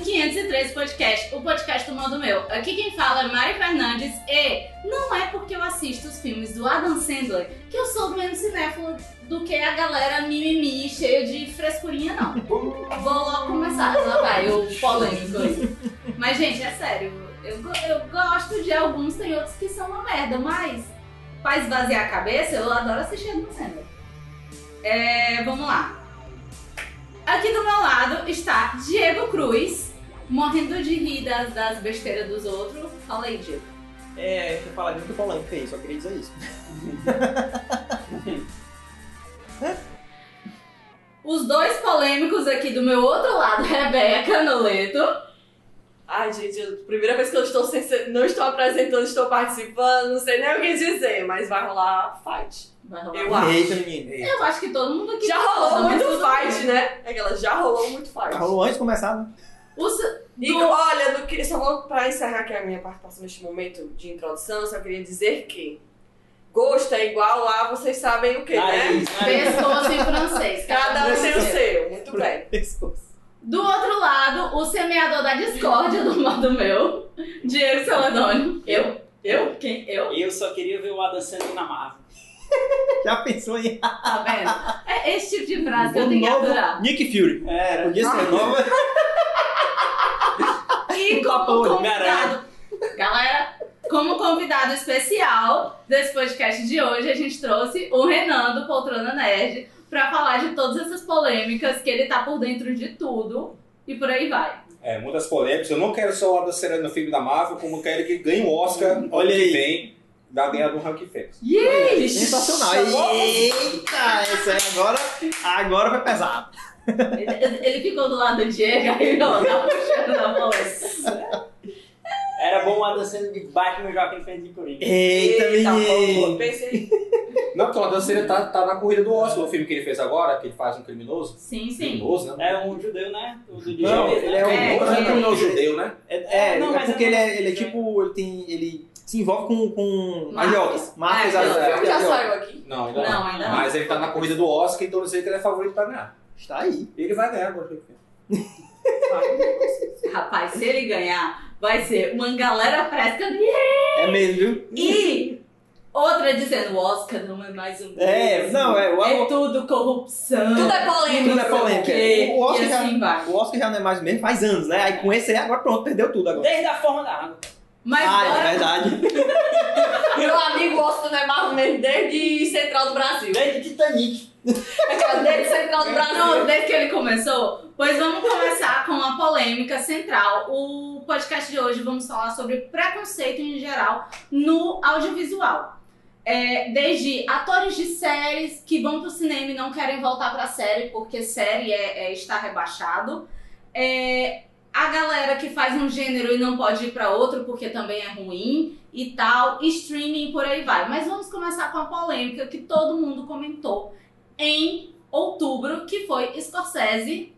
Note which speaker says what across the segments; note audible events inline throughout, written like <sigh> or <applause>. Speaker 1: 513 Podcast, o podcast do modo meu. Aqui quem fala é Mari Fernandes e não é porque eu assisto os filmes do Adam Sandler que eu sou menos cinéfilo do que a galera mimimi cheia de frescurinha, não. Vou logo começar, lá vai, eu polêmico aí. Mas, gente, é sério, eu, go- eu gosto de alguns, tem outros que são uma merda, mas pra esvaziar a cabeça, eu adoro assistir Adam Sandler. É, vamos lá. Aqui do meu lado está Diego Cruz, morrendo de rir das, das besteiras dos outros. Fala aí, Diego.
Speaker 2: É, deixa eu falar de muito polêmica aí, só queria dizer isso.
Speaker 1: Os dois polêmicos aqui do meu outro lado, <laughs> Rebeca Noleto.
Speaker 3: Ai, gente, eu- primeira vez que eu estou sem ser- não estou apresentando, estou participando, não sei nem o que dizer, mas vai rolar fight.
Speaker 1: Vai rolar. um
Speaker 3: Eu acho.
Speaker 2: Eita, menino.
Speaker 1: Eu acho que todo mundo aqui.
Speaker 3: Já rolou
Speaker 1: Não,
Speaker 3: muito
Speaker 1: tudo
Speaker 3: fight,
Speaker 1: bem.
Speaker 3: né? Aquela, já rolou muito fight.
Speaker 2: Rolou antes de começar, né? <laughs>
Speaker 1: Os-
Speaker 3: E olha, eu queria, só vou- pra encerrar aqui a minha participação neste momento de introdução, eu só queria dizer que gosto é igual a vocês sabem o que,
Speaker 4: Ah,
Speaker 3: né?
Speaker 1: pessoas em francês.
Speaker 3: Cada um tem
Speaker 1: seu.
Speaker 3: o seu, muito bem.
Speaker 1: Do outro lado, o semeador da discórdia do modo meu, Diego Celadoni. Eu? Eu? Quem? Eu?
Speaker 4: Eu só queria ver o Adam Sandler na Marvel.
Speaker 2: Já pensou em
Speaker 1: Tá vendo? É esse tipo de frase que eu
Speaker 2: um
Speaker 1: tenho que
Speaker 2: novo
Speaker 1: adorar.
Speaker 2: Nick Fury.
Speaker 5: É,
Speaker 4: Era.
Speaker 2: Podia ser
Speaker 1: Ah.
Speaker 2: nova. <laughs>
Speaker 1: E como
Speaker 2: Capone,
Speaker 1: convidado, galera, como convidado especial desse podcast de hoje, a gente trouxe o Renan do Poltrona Nerd pra falar de todas essas polêmicas, que ele tá por dentro de tudo e por aí vai.
Speaker 5: É, muitas polêmicas. Eu não quero só o Adam Sandler no filme da Marvel, como quero que ganhe o um Oscar ano
Speaker 2: Olha
Speaker 5: que
Speaker 2: aí.
Speaker 5: vem da ganha do Rank Fênix.
Speaker 1: Yay!
Speaker 2: Sensacional. Eita, essa aí agora, agora foi pesado.
Speaker 1: Ele, ele ficou do lado do Diego e não, tá puxando na polêmica.
Speaker 4: Era bom o Adam Sandler de Batman e Joaquim Fênix de Coringa.
Speaker 2: Eita,
Speaker 3: pô,
Speaker 2: menino.
Speaker 3: pensei.
Speaker 5: Não, porque o Adam Sandler tá, tá na corrida do Oscar, o filme que ele fez agora, que ele faz um criminoso.
Speaker 1: Sim, sim.
Speaker 5: Criminoso, né?
Speaker 4: É um judeu, né? O do
Speaker 2: Não,
Speaker 4: Djavan,
Speaker 2: ele é um
Speaker 4: né?
Speaker 1: É,
Speaker 5: não é um
Speaker 1: ele-
Speaker 5: criminoso judeu, né?
Speaker 2: É,
Speaker 4: não,
Speaker 2: é
Speaker 4: mas
Speaker 2: porque ele é, ele é
Speaker 4: judeu.
Speaker 2: tipo, ele tem, ele se envolve com, com
Speaker 1: Marcos.
Speaker 2: agiotas. Marcos
Speaker 3: Ah,
Speaker 5: é,
Speaker 3: o filme já
Speaker 2: agiotas.
Speaker 3: saiu aqui.
Speaker 5: Não, ainda não.
Speaker 1: Não, ainda não.
Speaker 5: Mas ele tá na corrida do Oscar, então eu sei que ele é favorito pra ganhar.
Speaker 2: Está aí.
Speaker 5: Ele vai ganhar agora.
Speaker 1: Rapaz, se ele ganhar, vai ser uma galera fresca
Speaker 2: É mesmo, viu?
Speaker 1: E outra dizendo, o Oscar não é mais um
Speaker 2: É,
Speaker 1: mesmo.
Speaker 2: não, é, o-
Speaker 1: É tudo corrupção.
Speaker 3: Tudo é polêmico.
Speaker 2: Tudo é polêmica.
Speaker 1: Que,
Speaker 2: O Oscar
Speaker 1: e assim vai.
Speaker 2: O Oscar já não é mais mesmo faz anos, né? Aí com esse aí agora pronto, perdeu tudo
Speaker 5: um-
Speaker 2: agora.
Speaker 4: Desde a forma da água.
Speaker 1: Mas
Speaker 2: ah, é
Speaker 1: bora,
Speaker 2: verdade.
Speaker 3: Meu amigo Austin não é mais mesmo desde Central do Brasil.
Speaker 4: Desde Titanic.
Speaker 3: Aquela desde Central do Brasil.
Speaker 1: não, desde que ele começou, pois vamos começar com a polêmica central. O podcast de hoje vamos falar sobre preconceito em geral no audiovisual. É, desde atores de séries que vão pro cinema e não querem voltar pra série porque série é, é estar rebaixado. É, a galera que faz um gênero e não pode ir pra outro porque também é ruim e tal, e streaming e por aí vai. Mas vamos começar com a polêmica que todo mundo comentou em outubro, que foi Scorsese,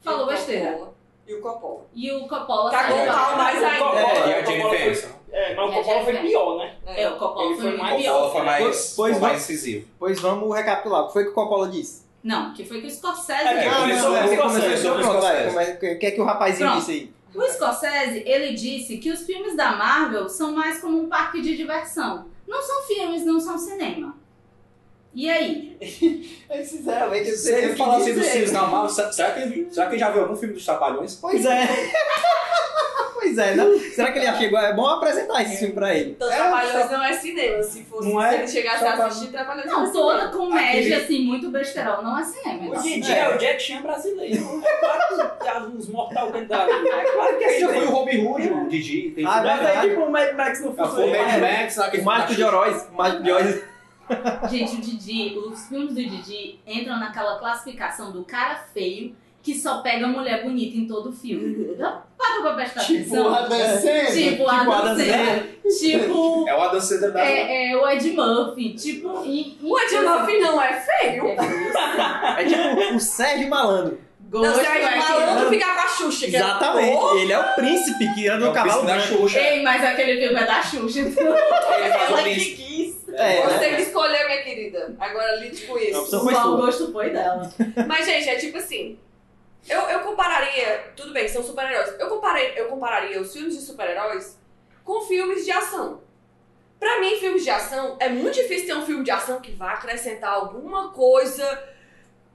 Speaker 1: falou besteira.
Speaker 3: E o Coppola.
Speaker 1: E o Coppola
Speaker 3: Cagou
Speaker 1: saiu.
Speaker 3: o pau mais ainda.
Speaker 4: Coppola,
Speaker 5: É, e
Speaker 4: né?
Speaker 5: a Jane
Speaker 4: Coppola foi-
Speaker 5: Benson.
Speaker 4: É, mas o
Speaker 1: E a
Speaker 4: Coppola foi
Speaker 1: Jane
Speaker 4: pior, né?
Speaker 1: É, o Coppola
Speaker 4: Ele
Speaker 1: foi,
Speaker 4: foi
Speaker 1: muito
Speaker 4: mais
Speaker 5: O
Speaker 1: pior.
Speaker 5: Coppola foi mais,
Speaker 2: Pois-
Speaker 5: foi
Speaker 2: pois
Speaker 5: mais incisivo.
Speaker 2: Pois vamos recapitular. O que foi que o Coppola disse?
Speaker 1: Não, que foi que o Scorsese...
Speaker 4: É,
Speaker 2: Ah, não,
Speaker 5: começou com
Speaker 2: é,
Speaker 5: o
Speaker 2: você
Speaker 5: Scorsese,
Speaker 2: começou
Speaker 5: começou
Speaker 2: pronto,
Speaker 5: com o
Speaker 2: vai,
Speaker 5: Scorsese.
Speaker 2: mas O que que é que o rapazinho
Speaker 1: Pronto.
Speaker 2: disse aí?
Speaker 1: O Scorsese, ele disse que os filmes da Marvel são mais como um parque de diversão. Não são filmes, não são cinema. E aí?
Speaker 2: Eles fizeram,
Speaker 5: Se ele falasse dos filmes da Marvel, sa- será que, ele, será que ele já viu algum filme dos Trapalhões?
Speaker 2: Pois é. <laughs> pois é, né? Será que ele já chegou? É bom apresentar esse filme pra ele.
Speaker 3: Então,
Speaker 5: É,
Speaker 3: Trapalhões não é cinema. Se fosse,
Speaker 5: Não é?
Speaker 3: se ele chegasse a
Speaker 5: Trapalhões.
Speaker 3: assistir, Trapalhões não é
Speaker 1: Não,
Speaker 3: cinema.
Speaker 1: toda comédia, assim, muito besterol, não é cinema. não.
Speaker 4: Hoje em dia é o Jack Chan brasileiro. É claro que tá uns mortal dentro da vida. É claro que é
Speaker 5: Ele já foi o
Speaker 4: isso.
Speaker 5: Robin Hood, o Didi. tem-
Speaker 2: Ah,
Speaker 4: Mas
Speaker 2: verdade.
Speaker 4: aí, tipo, o Mad Max no
Speaker 5: Já foi
Speaker 4: futuro.
Speaker 5: É. o Mad
Speaker 4: né?
Speaker 5: Max, tá naquele
Speaker 2: O Mágico de Oroz. O Mágico de Oroz.
Speaker 1: Gente, o Didi, os filmes do Didi entram naquela classificação do cara feio que só pega mulher bonita em todo
Speaker 3: Uhum.
Speaker 1: filme. Para pra prestar
Speaker 3: Tipo
Speaker 1: atenção. Tipo o
Speaker 2: Tipo
Speaker 1: Adam
Speaker 2: Adam
Speaker 1: Sandler.
Speaker 3: <laughs>
Speaker 1: Tipo
Speaker 5: É o Adam Sandler da
Speaker 1: é, é, o Ed Murphy. Tipo. E,
Speaker 3: O Ed Murphy não é feio.
Speaker 2: É tipo o Sérgio Malandro.
Speaker 3: Não,
Speaker 1: Gosto
Speaker 3: se é
Speaker 1: é
Speaker 3: malandro ficar com a Xuxa. que é-
Speaker 2: Exatamente.
Speaker 3: Pô,
Speaker 2: Ele é o príncipe que
Speaker 5: É
Speaker 2: anda
Speaker 5: o
Speaker 2: no cavalo
Speaker 5: príncipe da
Speaker 2: branco.
Speaker 1: que-
Speaker 5: Xuxa.
Speaker 1: Ei, mas aquele filme é da Xuxa.
Speaker 5: Ele faz um
Speaker 3: Ela
Speaker 5: o
Speaker 3: que
Speaker 5: príncipe.
Speaker 3: quis.
Speaker 2: É, né?
Speaker 3: Você que escolheu, minha querida. Agora lide com
Speaker 2: Não,
Speaker 3: isso.
Speaker 2: Só foi
Speaker 1: Qual
Speaker 2: sua.
Speaker 1: gosto foi dela?
Speaker 3: Mas, gente, é tipo assim. Eu, eu comparo compararia, tudo bem, são super-heróis. Eu, comparei- eu compararia os filmes de super-heróis com filmes de ação. Pra mim, filmes de ação, é muito difícil ter um filme de ação que vá acrescentar alguma coisa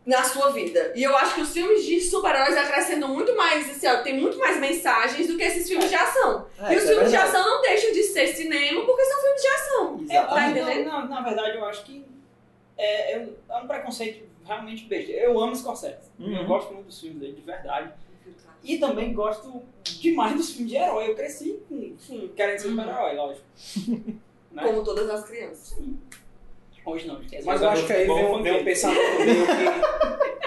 Speaker 3: na sua vida. E eu acho que os filmes de super-heróis acrescentam muito mais, assim, ó, tem muito mais mensagens do que esses filmes de ação.
Speaker 2: É,
Speaker 3: e os
Speaker 2: isso é
Speaker 3: filmes de
Speaker 2: verdade.
Speaker 3: ação não deixam de ser cinema porque são filmes de ação.
Speaker 4: É,
Speaker 2: Exato.
Speaker 3: Tá
Speaker 4: mas
Speaker 3: entendendo?
Speaker 4: na, na- na verdade, eu acho que é, é um, é um preconceito realmente besta. Eu amo Scorsese. Eu
Speaker 2: Uhum.
Speaker 4: gosto muito dos filmes dele, de verdade. E também gosto demais dos filmes de herói. Eu cresci com,
Speaker 3: Sim.
Speaker 4: querendo ser um
Speaker 1: Uhum.
Speaker 4: super-herói, lógico. Né?
Speaker 3: Como todas as crianças.
Speaker 4: Hoje não, gente.
Speaker 5: Mas eu acho que aí
Speaker 4: Bom,
Speaker 5: vem um, vem um
Speaker 4: ok.
Speaker 5: pensamento meio que. <laughs>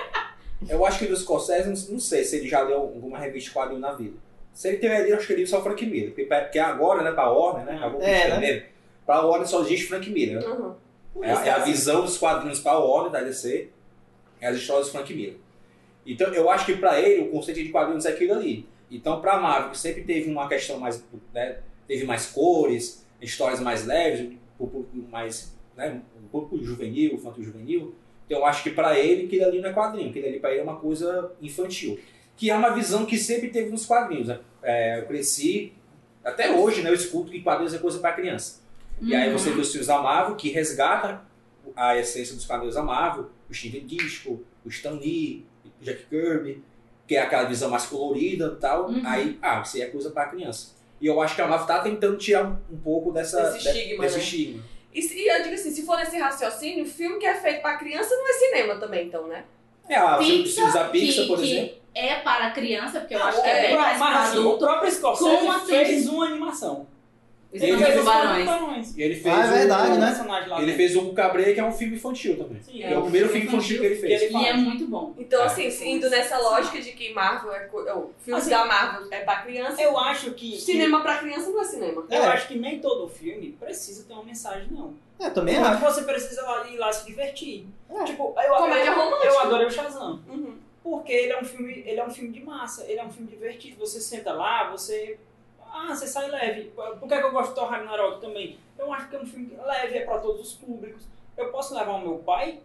Speaker 5: Eu acho que do Scorsese, não- não sei se ele já leu alguma revista de quadrinho na vida. Se ele tiver lido, eu acho que ele só Frank Miller. Porque, pra- porque agora, né, pra Warner, né? Acabou
Speaker 2: É, né?
Speaker 5: né? Pra Warner só existe Frank Miller. né?
Speaker 3: Uhum.
Speaker 5: É, a- é a visão dos quadrinhos pra Warner, da DC, é as histórias do Frank Miller. Então, eu acho que pra ele, o conceito de quadrinhos é aquilo ali. Então, pra Marvel, que sempre teve uma questão mais. né, teve mais cores, histórias mais leves, um público mais. né, um pouco juvenil, infantil juvenil. Então, eu acho que pra ele, aquilo ali não é quadrinho, aquilo ali pra ele é uma coisa infantil. Que é uma visão que sempre teve nos quadrinhos. Né? É, eu cresci. Até hoje, né, eu escuto que quadrinhos é coisa pra criança. E aí você
Speaker 3: Uhum.
Speaker 5: vê os filmes da Marvel que resgata a essência dos quadrinhos da Marvel, o Steve Disco, o Stan Lee, o Jack Kirby, que é aquela visão mais colorida e tal.
Speaker 1: Uhum.
Speaker 5: Aí, ah, isso aí é coisa pra criança. E eu acho que a Marvel tá tentando tirar um, um pouco dessa,
Speaker 3: Desse estigma,
Speaker 5: desse
Speaker 3: né?
Speaker 5: estigma.
Speaker 3: E, se- e eu digo assim, se for nesse raciocínio, filme que é feito pra criança não é cinema também, então, né?
Speaker 5: É, a, os
Speaker 1: Pixar,
Speaker 5: filmes da Pixar,
Speaker 1: que,
Speaker 5: por
Speaker 1: que
Speaker 5: exemplo.
Speaker 1: é para criança, porque eu acho que
Speaker 4: É,
Speaker 1: é bem mais para
Speaker 4: mas assim, o
Speaker 1: adulto.
Speaker 4: próprio
Speaker 1: Como
Speaker 4: Scorsese
Speaker 1: assim?
Speaker 4: fez uma animação.
Speaker 1: Os
Speaker 5: ele
Speaker 1: Três
Speaker 4: fez uma
Speaker 1: Tubarões.
Speaker 4: Tubarões.
Speaker 5: E ele fez.
Speaker 2: Ah, é verdade,
Speaker 5: o,
Speaker 2: né?
Speaker 4: um personagem lá
Speaker 5: Ele
Speaker 4: dentro.
Speaker 5: fez o Cabré, que é um filme infantil também.
Speaker 4: Sim,
Speaker 5: É, o primeiro filme infantil que ele fez.
Speaker 4: Que ele-
Speaker 1: E é muito bom.
Speaker 3: Então,
Speaker 5: É.
Speaker 3: assim, se- indo nessa lógica de que Marvel é. co- oh, filmes
Speaker 4: Assim,
Speaker 3: da Marvel é pra criança,
Speaker 4: Eu acho que.
Speaker 3: cinema pra criança não é cinema.
Speaker 4: Eu
Speaker 2: É.
Speaker 4: acho que nem todo filme precisa ter uma mensagem, não.
Speaker 2: É, também
Speaker 4: Mas
Speaker 2: acho.
Speaker 4: você precisa lá- ir lá se divertir.
Speaker 2: É.
Speaker 4: Tipo, eu,
Speaker 3: Comédia
Speaker 4: eu,
Speaker 3: romântica.
Speaker 4: eu adorei o Shazam.
Speaker 3: Uhum.
Speaker 4: Porque ele é um filme, ele é um filme de massa, ele é um filme divertido. Você senta lá, você. Ah, você sai leve. Por que, é que eu gosto de Thor Ragnarok também? Eu acho que é um filme leve, é pra todos os públicos. Eu posso levar o meu pai,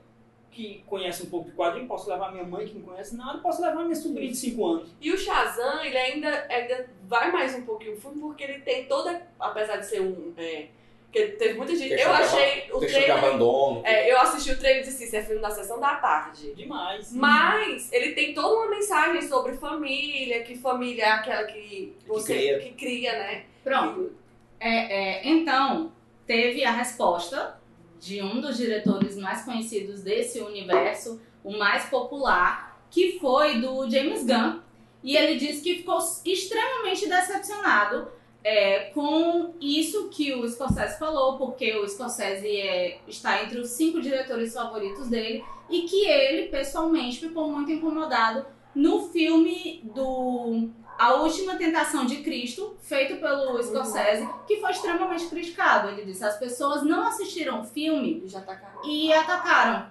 Speaker 4: que conhece um pouco de quadrinho, posso levar minha mãe, que não conhece nada, posso levar minha sobrinha de 5 anos.
Speaker 3: E o Shazam, ele ainda, ainda vai mais um pouquinho fundo, porque ele tem toda. Apesar de ser um. é, que teve muita gente.
Speaker 5: Questão
Speaker 3: eu
Speaker 5: de
Speaker 3: achei o
Speaker 5: Questão de
Speaker 3: trailer.
Speaker 5: abandono.
Speaker 3: é, eu assisti o trailer e disse: isso é filme da sessão da tarde.
Speaker 4: Demais.
Speaker 3: Mas ele tem toda uma mensagem sobre família, que família é aquela que você
Speaker 5: cria.
Speaker 3: que cria, né?
Speaker 1: Pronto. É, é, então, teve a resposta de um dos diretores mais conhecidos desse universo, o mais popular, que foi do James Gunn. E ele disse que ficou extremamente decepcionado é, com isso que o Scorsese falou, porque o Scorsese é, está entre os cinco diretores favoritos dele e que ele, pessoalmente, ficou muito incomodado no filme do A Última Tentação de Cristo, feito pelo Scorsese, que foi extremamente criticado. Ele disse: as pessoas não assistiram o filme
Speaker 3: Ele já tá caro.
Speaker 1: e atacaram.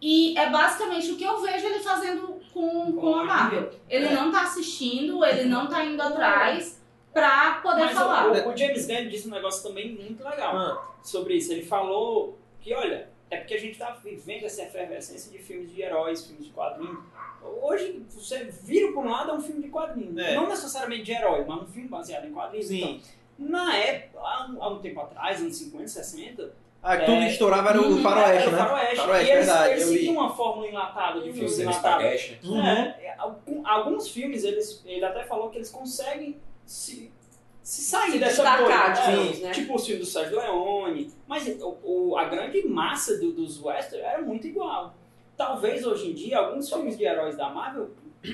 Speaker 1: E é basicamente o que eu vejo ele fazendo com, com a Marvel. Ele
Speaker 4: É.
Speaker 1: não tá assistindo, ele não tá indo atrás pra poder
Speaker 4: Mas
Speaker 1: falar.
Speaker 4: O, o James Gunn disse um negócio também muito legal
Speaker 2: Ah.
Speaker 4: sobre isso. Ele falou que, olha, é porque a gente tá vivendo essa efervescência de filmes de heróis, filmes de quadrinhos. Hoje, você vira por um lado, é um filme de quadrinho.
Speaker 2: É.
Speaker 4: Não necessariamente de herói, mas um filme baseado em quadrinhos. Então,
Speaker 2: Sim.
Speaker 4: na época, há um, há um tempo atrás, anos 50, 60,
Speaker 2: Ah, que tudo
Speaker 4: É.
Speaker 2: estourava era
Speaker 1: Uhum.
Speaker 2: o faroeste,
Speaker 4: era o
Speaker 2: né?
Speaker 4: faroeste.
Speaker 2: Faroeste,
Speaker 4: e eles,
Speaker 2: verdade,
Speaker 4: eles
Speaker 2: eu li.
Speaker 4: seguiam uma fórmula enlatada de
Speaker 5: Os
Speaker 4: filmes
Speaker 5: filmes
Speaker 4: enlatados.
Speaker 5: espaguete, né?
Speaker 2: Uhum.
Speaker 4: É, é, algum- alguns filmes, eles, ele até falou que eles conseguem se, se sair
Speaker 3: Se
Speaker 4: dessa
Speaker 3: destacar,
Speaker 4: bolha,
Speaker 3: digamos, né?
Speaker 4: Tipo os filmes do Sérgio Leone. Mas o- o- a grande massa do- dos western era muito igual. Talvez hoje em dia, alguns filmes de heróis da Marvel,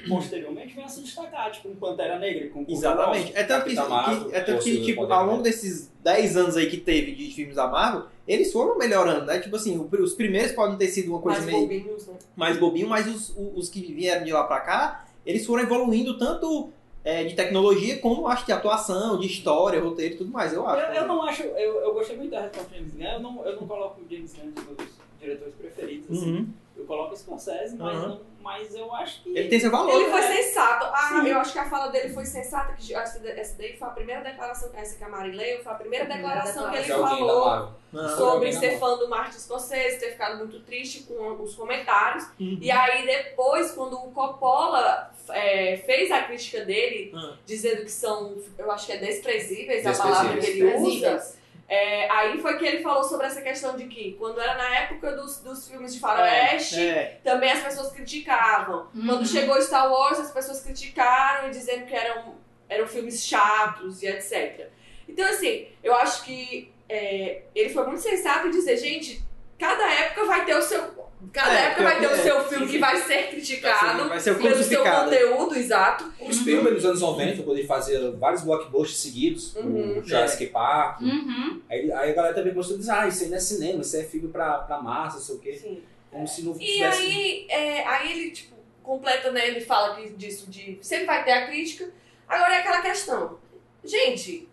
Speaker 4: posteriormente, venham a se destacar. Tipo um Pantera Negra com Kurt
Speaker 2: Exatamente. É tanto que,
Speaker 5: Capitão Marvel,
Speaker 2: que- é tanto que
Speaker 5: Força do
Speaker 2: tipo,
Speaker 5: Poder.
Speaker 2: ao longo desses 10 anos aí que teve de filmes da Marvel, eles foram melhorando, né? Tipo assim, o- os primeiros podem ter sido uma coisa
Speaker 3: Mais
Speaker 2: meio
Speaker 3: bobinhos, né?
Speaker 2: mais bobinho, mas os, o- os que vieram de lá pra cá, eles foram evoluindo tanto é, de tecnologia como acho de atuação, de história, roteiro e tudo mais, eu acho.
Speaker 4: Eu, eu não acho, eu, eu gostei muito da resposta do James Gunn, eu não, eu não coloco o James Gunn dos meus diretores preferidos, assim.
Speaker 2: Uhum.
Speaker 4: Eu coloco o Scorsese, mas,
Speaker 2: Uhum.
Speaker 4: não, mas eu acho que...
Speaker 2: Ele tem seu valor.
Speaker 3: Ele
Speaker 2: né?
Speaker 3: foi sensato. Ah,
Speaker 4: Sim.
Speaker 3: eu acho que a fala dele foi sensata. Que essa essa daí foi a primeira declaração. Essa que a Mari leu foi a primeira declaração que ele
Speaker 5: Mas é alguém da
Speaker 3: falou
Speaker 5: Marvel.
Speaker 2: Não.
Speaker 5: Só-
Speaker 3: sobre
Speaker 5: Não.
Speaker 3: ser fã do Martin Scorsese, ter ficado muito triste com os comentários.
Speaker 2: Uhum.
Speaker 3: E aí depois, quando o Coppola é, é, fez a crítica dele,
Speaker 2: Ah.
Speaker 3: dizendo que são, eu acho que é desprezíveis, a
Speaker 5: Desprezíveis.
Speaker 3: palavra que ele usa.
Speaker 1: Desprezíveis.
Speaker 3: É, aí foi que ele falou sobre essa questão de que, quando era na época dos, dos filmes de faroeste,
Speaker 2: É,
Speaker 3: também as pessoas criticavam.
Speaker 1: Uhum.
Speaker 3: Quando chegou Star Wars, as pessoas criticaram, dizendo que eram, eram filmes chatos e etc. Então, assim, eu acho que é, ele foi muito sensato em dizer, gente, cada época vai ter o seu. Cada
Speaker 2: É,
Speaker 3: época vai ter
Speaker 2: é,
Speaker 3: o seu filme
Speaker 2: sim,
Speaker 3: que
Speaker 2: sim.
Speaker 3: vai ser
Speaker 2: vai ser-
Speaker 3: criticado
Speaker 2: vai ser
Speaker 3: pelo seu
Speaker 2: crucificado.
Speaker 3: conteúdo, exato.
Speaker 5: O Spielberg nos anos 90, quando ele fazia vários blockbusters seguidos,
Speaker 3: Uhum.
Speaker 5: o Jurassic Park,
Speaker 1: Uhum.
Speaker 5: aí, aí a galera também começou a dizer, ah, isso aí não é cinema, isso é filme pra, pra massa, não sei o quê. Como se não
Speaker 3: E
Speaker 5: tivesse...
Speaker 3: aí,
Speaker 2: um
Speaker 3: é, aí ele, tipo, completa, né? Ele fala que, disso, de sempre vai ter a crítica. Agora é aquela questão. Gente,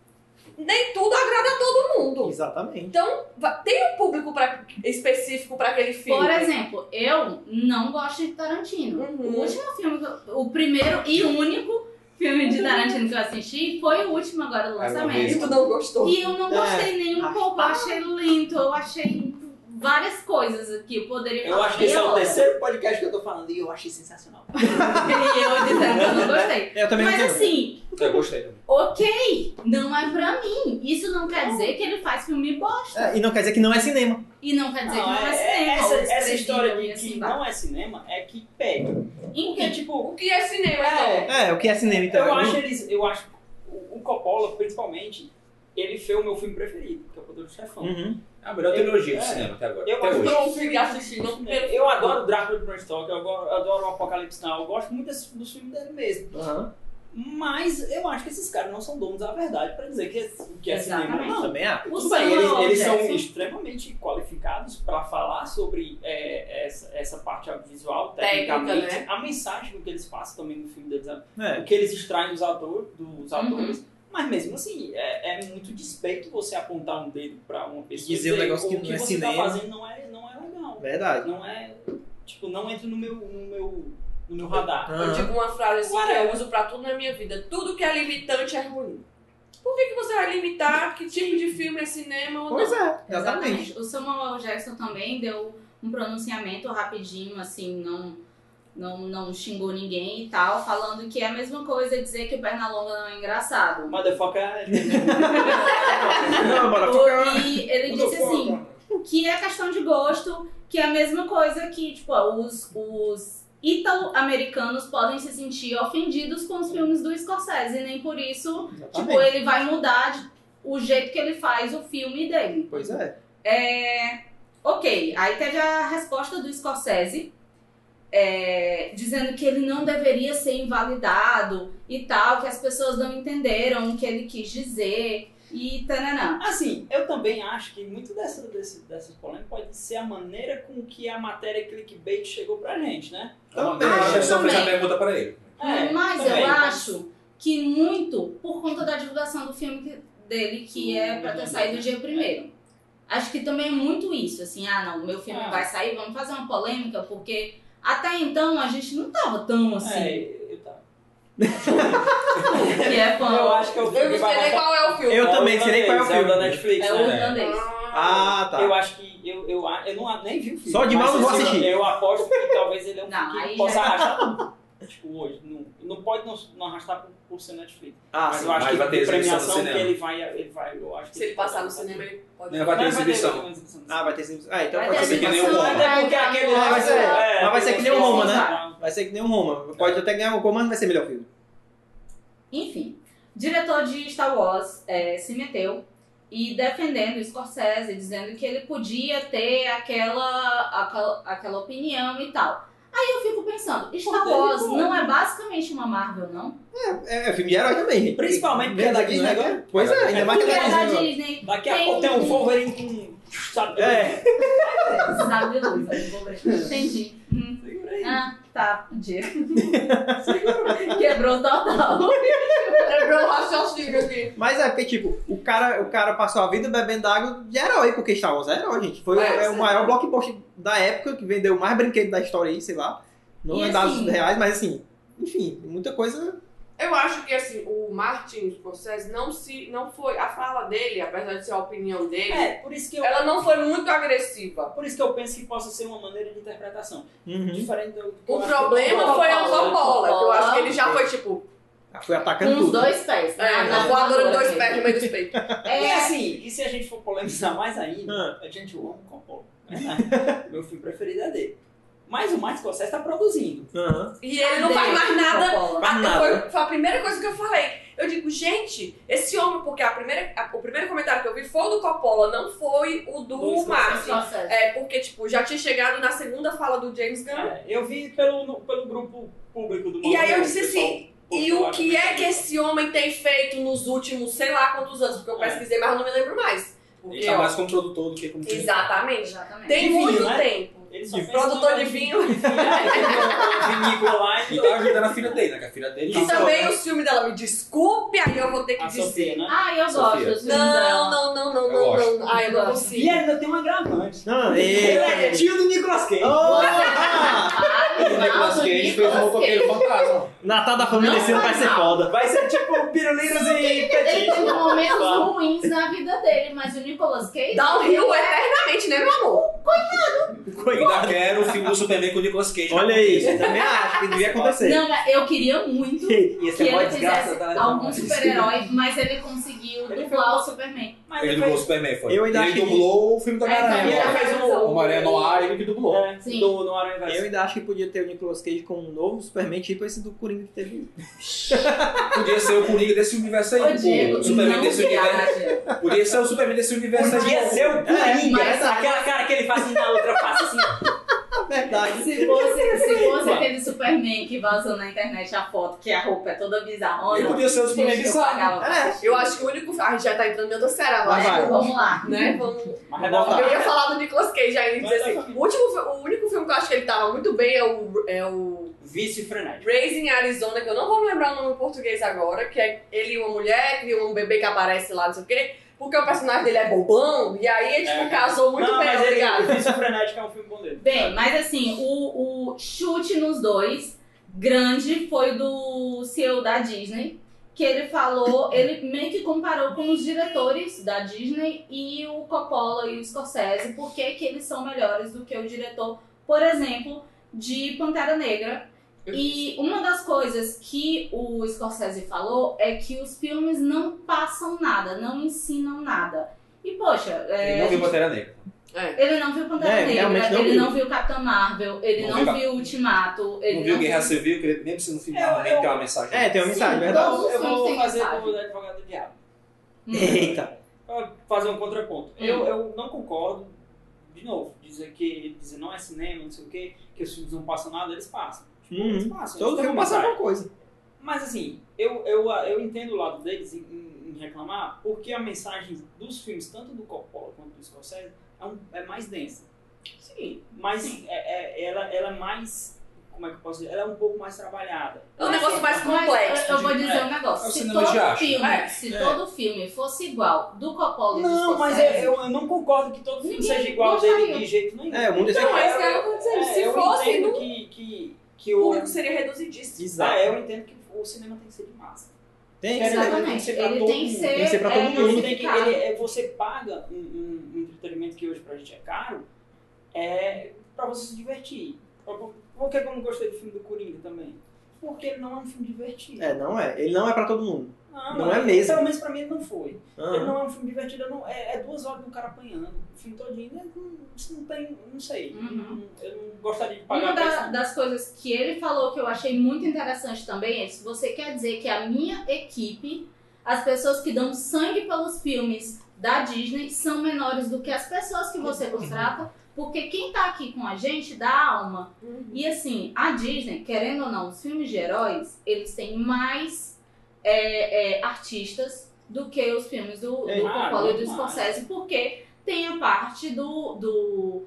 Speaker 3: nem tudo agrada a todo mundo.
Speaker 2: Exatamente.
Speaker 3: Va- Tem um público pra, específico pra aquele filme.
Speaker 1: Por exemplo, eu não gosto de Tarantino.
Speaker 3: Uhum.
Speaker 1: O último filme, que eu- o primeiro e único filme de Tarantino que eu assisti foi o último agora do
Speaker 4: É,
Speaker 5: Era uma
Speaker 1: lançamento.
Speaker 5: vez.
Speaker 3: E tu não gostou.
Speaker 1: E eu não gostei nem um
Speaker 2: acho-
Speaker 1: pouco. Eu achei lento, eu achei várias coisas que eu poderia
Speaker 4: Eu acho que esse é o
Speaker 1: Eu-
Speaker 4: terceiro podcast que eu tô falando e eu achei sensacional.
Speaker 1: E <laughs> eu dizendo que eu não gostei.
Speaker 2: É, Eu também
Speaker 1: Mas
Speaker 2: não sei.
Speaker 1: assim,
Speaker 5: Eu gostei também.
Speaker 1: ok, não é pra mim. Isso não quer dizer que ele faz filme bosta.
Speaker 2: É, e não quer dizer que não é cinema.
Speaker 1: E não quer dizer que não é
Speaker 4: é-
Speaker 1: cinema.
Speaker 4: essa,
Speaker 1: ou
Speaker 4: essa história
Speaker 1: desprezível
Speaker 4: de
Speaker 1: e
Speaker 4: que
Speaker 1: assim vai.
Speaker 4: não é cinema é que pega. Porque,
Speaker 1: Enfim,
Speaker 4: tipo,
Speaker 3: O que é cinema,
Speaker 4: É.
Speaker 3: então?
Speaker 2: É, o que é cinema então?
Speaker 4: eu acho eles. Eu acho. O o Coppola, principalmente, ele fez o meu filme preferido, que é o Poder do Chefão.
Speaker 2: Uhum.
Speaker 5: É a melhor trilogia
Speaker 4: É.
Speaker 5: do cinema até agora.
Speaker 4: Eu
Speaker 5: até
Speaker 4: acho
Speaker 5: hoje.
Speaker 4: que
Speaker 3: Não, fui assistir, não.
Speaker 4: Eu adoro o Drácula de Bram Stoker, eu adoro, eu adoro o Apocalipse Now, eu gosto muito desse- dos filmes dele mesmo.
Speaker 2: Aham.
Speaker 4: Mas eu acho que esses caras não são donos da verdade pra dizer que é, que é cinema,
Speaker 1: Exatamente.
Speaker 4: não.
Speaker 2: Também acho.
Speaker 1: o
Speaker 4: Tudo bem,
Speaker 1: Samuel
Speaker 4: eles, eles são
Speaker 1: Jackson-
Speaker 4: extremamente qualificados para falar sobre é, essa, essa parte visual,
Speaker 3: Técnica,
Speaker 4: tecnicamente.
Speaker 3: né?
Speaker 4: A mensagem que eles passam também no filme deles, né? o
Speaker 2: É.
Speaker 4: que eles extraem dos, ator, dos
Speaker 1: Uhum.
Speaker 4: atores. Mas mesmo assim, é, é muito despeito você apontar um dedo para uma pessoa
Speaker 2: Dizer um negócio que
Speaker 4: o
Speaker 2: não é
Speaker 4: você está
Speaker 2: cinema."
Speaker 4: fazendo não é, não é legal.
Speaker 2: Verdade.
Speaker 4: Não é, tipo, não entra no meu, no meu, no
Speaker 2: Uhum.
Speaker 4: meu radar.
Speaker 3: Eu
Speaker 2: Aham.
Speaker 3: digo uma frase assim que
Speaker 4: Whatever.
Speaker 3: eu uso pra tudo na minha vida. Tudo que é limitante é ruim. Por que, que você vai limitar que tipo de filme é cinema ou não?
Speaker 2: Pois é, exatamente.
Speaker 1: Exatamente. O Samuel L. Jackson também deu um pronunciamento rapidinho, assim, não, não, não xingou ninguém e tal, falando que é a mesma coisa dizer que o Pernalonga não é engraçado.
Speaker 4: Motherfucker. é, né?
Speaker 2: Não, bora ficar.
Speaker 1: E <laughs> ele
Speaker 4: <laughs>
Speaker 1: disse assim, que é questão de gosto, que é a mesma coisa que, tipo, ó, os, os italo-americanos podem se sentir ofendidos com os filmes do Scorsese, e nem por isso, tipo,
Speaker 2: Exatamente.
Speaker 1: ele vai mudar de- o jeito que ele faz o filme dele.
Speaker 2: Pois é.
Speaker 1: É, ok, aí teve a resposta do Scorsese, é, dizendo que ele não deveria ser invalidado e tal, que as pessoas não entenderam o que ele quis dizer e tananã.
Speaker 4: Assim, eu também acho que muito dessa, desse, dessas polêmicas pode ser a maneira com que a matéria clickbait chegou pra gente, né?
Speaker 2: Também.
Speaker 5: A pessoa fez a
Speaker 1: também.
Speaker 5: pergunta pra ele.
Speaker 4: É,
Speaker 1: Mas
Speaker 4: também.
Speaker 1: eu acho que muito por conta da divulgação do filme que- dele, que é pra ter saído dia primeiro. Acho que também é muito isso, assim, ah não, meu filme
Speaker 4: Ah.
Speaker 1: vai sair, vamos fazer uma polêmica, porque até então a gente não tava tão assim,
Speaker 4: É, eu, tá.
Speaker 1: que é fã.
Speaker 4: eu acho que eu
Speaker 3: Eu não sei nem qual é o filme.
Speaker 2: Eu também sei nem qual é o filme.
Speaker 4: da Netflix,
Speaker 1: É o
Speaker 4: né?
Speaker 1: irlandês.
Speaker 2: Ah, tá.
Speaker 4: Eu acho que eu, eu, a- eu não, nem vi o filme.
Speaker 2: Só de mal
Speaker 4: mas,
Speaker 2: eu vou
Speaker 4: assim,
Speaker 2: assistir.
Speaker 4: Eu, eu aposto que talvez ele é um
Speaker 1: Não,
Speaker 4: filme que
Speaker 1: aí
Speaker 4: possa
Speaker 1: já-
Speaker 4: arrastar. tipo, hoje. Não, não pode não, não arrastar por, por ser Netflix.
Speaker 2: Ah,
Speaker 4: mas
Speaker 2: sim.
Speaker 4: eu acho
Speaker 5: mas
Speaker 4: que
Speaker 5: vai ter
Speaker 4: a
Speaker 5: exibição no
Speaker 4: premiação que
Speaker 5: cinema.
Speaker 4: ele vai, ele vai. Eu acho que
Speaker 3: Se ele passar no cinema, ele pode.
Speaker 5: Não, vai ter
Speaker 4: Mas
Speaker 5: exibição.
Speaker 4: vai ter exibição no
Speaker 2: Ah, vai ter sim. Ah, então
Speaker 1: Vai
Speaker 2: pode
Speaker 1: ter
Speaker 5: ser
Speaker 2: ser.
Speaker 5: que nem o
Speaker 1: animação,
Speaker 5: Roma.
Speaker 1: vai
Speaker 4: Até é porque
Speaker 1: ter
Speaker 4: aquele
Speaker 1: animação.
Speaker 4: lá
Speaker 2: vai ser-
Speaker 4: é,
Speaker 2: mas vai ser que nem o Roma,
Speaker 1: né?
Speaker 2: Vai ser que nem o Roma. Pode até ganhar o comando, vai ser melhor filme.
Speaker 1: Enfim, diretor de Star Wars eh, se meteu e defendendo o Scorsese, dizendo que ele podia ter aquela, aquela, aquela opinião e tal. Aí eu fico pensando, Star
Speaker 4: Pô, ele
Speaker 1: Wars
Speaker 4: pode.
Speaker 1: não é basicamente uma Marvel, não?
Speaker 2: É, é filme de herói também.
Speaker 4: Principalmente porque é da Disney agora.
Speaker 2: Pois é, ainda mais que
Speaker 1: Porque
Speaker 2: é da
Speaker 1: é da
Speaker 2: Disney.
Speaker 1: Disney,
Speaker 4: Daqui a
Speaker 1: Tem
Speaker 4: pouco tem
Speaker 1: um-
Speaker 4: um Wolverine com. Sabe?
Speaker 2: É.
Speaker 1: sabe de luz, eu vou ver. entendi. Hum. Ah, tá,
Speaker 3: <laughs>
Speaker 1: Diego. Quebrou total.
Speaker 3: Quebrou o É raciocínio aqui.
Speaker 2: Mas é porque, tipo, o cara, o cara passou a vida bebendo água de herói, porque Star Wars é herói, gente. Foi
Speaker 3: É,
Speaker 2: é o
Speaker 3: sim.
Speaker 2: maior blockbuster da época, que vendeu mais brinquedo da história aí, sei lá. Não
Speaker 1: E
Speaker 2: é dados
Speaker 1: assim-
Speaker 2: reais, mas assim, enfim, muita coisa
Speaker 3: Eu acho que assim, o Martin Scorsese não se. não foi. A fala dele, apesar de ser a opinião dele,
Speaker 4: É, por isso que eu,
Speaker 3: ela não foi muito agressiva.
Speaker 4: por isso que eu penso que possa ser uma maneira de interpretação.
Speaker 2: Uhum.
Speaker 4: Diferente do, do que eu
Speaker 3: O
Speaker 4: acho
Speaker 3: problema foi a Coppola, que eu acho que ele já foi tipo.
Speaker 2: Foi
Speaker 1: Com
Speaker 2: atacando
Speaker 1: os
Speaker 2: tudo. né?
Speaker 1: dois pés.
Speaker 3: É,
Speaker 1: na-
Speaker 3: na
Speaker 1: na
Speaker 3: voadora de dois
Speaker 1: mesmo.
Speaker 3: pés no meio dos peitos.
Speaker 4: E
Speaker 1: É,
Speaker 4: assim, e se a gente for polemizar mais
Speaker 2: Ah.
Speaker 4: ainda, a gente ama o Coppola. né? <laughs> Meu filme preferido é dele. Mas o Martin Scorsese está produzindo.
Speaker 2: Aham.
Speaker 3: E ele não faz mais nada
Speaker 1: Coppola.
Speaker 2: Faz
Speaker 3: Ah,
Speaker 2: nada.
Speaker 3: Foi, foi a primeira coisa que eu falei. Eu digo, gente, esse homem, porque a primeira, a- o primeiro comentário que eu vi foi o do Coppola, não foi o do
Speaker 4: Dois
Speaker 3: Martin.
Speaker 1: Scorsese.
Speaker 3: É, porque, tipo, já tinha chegado na segunda fala do James Gunn.
Speaker 4: É, eu vi pelo, no- pelo grupo público do
Speaker 3: E aí eu
Speaker 4: Manoel,
Speaker 3: disse
Speaker 4: pessoal,
Speaker 3: assim, E
Speaker 4: postou
Speaker 3: o
Speaker 4: lá
Speaker 3: que é que
Speaker 4: também.
Speaker 3: esse homem tem feito nos últimos sei lá quantos anos? Porque eu
Speaker 4: É.
Speaker 3: pesquisei, mas eu não me lembro mais.
Speaker 5: Ele
Speaker 3: Porque,
Speaker 5: está
Speaker 3: ó,
Speaker 5: mais como produtor do que como diretor.
Speaker 3: exatamente.
Speaker 1: Exatamente.
Speaker 3: Tem
Speaker 4: De vinho,
Speaker 3: muito
Speaker 4: né?
Speaker 3: tempo.
Speaker 4: Ele só fez
Speaker 3: Produtor
Speaker 4: uma-
Speaker 3: de
Speaker 4: <laughs>
Speaker 3: vinho.
Speaker 4: vinícola lá
Speaker 5: E
Speaker 4: e
Speaker 5: tá ajudando a filha dele, né? Que a filha dele
Speaker 3: Que
Speaker 5: tá-
Speaker 3: também o filme dela, me desculpe, aí eu vou ter que
Speaker 4: a
Speaker 3: dizer.
Speaker 4: Sofia, né?
Speaker 1: Ah, eu
Speaker 5: Sofia.
Speaker 1: gosto. dos filmes
Speaker 3: Não,
Speaker 1: dela.
Speaker 3: não, não, não,
Speaker 5: Eu
Speaker 3: não,
Speaker 5: gosto.
Speaker 3: não. Ah, eu não consigo.
Speaker 4: E ainda tem um agravante.
Speaker 2: Ah,
Speaker 4: Ele
Speaker 2: e...
Speaker 4: é tio do Nicolas Cage.
Speaker 2: Oh!
Speaker 1: Não,
Speaker 5: O Nicolas Cage fez um
Speaker 1: Nicolas Cage.
Speaker 5: roteiro fantasma.
Speaker 2: Natal da família
Speaker 1: Não
Speaker 2: esse ano vai
Speaker 1: vai
Speaker 2: ser
Speaker 1: não.
Speaker 2: foda.
Speaker 4: Vai ser tipo pirulinos e
Speaker 1: Ele um teve
Speaker 4: petisco.
Speaker 1: momentos
Speaker 4: Fala.
Speaker 1: ruins na vida dele, mas o Nicolas Cage.
Speaker 3: Downhill um eternamente, né, meu amor?
Speaker 5: Eu ainda quero o filme do Superman com o Nicolas Cage.
Speaker 2: Olha aí, eu também acho que devia acontecer.
Speaker 1: Não, cara, eu queria muito que
Speaker 4: E esse é mó
Speaker 1: ele
Speaker 4: desgraça,
Speaker 1: fizesse
Speaker 4: tá?
Speaker 1: algum super-herói, mas ele conseguiu
Speaker 4: Ele
Speaker 1: dublar
Speaker 4: foi-
Speaker 1: o Superman.
Speaker 4: Mas
Speaker 5: Ele dublou o Superman, foi.
Speaker 2: Eu ainda acho
Speaker 5: ele
Speaker 2: que-
Speaker 5: dublou o filme do
Speaker 4: ele
Speaker 1: Então,
Speaker 5: Homem-Aranha.
Speaker 1: já
Speaker 4: fez
Speaker 1: fez
Speaker 4: um-
Speaker 5: O Homem-Aranha Noir, ele que dublou.
Speaker 4: É,
Speaker 1: Sim.
Speaker 4: do, do Aranha Verso.
Speaker 2: Eu ainda acho que podia ter o Nicolas Cage com um novo Superman, tipo esse do Coringa que teve.
Speaker 5: Podia ser o Coringa desse universo aí,
Speaker 1: Ô, Diego,
Speaker 5: pô. O Superman
Speaker 1: não
Speaker 5: desse universo.
Speaker 1: viaja.
Speaker 5: Podia ser o Superman desse universo aí.
Speaker 4: Podia
Speaker 5: pô.
Speaker 4: ser o é Coringa,
Speaker 1: mas-
Speaker 4: né? aquela cara que ele faz assim na outra face assim.
Speaker 2: Na verdade.
Speaker 1: Se fosse, se fosse
Speaker 4: Mano.
Speaker 1: aquele Superman que vazou na internet a foto, que a roupa é toda bizarrona.
Speaker 5: Ele podia ser o Superman
Speaker 1: gente, eu
Speaker 5: bizarro.
Speaker 1: pagava.
Speaker 2: É.
Speaker 3: Eu acho que o único. Ah, já tá entrando em outra série agora.
Speaker 2: Vai, vai.
Speaker 3: né?
Speaker 1: Vamos lá.
Speaker 3: Né? Vamos...
Speaker 4: Mas
Speaker 2: Vamos
Speaker 4: dá pra-
Speaker 2: voltar.
Speaker 3: Eu ia falar do Nicolas Cage ainda e dizer
Speaker 4: Vai, vai,
Speaker 3: assim: o, último, fi- o único filme que eu acho que ele tava muito bem é o, é o
Speaker 4: Vice frenético.
Speaker 3: Raising Arizona, que eu não vou me lembrar o nome em português agora, que é ele e uma mulher, que um bebê que aparece lá, não sei o quê, porque o personagem dele é bobão, e aí, tipo,
Speaker 4: É.
Speaker 3: casou muito
Speaker 4: Não,
Speaker 3: bem, tá
Speaker 4: mas ele,
Speaker 3: obrigado.
Speaker 4: Vice frenético é um filme bom dele.
Speaker 1: Bem, mas assim, o, o chute nos dois, grande, foi do CEO da Disney, que ele falou, ele meio que comparou com os diretores da Disney e o Coppola e o Scorsese, porque que eles são melhores do que o diretor, por exemplo, de Pantera Negra. E uma das coisas que o Scorsese falou é que os filmes não passam nada, não ensinam nada. E poxa, é,
Speaker 5: Ele não viu Pantera Negra.
Speaker 1: ele não viu Pantera
Speaker 2: É,
Speaker 1: Negra,
Speaker 2: realmente não
Speaker 1: ele
Speaker 2: viu.
Speaker 1: não viu Capitã Marvel, ele
Speaker 5: Não
Speaker 1: não,
Speaker 5: viu
Speaker 1: viu Ultimato, ele
Speaker 5: Não viu Guerra Civil, que nem precisa no filme,
Speaker 4: Eu-
Speaker 5: não, nem
Speaker 4: eu-
Speaker 5: tem uma mensagem.
Speaker 2: É, tem uma
Speaker 1: Sim,
Speaker 2: mensagem, verdade.
Speaker 1: todos
Speaker 4: Então, eu
Speaker 1: os filmes
Speaker 4: vou
Speaker 1: têm
Speaker 4: fazer
Speaker 1: mensagem.
Speaker 4: o advogado do diabo.
Speaker 1: Hum.
Speaker 2: Eita.
Speaker 4: Pra fazer um contraponto.
Speaker 1: Hum.
Speaker 4: Eu, eu não concordo, de novo, dizer que dizer não é cinema, não sei o quê, que os filmes não passam nada, eles passam. Tipo,
Speaker 2: Uhum.
Speaker 4: eles passam.
Speaker 2: Todo
Speaker 4: eles têm
Speaker 2: filme
Speaker 4: uma
Speaker 2: passa
Speaker 4: mensagem.
Speaker 2: alguma coisa.
Speaker 4: Mas assim, eu, eu, eu entendo o lado deles em, em- em reclamar, porque a mensagem dos filmes, tanto do Coppola quanto do Scorsese, é, um- é mais densa. Sim. Mas é- é- ela, ela é mais, como é que eu posso dizer? Ela é um pouco mais trabalhada.
Speaker 3: É um negócio mais
Speaker 1: Mas
Speaker 3: complexo.
Speaker 1: eu- eu vou dizer um
Speaker 5: É o
Speaker 1: negócio. Se
Speaker 5: cinema
Speaker 1: todo
Speaker 5: de arte.
Speaker 1: filme,
Speaker 3: É,
Speaker 1: se
Speaker 2: é.
Speaker 1: todo filme fosse igual do Coppola e do
Speaker 4: Não, mas é,
Speaker 1: Scorsese,
Speaker 4: eu, eu não concordo que todo filme
Speaker 1: Ninguém
Speaker 4: seja igual
Speaker 1: gostaria.
Speaker 4: dele de jeito nenhum.
Speaker 2: É, o mundo é
Speaker 3: Então,
Speaker 2: sempre-
Speaker 3: é isso que eu tô dizendo.
Speaker 4: É,
Speaker 3: Se
Speaker 4: eu
Speaker 3: fosse,
Speaker 4: entendo
Speaker 3: não-
Speaker 4: que, que, que
Speaker 3: o
Speaker 4: o...
Speaker 3: público seria reduzidíssimo.
Speaker 2: Exato.
Speaker 4: É, eu entendo que o cinema tem que ser de massa.
Speaker 2: Tem,
Speaker 4: Cara,
Speaker 2: tem.
Speaker 4: tem que
Speaker 1: exatamente.
Speaker 4: ser pra
Speaker 1: Ele
Speaker 4: todo
Speaker 1: tem que
Speaker 4: mundo.
Speaker 1: ser,
Speaker 2: Tem que ser pra
Speaker 1: é,
Speaker 2: todo mundo.
Speaker 4: Você, tem que,
Speaker 1: massificado.
Speaker 4: ele, é, você paga um, um- um entretenimento que hoje pra gente é caro é, pra você se divertir. Por por que que eu não gostei do filme do Coringa também? Porque ele não é um filme divertido.
Speaker 2: É, não é. Ele não é pra todo mundo. Ah.
Speaker 4: Não,
Speaker 2: não é mesmo.
Speaker 4: Pelo menos pra mim ele não foi. Ele
Speaker 2: Aham.
Speaker 4: não é um filme divertido, eu não- é, é duas horas do cara apanhando. O filme todinho, né, não- isso não tem, não sei.
Speaker 1: Uhum.
Speaker 4: Eu não gostaria de pagar
Speaker 1: Uma da-
Speaker 4: preço.
Speaker 1: das coisas que ele falou que eu achei muito interessante também é se você quer dizer que a minha equipe, as pessoas que dão sangue pelos filmes da Disney, são menores do que as pessoas que você contrata, porque quem tá aqui com a gente dá alma. E assim, a Disney, querendo ou não, os filmes de heróis, eles têm mais é, é, artistas do que os filmes do, do
Speaker 2: É,
Speaker 1: Coppola e do
Speaker 4: demais.
Speaker 1: Scorsese, porque tem a parte do- do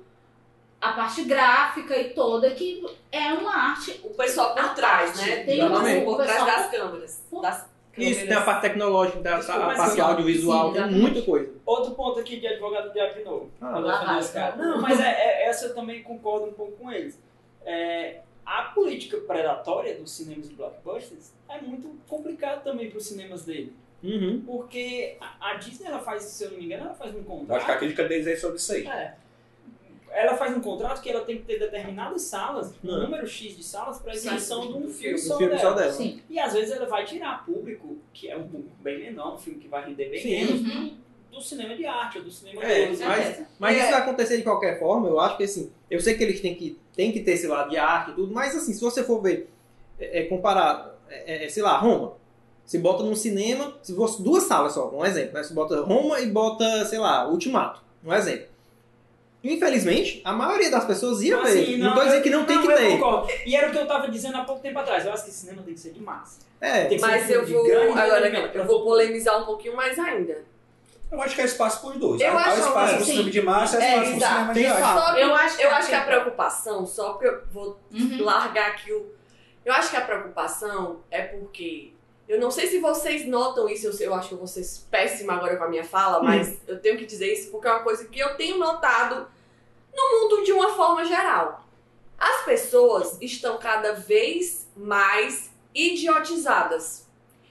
Speaker 1: a parte gráfica e toda, que é uma arte.
Speaker 3: O pessoal por
Speaker 1: A
Speaker 3: trás,
Speaker 1: parte.
Speaker 3: né?
Speaker 1: Tem
Speaker 2: Exatamente.
Speaker 3: Por
Speaker 1: o
Speaker 3: trás
Speaker 1: pessoal-
Speaker 3: das câmeras.
Speaker 1: Por-
Speaker 3: Das câmeras.
Speaker 2: Isso, tem a parte tecnológica, tem a,
Speaker 4: Desculpa,
Speaker 2: a
Speaker 4: mas
Speaker 2: parte
Speaker 4: sim,
Speaker 2: audiovisual,
Speaker 1: sim,
Speaker 2: tem
Speaker 1: exatamente.
Speaker 2: muita coisa.
Speaker 4: Outro ponto aqui de advogado do diabo de novo.
Speaker 2: Ah,
Speaker 4: Pra
Speaker 1: lá
Speaker 4: defender
Speaker 1: vai.
Speaker 4: esse cara. Não, mas é- é- essa eu também concordo um pouco com eles. É, a- a política predatória dos cinemas de blockbusters é muito complicado também para os cinemas dele.
Speaker 2: Uhum.
Speaker 4: Porque a, a Disney, ela faz, se eu não me engano, ela faz um
Speaker 5: Eu acho que a
Speaker 4: contrato.
Speaker 5: crítica deles é sobre isso aí.
Speaker 4: É. Ela faz um contrato que ela tem que ter determinadas salas, um
Speaker 2: Não.
Speaker 4: número X de salas, para
Speaker 1: Sim.
Speaker 4: exibição de um filme
Speaker 2: Um
Speaker 4: só
Speaker 2: Hum. filme só
Speaker 4: dela.
Speaker 2: dela.
Speaker 1: Sim.
Speaker 4: E às vezes ela vai tirar público, que é um público bem menor, um filme que vai render bem
Speaker 2: Sim.
Speaker 4: menos,
Speaker 1: Uhum.
Speaker 4: do cinema de arte ou do cinema
Speaker 2: É,
Speaker 4: de
Speaker 2: mas- Mas isso vai acontecer de qualquer forma, eu acho que assim, eu sei que eles têm que, têm que ter esse lado de arte e tudo, mas assim, se você for ver, é, é, comparar, é, é, sei lá, Roma, se bota num cinema, se fosse duas salas só, um exemplo, né? se bota Roma e bota, sei lá, Ultimato, um exemplo. Infelizmente, a maioria das pessoas ia ver.
Speaker 4: Assim,
Speaker 2: não, tô dizendo que não, é
Speaker 4: eu-
Speaker 2: tem que
Speaker 4: eu
Speaker 2: ter.
Speaker 4: concordo. E era o que eu tava dizendo há pouco tempo atrás. Eu acho que cinema tem que ser de massa.
Speaker 2: É,
Speaker 4: Tem que ser um
Speaker 3: Mas
Speaker 4: filme
Speaker 3: eu
Speaker 4: de
Speaker 3: vou.
Speaker 4: grande
Speaker 3: Agora,
Speaker 4: envolvimento pra-
Speaker 3: eu vou polemizar um pouquinho mais ainda.
Speaker 5: Eu acho que é espaço para os dois.
Speaker 3: Eu
Speaker 5: Há
Speaker 3: acho
Speaker 5: espaço
Speaker 3: que
Speaker 5: para o
Speaker 1: sim.
Speaker 5: cinema de massa e
Speaker 3: É,
Speaker 5: espaço para o
Speaker 3: exato.
Speaker 5: cinema de
Speaker 2: Tem
Speaker 5: arte.
Speaker 2: espaço.
Speaker 3: Só que
Speaker 1: Eu acho que
Speaker 3: eu
Speaker 1: vai
Speaker 3: acho que a
Speaker 1: ter.
Speaker 3: preocupação, só porque eu vou <laughs>
Speaker 1: Uhum.
Speaker 3: largar aqui o. Eu acho que a preocupação é porque. Eu não sei se vocês notam isso, eu, sei- eu acho que eu vou ser péssima agora com a minha fala, mas eu tenho que dizer isso porque é uma coisa que eu tenho notado no mundo de uma forma geral. As pessoas estão cada vez mais idiotizadas.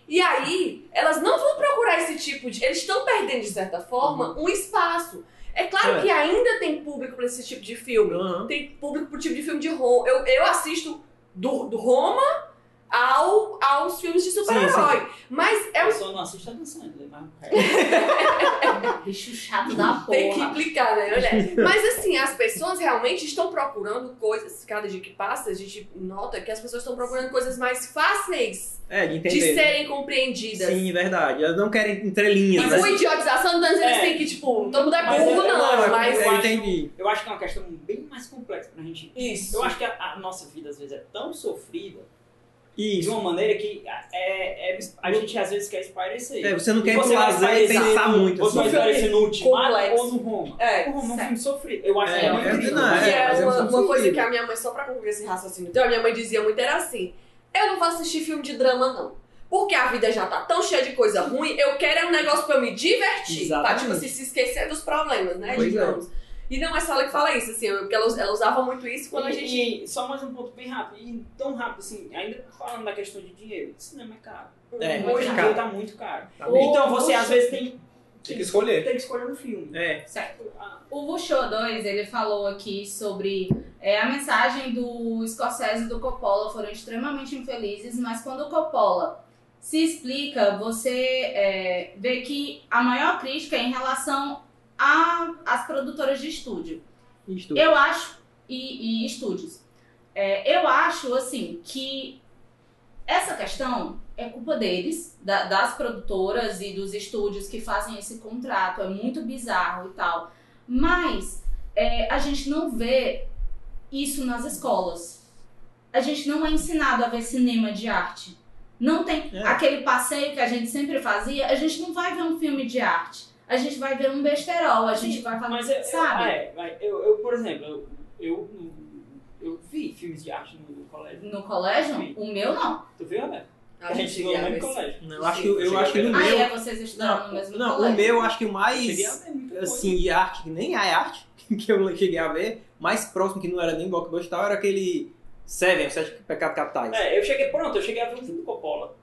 Speaker 3: E aí, elas não vão procurar esse tipo de. Eles estão perdendo, de certa forma, um espaço. É claro
Speaker 2: É.
Speaker 3: que ainda tem público para esse tipo de filme.
Speaker 2: Aham.
Speaker 3: Tem público pro tipo de filme de Roma. Eu, eu assisto do, do Roma ao, aos filmes de super-herói. Mas é
Speaker 4: Eu
Speaker 3: um.
Speaker 4: só não assisto a dançando, né?
Speaker 3: É
Speaker 4: mas-
Speaker 1: É, Bicho chato da porra.
Speaker 3: Tem que implicar, né? Olha. Mas assim, as pessoas realmente estão procurando coisas. Cada dia que passa, a gente nota que as pessoas estão procurando coisas mais fáceis
Speaker 2: é, de
Speaker 3: de
Speaker 2: entender.
Speaker 3: serem compreendidas.
Speaker 2: Sim, verdade. Elas não querem entrelinhas,
Speaker 3: E
Speaker 2: né?
Speaker 3: com idiotização, não tô dizendo que eles
Speaker 4: É.
Speaker 3: têm que, tipo, todo mundo é
Speaker 4: Mas
Speaker 3: burro,
Speaker 4: eu- eu
Speaker 3: não.
Speaker 4: acho-
Speaker 3: mas.
Speaker 2: eu entendi.
Speaker 4: Eu acho que é uma questão bem mais complexa pra gente.
Speaker 3: Isso.
Speaker 4: Eu acho que a, a nossa vida, às vezes, é tão sofrida de
Speaker 2: Isso.
Speaker 4: uma maneira que a- é, é- a gente, às vezes, quer espairecer.
Speaker 2: É, você não quer ir pro
Speaker 4: Você vai
Speaker 2: lazer e
Speaker 4: parecer-
Speaker 2: pensar muito.
Speaker 4: Você vai
Speaker 2: assim.
Speaker 4: espairecer no Ultimato
Speaker 3: Complexo.
Speaker 4: ou no Roma?
Speaker 3: É.
Speaker 4: O Roma é um
Speaker 1: certo.
Speaker 4: filme sofrido. Eu acho
Speaker 2: É,
Speaker 4: que é,
Speaker 2: é
Speaker 4: muito
Speaker 2: verdade.
Speaker 4: triste.
Speaker 3: Que é
Speaker 2: mas é
Speaker 3: uma,
Speaker 2: um
Speaker 3: uma coisa
Speaker 2: sentido.
Speaker 3: que a minha mãe, só pra concluir esse raciocínio, então a minha mãe dizia muito, era assim, eu não vou assistir filme de drama não, porque a vida já tá tão cheia de coisa ruim, eu quero é um negócio pra eu me divertir, pra
Speaker 2: Exatamente.
Speaker 3: tipo assim, se esquecer dos problemas, né,
Speaker 2: Pois é.
Speaker 3: digamos. E não é só ela que fala isso, assim, eu- porque ela, us- ela usava muito isso quando a
Speaker 4: E-
Speaker 3: gente...
Speaker 4: e só mais um ponto bem rápido, e tão rápido assim, ainda falando da questão de dinheiro, cinema é caro.
Speaker 2: É,
Speaker 4: Hoje em
Speaker 2: caro.
Speaker 4: dia tá muito caro.
Speaker 2: Tá
Speaker 1: Ou-
Speaker 2: bem?
Speaker 4: Então você às vezes tem,
Speaker 5: Tem que escolher.
Speaker 4: tem que escolher um filme.
Speaker 2: É.
Speaker 1: Certo.
Speaker 4: Ah,
Speaker 1: O Vuxô 2, ele falou aqui sobre é, a mensagem do Scorsese e do Coppola foram extremamente infelizes, mas quando o Coppola se explica, você é, vê que a maior crítica é em relação a- às produtoras de estúdio.
Speaker 2: Isto.
Speaker 1: Eu acho, e, e estúdios, É, eu acho, assim, que essa questão é culpa deles, da- das produtoras e dos estúdios que fazem esse contrato, é muito bizarro e tal, mas é, a gente não vê isso nas escolas. A gente não é ensinado a ver cinema de arte. Não tem
Speaker 2: É.
Speaker 1: aquele passeio que a gente sempre fazia, a gente não vai ver um filme de arte. A gente vai ver um besterol, a gente vai falar,
Speaker 4: Mas eu, eu-
Speaker 1: sabe?
Speaker 4: ah, é, vai, eu, eu, por exemplo, eu, eu, eu vi filmes de arte no, no colégio.
Speaker 1: No colégio?
Speaker 4: Sim.
Speaker 1: O meu não.
Speaker 4: Tu viu, né?
Speaker 3: A
Speaker 4: A gente
Speaker 3: Ah, gente
Speaker 4: chegou no
Speaker 3: ia
Speaker 4: mesmo
Speaker 3: ver isso.
Speaker 4: colégio.
Speaker 2: Não, eu acho que, eu acho que no
Speaker 1: Ah,
Speaker 2: meu.
Speaker 1: é? Vocês estudaram no mesmo
Speaker 2: não o
Speaker 1: colégio?
Speaker 2: meu é um eu acho que o
Speaker 4: Cheguei a
Speaker 2: mais
Speaker 4: ver muita coisa.
Speaker 2: assim, de arte, que nem é arte, <laughs> que eu cheguei a ver, mais próximo que não era nem blockbuster e tal, era aquele Seven, o Sete Pecados Capitais.
Speaker 4: É, eu cheguei, pronto, eu cheguei a ver um filme do Coppola.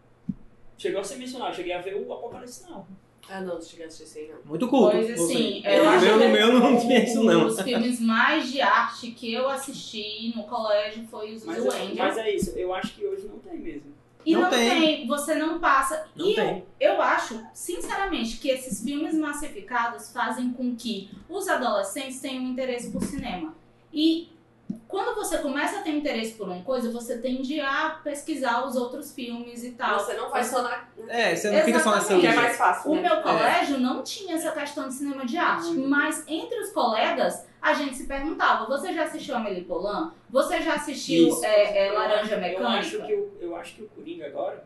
Speaker 4: Chegou a ser mencionado, eu cheguei a ver o Apocalipse Não.
Speaker 3: Ah, não, não cheguei a assistir isso aí, não.
Speaker 2: Muito culto.
Speaker 1: Pois assim,
Speaker 2: você.
Speaker 1: eu
Speaker 2: no,
Speaker 1: acho
Speaker 2: É, meu,
Speaker 1: que assim.
Speaker 2: no meu não tinha isso, não.
Speaker 1: Os filmes mais de arte que eu assisti no colégio foi os
Speaker 4: Mas,
Speaker 1: do
Speaker 2: né?
Speaker 4: é-
Speaker 1: Angel.
Speaker 4: mas é isso, eu acho que hoje não tem mesmo.
Speaker 1: E não,
Speaker 2: Não
Speaker 1: tem.
Speaker 2: tem.
Speaker 1: você não passa.
Speaker 2: Não
Speaker 1: e
Speaker 2: tem.
Speaker 1: Eu, eu acho, sinceramente, que esses filmes massificados fazem com que os adolescentes tenham interesse por cinema. E quando você começa a ter interesse por uma coisa, você tende a pesquisar os outros filmes e
Speaker 4: Tá.
Speaker 1: tal.
Speaker 3: Você não vai só na...
Speaker 2: É, você não fica só nessa
Speaker 1: Exatamente.
Speaker 3: Que é
Speaker 2: lista.
Speaker 3: mais fácil,
Speaker 1: O
Speaker 3: né?
Speaker 1: meu colégio não tinha essa questão de cinema de arte,
Speaker 2: Uhum.
Speaker 1: mas entre os colegas a gente se perguntava: você já assistiu Amélie Polan? Você já assistiu
Speaker 2: Isso.
Speaker 1: é, é,
Speaker 4: Eu acho-
Speaker 1: Laranja
Speaker 4: Eu acho,
Speaker 1: Mecânica?
Speaker 4: que o, eu acho que o Coringa agora,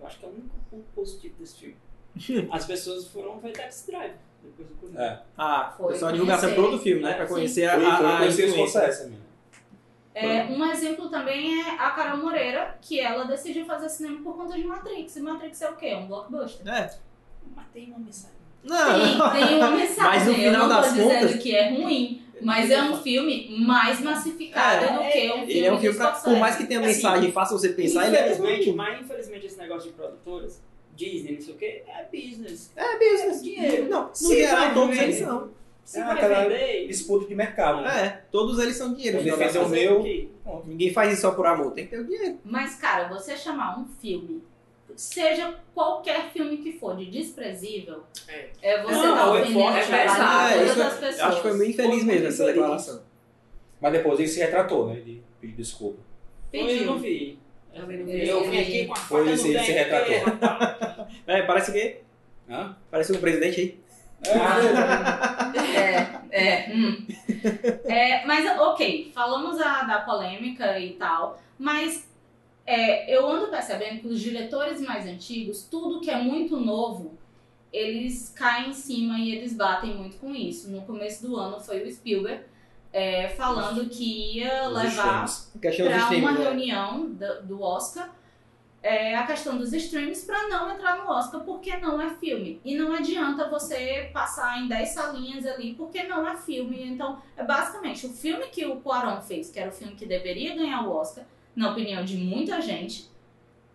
Speaker 4: eu acho que é o único ponto positivo desse filme. As pessoas foram ver Taxi Drive depois do Coringa.
Speaker 5: É.
Speaker 2: <laughs>
Speaker 5: Ah,
Speaker 2: Ah,
Speaker 1: Foi
Speaker 2: foi só a divulgação
Speaker 1: conhecer.
Speaker 2: pro outro filme, né?
Speaker 4: É,
Speaker 2: Pra
Speaker 4: sim.
Speaker 2: conhecer a,
Speaker 5: Foi,
Speaker 2: a,
Speaker 5: foi
Speaker 2: a,
Speaker 5: conhecer o
Speaker 2: influência.
Speaker 5: Scorsese, amigo.
Speaker 1: É, um exemplo também é a Carol Moreira, que ela decidiu fazer cinema por conta de Matrix. E Matrix é o quê? Um blockbuster.
Speaker 2: É.
Speaker 4: Mas tem uma mensagem.
Speaker 2: Não, <laughs>
Speaker 1: Tem, tem uma mensagem.
Speaker 2: Ah. Mas no
Speaker 1: eu
Speaker 2: final
Speaker 1: não tô
Speaker 2: das
Speaker 1: dizendo
Speaker 2: contas-
Speaker 1: que é ruim, Mas é um filme mais massificado
Speaker 2: É,
Speaker 1: do
Speaker 4: é,
Speaker 1: que um filme
Speaker 2: Ele é um filme
Speaker 1: do
Speaker 2: pra, por
Speaker 1: Scorsese.
Speaker 2: mais que tenha
Speaker 4: Assim,
Speaker 2: mensagem e faça você pensar, ele é um
Speaker 4: infelizmente,
Speaker 2: filme.
Speaker 4: mas infelizmente esse negócio de produtores, Disney, não sei o quê, é business.
Speaker 2: É business.
Speaker 4: Dinheiro.
Speaker 2: Não, no
Speaker 4: Se
Speaker 2: geral,
Speaker 5: é,
Speaker 4: vai
Speaker 2: todos
Speaker 4: vender.
Speaker 2: eles são.
Speaker 4: Se
Speaker 5: Ah,
Speaker 4: vai
Speaker 5: cara,
Speaker 4: vender,
Speaker 5: Disputa de mercado. né?
Speaker 2: É, todos eles são dinheiro.
Speaker 5: Vou defender
Speaker 4: fazer
Speaker 5: o meu.
Speaker 4: quê?
Speaker 2: Ninguém faz isso só por amor, tem que ter o dinheiro.
Speaker 1: Mas, cara, você chamar um filme, seja qualquer filme que for, de desprezível,
Speaker 3: É.
Speaker 1: é você
Speaker 4: Não,
Speaker 1: tá
Speaker 4: é
Speaker 1: ofendendo
Speaker 4: forte,
Speaker 1: o trabalho
Speaker 3: é
Speaker 1: de todas
Speaker 2: pesado.
Speaker 1: as pessoas.
Speaker 2: Eu acho que foi meio infeliz
Speaker 4: Foi
Speaker 2: mesmo
Speaker 4: muito
Speaker 2: essa
Speaker 4: infeliz.
Speaker 2: declaração.
Speaker 5: Mas depois ele se retratou, né? Ele pediu desculpa.
Speaker 4: Eu não
Speaker 1: Pediu. Tá
Speaker 4: vi.
Speaker 3: Também não vi.
Speaker 4: Eu vi aqui com a faca
Speaker 5: Foi
Speaker 4: no
Speaker 5: esse- esse
Speaker 4: dente,
Speaker 5: retratou.
Speaker 4: é, rapaz.
Speaker 2: É, parece que
Speaker 5: Hã?
Speaker 2: parece um presidente aí.
Speaker 5: Ah,
Speaker 1: É, é, hum. É, mas ok, falamos a- da polêmica e tal, mas é, eu ando percebendo que os diretores mais antigos, tudo que é muito novo, eles caem em cima e eles batem muito com isso. No começo do ano foi o Spielberg é, falando que ia
Speaker 5: os
Speaker 1: levar
Speaker 5: extremos.
Speaker 2: Questão dos
Speaker 1: para uma
Speaker 2: streams, né?
Speaker 1: reunião do, do Oscar é, a questão dos streams para não entrar no Oscar, porque não é filme. E não adianta você passar em 10 salinhas ali, porque não é filme. Então, é basicamente, o filme que o Cuarón fez, que era o filme que deveria ganhar o Oscar, na opinião de muita gente,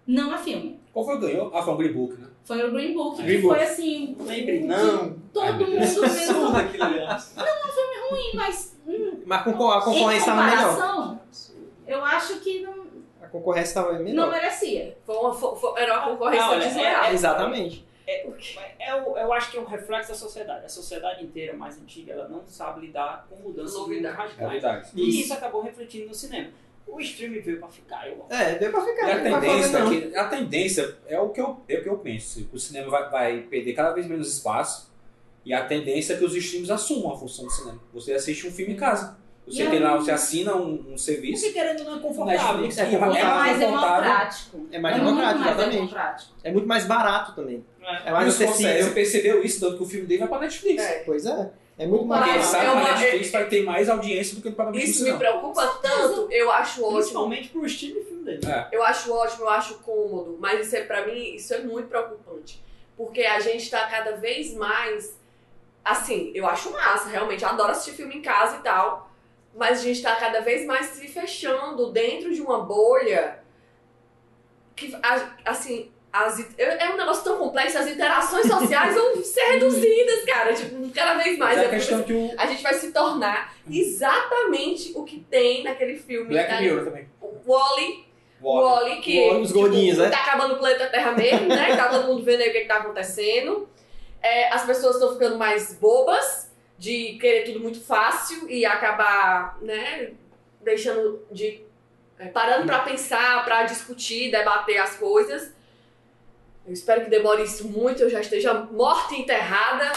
Speaker 1: não é filme.
Speaker 5: Qual foi o que ganhou? Ah, foi um Green Book, né?
Speaker 1: Foi o Green Book,
Speaker 2: Green
Speaker 1: que
Speaker 2: Book.
Speaker 1: foi assim...
Speaker 4: Lembre,
Speaker 1: o-
Speaker 4: não.
Speaker 5: Ai,
Speaker 1: Todo
Speaker 5: meu
Speaker 1: mundo
Speaker 5: Deus.
Speaker 1: mesmo
Speaker 4: Aquilo ali.
Speaker 1: ruim, mas
Speaker 2: Mas concor- a
Speaker 1: em
Speaker 2: concorrência estava melhor.
Speaker 1: comparação, eu acho que não,
Speaker 2: A concorrência estava
Speaker 1: não
Speaker 2: melhor.
Speaker 1: merecia.
Speaker 3: Foi uma, foi, foi- era uma concorrência
Speaker 4: Ah, olha,
Speaker 3: desleal.
Speaker 2: Exatamente.
Speaker 4: Mas é o- eu acho que é um reflexo da sociedade. A sociedade inteira mais antiga, ela não sabe lidar com mudanças muito
Speaker 3: Novidade.
Speaker 5: É
Speaker 4: radicais.
Speaker 5: verdade.
Speaker 4: E isso acabou refletindo no cinema. O streaming veio pra ficar, eu acho.
Speaker 2: É, veio pra
Speaker 5: E
Speaker 2: ficar.
Speaker 5: a
Speaker 2: Não vai fazer,
Speaker 5: tendência,
Speaker 2: não.
Speaker 5: é que- a tendência é o que eu, é o que eu penso. O cinema vai, vai perder cada vez menos espaço e a tendência é que os streams assumam a função do cinema. Você assiste um filme em casa. Você,
Speaker 1: E
Speaker 5: tem lá,
Speaker 1: aí?
Speaker 5: você assina um, um serviço.
Speaker 4: Você querendo ou não é confortável.
Speaker 5: Netflix,
Speaker 2: é
Speaker 5: mais
Speaker 1: Muito mais
Speaker 5: confortável.
Speaker 1: democrático.
Speaker 2: É mais
Speaker 1: muito
Speaker 2: democrático,
Speaker 1: mais
Speaker 2: exatamente.
Speaker 1: democrático.
Speaker 2: É muito mais barato também.
Speaker 4: É.
Speaker 2: É
Speaker 5: e o
Speaker 2: mais
Speaker 5: Scorsese
Speaker 2: acessível.
Speaker 5: percebeu isso, tanto que o filme dele vai pra Netflix.
Speaker 3: É.
Speaker 2: Pois é. É muito mais
Speaker 5: Porque ele
Speaker 1: Ah,
Speaker 5: sabe
Speaker 3: é
Speaker 5: que
Speaker 3: uma-
Speaker 5: a Netflix vai ter mais audiência do que ele provavelmente
Speaker 3: Isso
Speaker 5: no
Speaker 3: me
Speaker 5: cinema.
Speaker 3: preocupa tanto. Eu acho ótimo.
Speaker 4: Principalmente pro estilo de filme dele.
Speaker 3: Eu acho ótimo, eu acho cômodo. Mas isso é, pra mim, isso é muito preocupante. Porque a gente tá cada vez mais. Assim, eu acho massa, realmente. Eu adoro assistir filme em casa e tal. Mas a gente tá cada vez mais se fechando dentro de uma bolha. Que, a- assim. As, it- eu- é um negócio tão complexo, as
Speaker 5: <laughs>
Speaker 3: interações sociais vão ser reduzidas, cara. Tipo, cada vez mais.
Speaker 5: Mas é
Speaker 3: Eu assim,
Speaker 5: a questão que o
Speaker 3: a gente vai se tornar exatamente o que tem naquele filme.
Speaker 5: Black
Speaker 3: tá?
Speaker 5: Mirror também.
Speaker 3: O Wally, o
Speaker 5: Wall.
Speaker 3: Wally que
Speaker 2: Wall-E, os gordinhos, né?
Speaker 3: tá acabando o planeta Terra mesmo, né? tá todo mundo vendo aí o que, que tá acontecendo. É, as pessoas estão ficando mais bobas de querer tudo muito fácil e acabar, né, deixando de. é, parando pra pensar, pra discutir, debater as coisas. Eu espero que demore isso muito, eu já esteja morta e enterrada,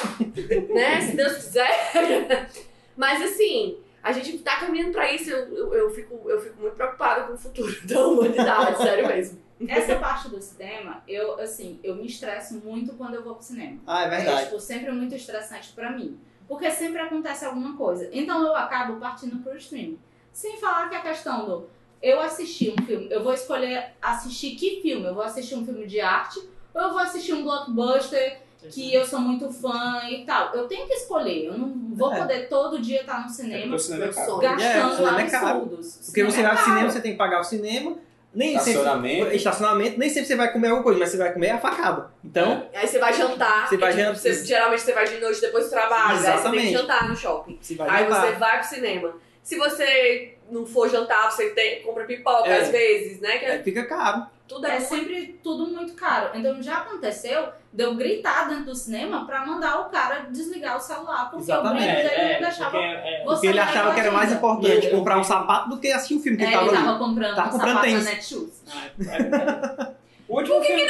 Speaker 3: né? Se Deus quiser. Mas assim, a gente tá caminhando pra isso, eu, eu, eu fico, eu fico muito preocupada com o futuro <laughs> da humanidade, sério mesmo.
Speaker 1: Essa parte do cinema, eu, assim, eu me estresso muito quando eu vou pro cinema.
Speaker 2: Ah, é
Speaker 1: É,
Speaker 2: verdade.
Speaker 1: tipo, sempre muito estressante pra mim. Porque sempre acontece alguma coisa. Então eu acabo partindo pro streaming. Sem falar que a questão do eu assistir um filme, eu vou escolher assistir que filme? Eu vou assistir um filme de arte ou eu vou assistir um blockbuster que eu sou muito fã e tal. Eu tenho que escolher. Eu não vou
Speaker 2: É.
Speaker 1: poder todo dia estar no
Speaker 5: É
Speaker 1: cinema
Speaker 5: porque o cinema é caro.
Speaker 3: Sonho.
Speaker 2: É, o
Speaker 1: gastando
Speaker 2: cinema é caro.
Speaker 1: absurdos.
Speaker 2: Porque
Speaker 1: Cinema
Speaker 2: você
Speaker 1: é
Speaker 2: vai pro
Speaker 1: caro.
Speaker 2: cinema, você tem que pagar o cinema. Nem
Speaker 5: Estacionamento.
Speaker 2: sempre. Estacionamento, nem sempre você vai comer alguma coisa, mas você vai comer a facada. Então,
Speaker 3: Aí você vai jantar.
Speaker 2: Você vai
Speaker 3: porque, tipo,
Speaker 2: jantar.
Speaker 3: você- geralmente você vai de noite depois do trabalho. Aí você tem que
Speaker 2: Exatamente.
Speaker 3: jantar no shopping.
Speaker 2: você vai
Speaker 3: aí
Speaker 2: jantar.
Speaker 3: você vai pro cinema. Se você não for jantar, você tem- compra pipoca
Speaker 2: É.
Speaker 3: às vezes, né? Que é-
Speaker 2: Aí fica caro.
Speaker 3: tudo é,
Speaker 1: É
Speaker 3: muito
Speaker 1: sempre tudo muito caro. Então já aconteceu de eu gritar dentro do cinema pra mandar o cara desligar o celular, porque
Speaker 2: Exatamente.
Speaker 1: o brinco dele não
Speaker 4: É, porque
Speaker 1: deixava.
Speaker 4: é-
Speaker 1: Você
Speaker 2: Porque ele
Speaker 1: vai
Speaker 2: achava
Speaker 1: pra
Speaker 2: que era mais
Speaker 1: agenda.
Speaker 2: importante
Speaker 4: E eu-
Speaker 2: comprar um sapato do que assistir o filme que
Speaker 1: É,
Speaker 2: ele tava
Speaker 1: ele
Speaker 2: ali.
Speaker 1: tava comprando
Speaker 2: Tava
Speaker 1: um
Speaker 2: comprando
Speaker 1: sapato
Speaker 2: tênis.
Speaker 1: na Netshoes.
Speaker 4: Ah, é verdade. o último filme...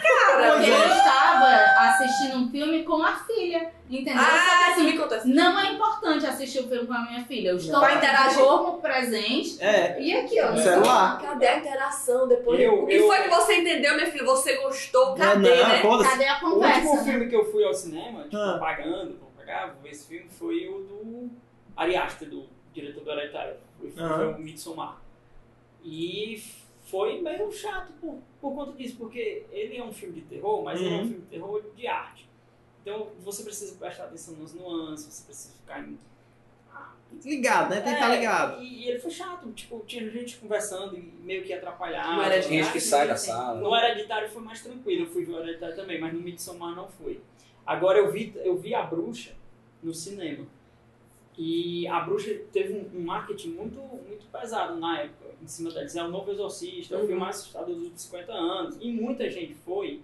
Speaker 3: cara.
Speaker 2: é.
Speaker 1: Porque eu estava assistindo um filme com a filha, entendeu? Só que
Speaker 3: Ah, isso
Speaker 1: assim,
Speaker 3: me conta.
Speaker 1: não é importante assistir o filme com a minha filha. Eu estou
Speaker 3: Vai
Speaker 1: aqui,
Speaker 3: interagir.
Speaker 1: corpo presente.
Speaker 2: É.
Speaker 1: E aqui, ó.
Speaker 2: No celular.
Speaker 3: Cadê a interação depois?
Speaker 4: Eu-
Speaker 3: o que
Speaker 4: eu-
Speaker 3: foi que você entendeu, minha filha? Você gostou?
Speaker 2: Não, é
Speaker 3: Cadê, né?
Speaker 2: não, foda-se.
Speaker 1: Cadê a
Speaker 4: O último
Speaker 1: conversa? né?
Speaker 4: filme que eu fui ao cinema, tipo,
Speaker 2: Ah.
Speaker 4: pagando pra pagar, vou ver esse filme, foi o do Ari Aster, do diretor do Hereditário. Foi,
Speaker 2: Aham.
Speaker 4: foi o Midsommar. E foi meio chato por, por conta disso, porque ele é um filme de terror, mas ele é um
Speaker 2: Uhum.
Speaker 4: filme de terror de arte. Então você precisa prestar atenção nas nuances, você precisa ficar em...
Speaker 2: ligado, né? Tem que estar
Speaker 4: É,
Speaker 2: ligado.
Speaker 4: E, e ele foi chato, tipo, tinha gente conversando e meio que atrapalhado.
Speaker 3: Não era
Speaker 5: Tem gente que sai da sala.
Speaker 4: No hereditário foi mais tranquilo, eu fui ver o hereditário também, mas no Midsommar não foi. Agora eu vi, eu vi a bruxa no cinema. E a bruxa teve um, um marketing muito, muito pesado na época, em cima dela. É o novo exorcista, é o
Speaker 3: Uhum.
Speaker 4: filme mais assustador dos últimos 50 anos. E muita gente foi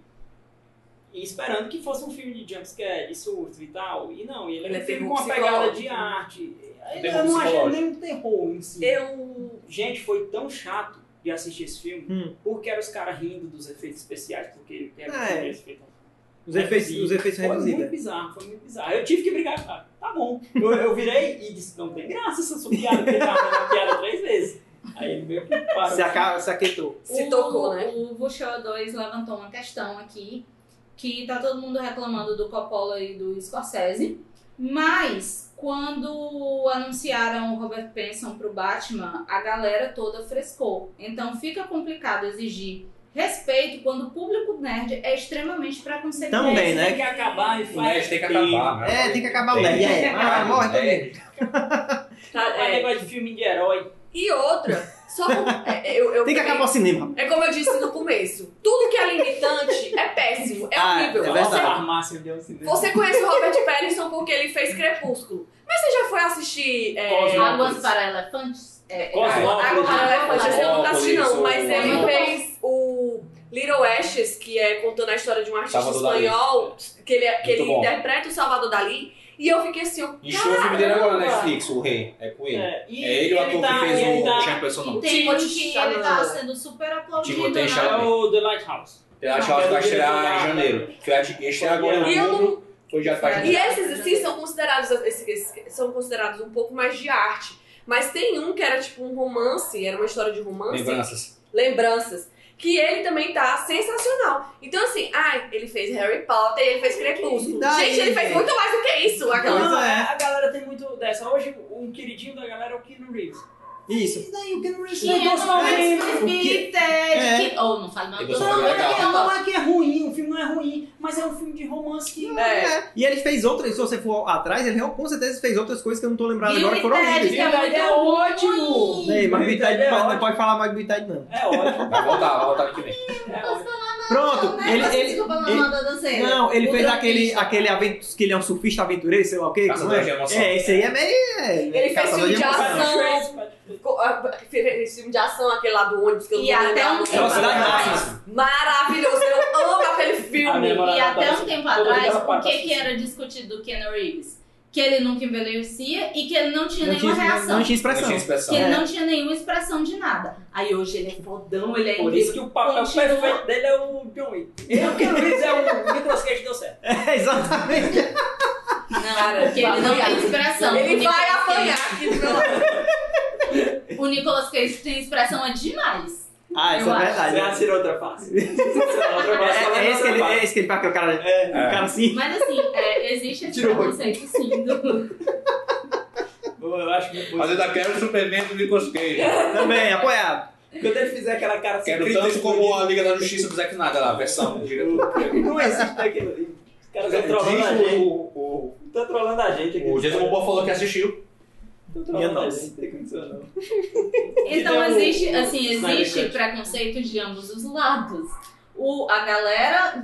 Speaker 4: e esperando que fosse um filme de jumpscare, de surto e tal. E não, ele,
Speaker 3: Ele
Speaker 4: é
Speaker 3: é
Speaker 4: um filme com
Speaker 3: terror
Speaker 4: uma pegada de
Speaker 3: psicológico. né?
Speaker 4: arte. Ele
Speaker 5: É Terror
Speaker 4: eu não achei
Speaker 5: psicológico.
Speaker 4: nem um terror em si.
Speaker 3: Eu.
Speaker 4: Gente, foi tão chato de assistir esse filme,
Speaker 2: Hum.
Speaker 4: porque era os caras rindo dos efeitos especiais, porque era
Speaker 2: Ah, é.
Speaker 4: esse efeito.
Speaker 2: Os efeitos, os efeitos
Speaker 4: Foi muito
Speaker 2: reduzidos. né?
Speaker 4: bizarro, foi muito bizarro. Eu tive que brigar com o cara. Tá bom. Eu, eu virei e disse, não tem graça essa sua piada, porque ele tava fazendo a piada três vezes. Aí ele meio que parou.
Speaker 2: Se, aca- se aquietou.
Speaker 3: Se
Speaker 1: O-
Speaker 3: tocou, né?
Speaker 1: O Vuxo 2 levantou uma questão aqui, que tá todo mundo reclamando do Coppola e do Scorsese, mas quando anunciaram o Robert Pattinson pro Batman, a galera toda frescou. Então fica complicado exigir respeito quando o público nerd é extremamente preconceituoso.
Speaker 2: Também, né?
Speaker 4: Tem que acabar e
Speaker 5: O
Speaker 4: faz.
Speaker 5: nerd tem que
Speaker 4: feio.
Speaker 5: acabar, né?
Speaker 2: É, tem que acabar o
Speaker 5: Tem.
Speaker 2: nerd. É, ah,
Speaker 5: Cara,
Speaker 2: morre todo
Speaker 5: é.
Speaker 2: mundo.
Speaker 3: Tá,
Speaker 4: Não é
Speaker 3: é.
Speaker 4: negócio de filme de herói.
Speaker 3: E outra,
Speaker 2: <laughs>
Speaker 3: só com- é, é, eu, eu
Speaker 2: Tem que acabar o cinema.
Speaker 3: É como eu disse no começo. Tudo que é limitante é péssimo, é
Speaker 2: Ah,
Speaker 3: horrível.
Speaker 2: é
Speaker 4: Nossa,
Speaker 2: verdade.
Speaker 4: farmácia deu um cinema.
Speaker 3: Você conhece o Robert Pattinson porque ele fez Crepúsculo. Mas você já foi assistir... É...
Speaker 5: né?
Speaker 4: Cosmo.
Speaker 1: Águas para elefantes? É,
Speaker 4: Cosmópolis.
Speaker 3: Água para
Speaker 4: né?
Speaker 3: Elefantes?
Speaker 4: É,
Speaker 5: um
Speaker 3: Eu não assisti não, mas
Speaker 5: Cosmópolis,
Speaker 3: ele
Speaker 1: ou-
Speaker 3: fez o Little Ashes, que é contando a história de um artista
Speaker 5: Salvador Dalí.
Speaker 3: espanhol, que ele, é, que ele
Speaker 5: Muito bom.
Speaker 3: interpreta o Salvador Dali. E eu fiquei assim, eu,
Speaker 5: Encheu o filme dele agora né? na
Speaker 3: Caramba!
Speaker 5: Netflix, o Rei. É com ele. É,
Speaker 4: É, e
Speaker 5: ele o ator
Speaker 4: tá-
Speaker 5: que
Speaker 4: e ele
Speaker 5: fez é o
Speaker 4: tá-
Speaker 5: Chama Pessoa
Speaker 1: E
Speaker 5: Não.
Speaker 1: tem um
Speaker 3: Timothée
Speaker 1: que ele tá
Speaker 3: Chalamet.
Speaker 1: sendo super aplaudido, né?
Speaker 5: Timothée
Speaker 4: É
Speaker 5: Chalamet.
Speaker 4: o The Lighthouse.
Speaker 5: Eu acho que ela vai estrear em
Speaker 4: Não,
Speaker 5: janeiro. Que eu acho que estreia agora
Speaker 3: e
Speaker 5: em
Speaker 3: eu não
Speaker 5: outubro. Foi já faz
Speaker 3: E esses assim são considerados esses- esses- são considerados um pouco mais de arte. Mas tem um que era tipo um romance, era uma história de romance,
Speaker 5: lembranças.
Speaker 3: lembranças, que ele também tá sensacional. Então assim, ai, ele fez Harry Potter, ele fez Crepúsculo.
Speaker 2: Daí,
Speaker 3: gente, ele fez
Speaker 2: gente.
Speaker 3: muito mais do que isso, aquela.
Speaker 2: Pois é.
Speaker 4: A galera tem muito dessa. Hoje, um queridinho da galera é o Keanu Reeves.
Speaker 2: Isso. daí o que não
Speaker 1: Que é
Speaker 2: O que- É.
Speaker 1: Ted. Ou Oh, não fala mal
Speaker 5: Eu
Speaker 1: do
Speaker 5: gosto
Speaker 1: Não,
Speaker 5: de legal.
Speaker 1: não, não,
Speaker 4: Não é que é ruim, o filme não é ruim, mas é um filme de romance que.
Speaker 3: É.
Speaker 2: E ele fez outras, se você for atrás, ele com certeza fez outras coisas que eu não tô lembrado
Speaker 1: Bill
Speaker 2: agora, que foram
Speaker 1: e Ted,
Speaker 2: horríveis.
Speaker 1: que é muito
Speaker 4: É ótimo.
Speaker 1: ruim.
Speaker 2: Ei, mas tá
Speaker 4: Bill e
Speaker 2: Bitide
Speaker 4: Ted
Speaker 2: não
Speaker 4: é
Speaker 2: pode-
Speaker 4: ótimo.
Speaker 2: não pode falar mais Bitide, não.
Speaker 4: É ótimo.
Speaker 5: Vai voltar, vai voltar aqui vem.
Speaker 4: É ótimo.
Speaker 2: Pronto,
Speaker 1: Não, né?
Speaker 2: ele.
Speaker 1: Você
Speaker 2: ele-
Speaker 1: desculpa, não,
Speaker 2: ele-
Speaker 1: não, não, não, sei.
Speaker 2: Não, ele
Speaker 1: O
Speaker 2: fez
Speaker 1: dropista.
Speaker 2: aquele, aquele aventu- que ele é um surfista aventureiro, sei lá o quê.
Speaker 5: Caçador
Speaker 2: como é?
Speaker 5: de emoção.
Speaker 2: é, esse aí é meio. É,
Speaker 3: Ele fez
Speaker 2: caçador
Speaker 3: filme de
Speaker 2: emoção.
Speaker 3: ação.
Speaker 4: Trace,
Speaker 3: Co- a- Esse filme de ação, aquele lá do ônibus que eu não
Speaker 1: E
Speaker 3: vou
Speaker 1: até
Speaker 3: lembrar.
Speaker 1: um
Speaker 3: o nome.
Speaker 5: é
Speaker 2: Velocidade
Speaker 1: Mas-
Speaker 2: máxima.
Speaker 3: Maravilhoso, eu amo aquele
Speaker 4: A
Speaker 3: filme.
Speaker 4: minha
Speaker 1: E
Speaker 4: namorada
Speaker 1: até
Speaker 4: tá
Speaker 1: um
Speaker 4: assim,
Speaker 1: tempo
Speaker 4: toda
Speaker 1: atrás,
Speaker 4: aquela
Speaker 1: o
Speaker 4: parte
Speaker 1: que, que
Speaker 4: assim.
Speaker 1: era discutido do Keanu Reeves? Que ele nunca envelhecia e que ele não tinha
Speaker 2: Não
Speaker 1: nenhuma
Speaker 2: tinha,
Speaker 1: reação.
Speaker 2: não tinha É.
Speaker 5: Não
Speaker 2: expressão.
Speaker 5: tinha
Speaker 1: Que ele
Speaker 5: expressão.
Speaker 1: não tinha nenhuma expressão de nada. Aí hoje ele é fodão, ele é
Speaker 4: Por isso que o papel
Speaker 1: Continua.
Speaker 4: perfeito dele é o John Wick. E o Keanu Reeves é o Nicolas Cage deu certo.
Speaker 2: É, <laughs> exatamente.
Speaker 1: Não, porque ele não tem expressão. O
Speaker 3: Ele
Speaker 1: Nicolas
Speaker 3: vai
Speaker 1: Cage-
Speaker 3: apanhar aqui do meu lado.
Speaker 1: O Nicolas Cage tem expressão é demais.
Speaker 2: Ah, isso
Speaker 1: Eu
Speaker 2: é
Speaker 1: acho.
Speaker 2: verdade.
Speaker 4: Já tirou
Speaker 2: <laughs>
Speaker 4: outra face. Outra
Speaker 2: É,
Speaker 4: face,
Speaker 2: é esse que ele,
Speaker 4: outra face.
Speaker 2: é esse que ele faz que o cara,
Speaker 4: É.
Speaker 2: o cara assim.
Speaker 1: Mas assim, é, existe esse
Speaker 5: Tirou.
Speaker 1: preconceito sim do.
Speaker 4: Eu acho que depois-
Speaker 5: Mas eu ainda quero o Superman do Nicolas Cage.
Speaker 2: Também, apoiado.
Speaker 4: Quando ele fizer aquela cara assim,
Speaker 5: Quero
Speaker 4: gritando
Speaker 5: tanto como
Speaker 4: escondido,
Speaker 5: a Liga da Justiça do Zack Snyder lá, a versão do diretor.
Speaker 4: Não existe aquilo. Os caras estão trollando a
Speaker 5: Diz
Speaker 4: gente.
Speaker 5: o- o-
Speaker 4: Estão trollando Tá a gente aqui.
Speaker 5: o- O Jason Momoa falou que assistiu.
Speaker 4: Estão
Speaker 2: Minha
Speaker 4: trollando a
Speaker 2: nossa.
Speaker 4: gente. Não tem condição, não.
Speaker 1: Então
Speaker 4: Então,
Speaker 1: existe,
Speaker 4: o-
Speaker 1: assim,
Speaker 4: o Snyder
Speaker 1: existe
Speaker 4: Cut.
Speaker 1: preconceito de ambos os lados. O, a galera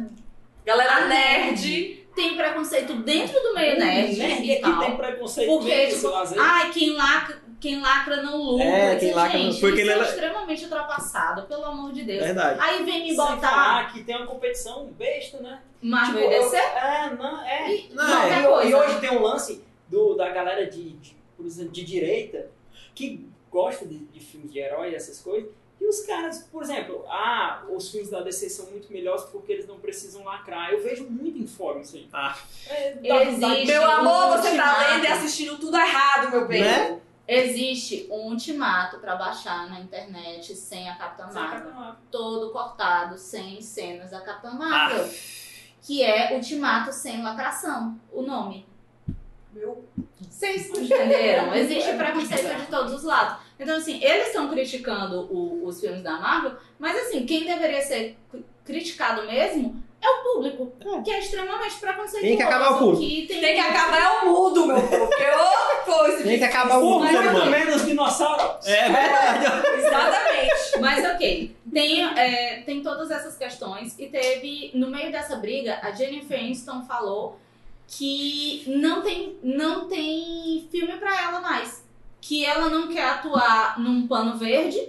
Speaker 3: Galera
Speaker 4: Ah,
Speaker 1: A
Speaker 3: nerd.
Speaker 1: tem preconceito dentro do meio nerd
Speaker 4: E
Speaker 1: É, né, e
Speaker 4: aqui tem
Speaker 1: tal.
Speaker 4: preconceito
Speaker 1: Porque,
Speaker 4: mesmo,
Speaker 1: tipo,
Speaker 4: às vezes.
Speaker 1: Ai, quem lacra, quem lacra não lucra.
Speaker 2: É, quem
Speaker 1: Gente,
Speaker 2: lacra não- foi
Speaker 1: isso
Speaker 2: aquele
Speaker 1: é
Speaker 2: lá-
Speaker 1: extremamente ultrapassado, pelo amor de
Speaker 4: É.
Speaker 1: Deus.
Speaker 2: Verdade.
Speaker 1: Aí vem me
Speaker 4: Sem
Speaker 1: botar Ah,
Speaker 4: falar que tem uma competição besta, né?
Speaker 1: Marvel
Speaker 4: Tipo,
Speaker 1: e
Speaker 4: eu-
Speaker 1: DC.
Speaker 4: É, não, é.
Speaker 1: E
Speaker 2: Não,
Speaker 4: Não,
Speaker 1: qualquer
Speaker 4: e,
Speaker 1: coisa. né?
Speaker 4: e hoje tem um lance do, da galera de, de, por exemplo, de direita que gosta de, de filmes de herói, essas coisas. E os caras, por exemplo, ah, os filmes da DC são muito melhores porque eles não precisam lacrar. Eu vejo muito em fórum isso aí.
Speaker 2: Ah.
Speaker 4: É, dá-
Speaker 1: Existe
Speaker 4: dá-
Speaker 1: um
Speaker 3: Meu amor, você tá
Speaker 1: ultimato.
Speaker 3: lendo e assistindo tudo errado, meu bem.
Speaker 2: Né?
Speaker 1: Existe um ultimato pra baixar na internet sem a Capitã
Speaker 4: Saca,
Speaker 1: Marvel.
Speaker 4: não é?
Speaker 1: Todo cortado, sem cenas da Capitã Marvel.
Speaker 3: Ah.
Speaker 1: Que é Ultimato Sem Lacração, o nome.
Speaker 3: Meu.
Speaker 1: Vocês
Speaker 3: <laughs>
Speaker 1: entenderam? Existe preconceito de todos os lados. Então, assim, eles estão criticando o- os filmes da Marvel, mas, assim, quem deveria ser cri- criticado mesmo é o público,
Speaker 2: É.
Speaker 1: que é extremamente preconceituoso.
Speaker 2: Tem que acabar o público.
Speaker 1: que tem-
Speaker 3: Tem que acabar é o mundo, meu povo. Que é outra coisa.
Speaker 2: Tem que acabar o
Speaker 4: Por
Speaker 2: mundo, ser
Speaker 4: mais ou
Speaker 2: humano.
Speaker 4: menos dinossauro.
Speaker 2: É verdade.
Speaker 3: Exatamente.
Speaker 1: Mas ok, tem, é, tem todas essas questões e teve, no meio dessa briga, a Jennifer Aniston falou que não tem, não tem filme pra ela mais. Que ela não quer atuar num pano verde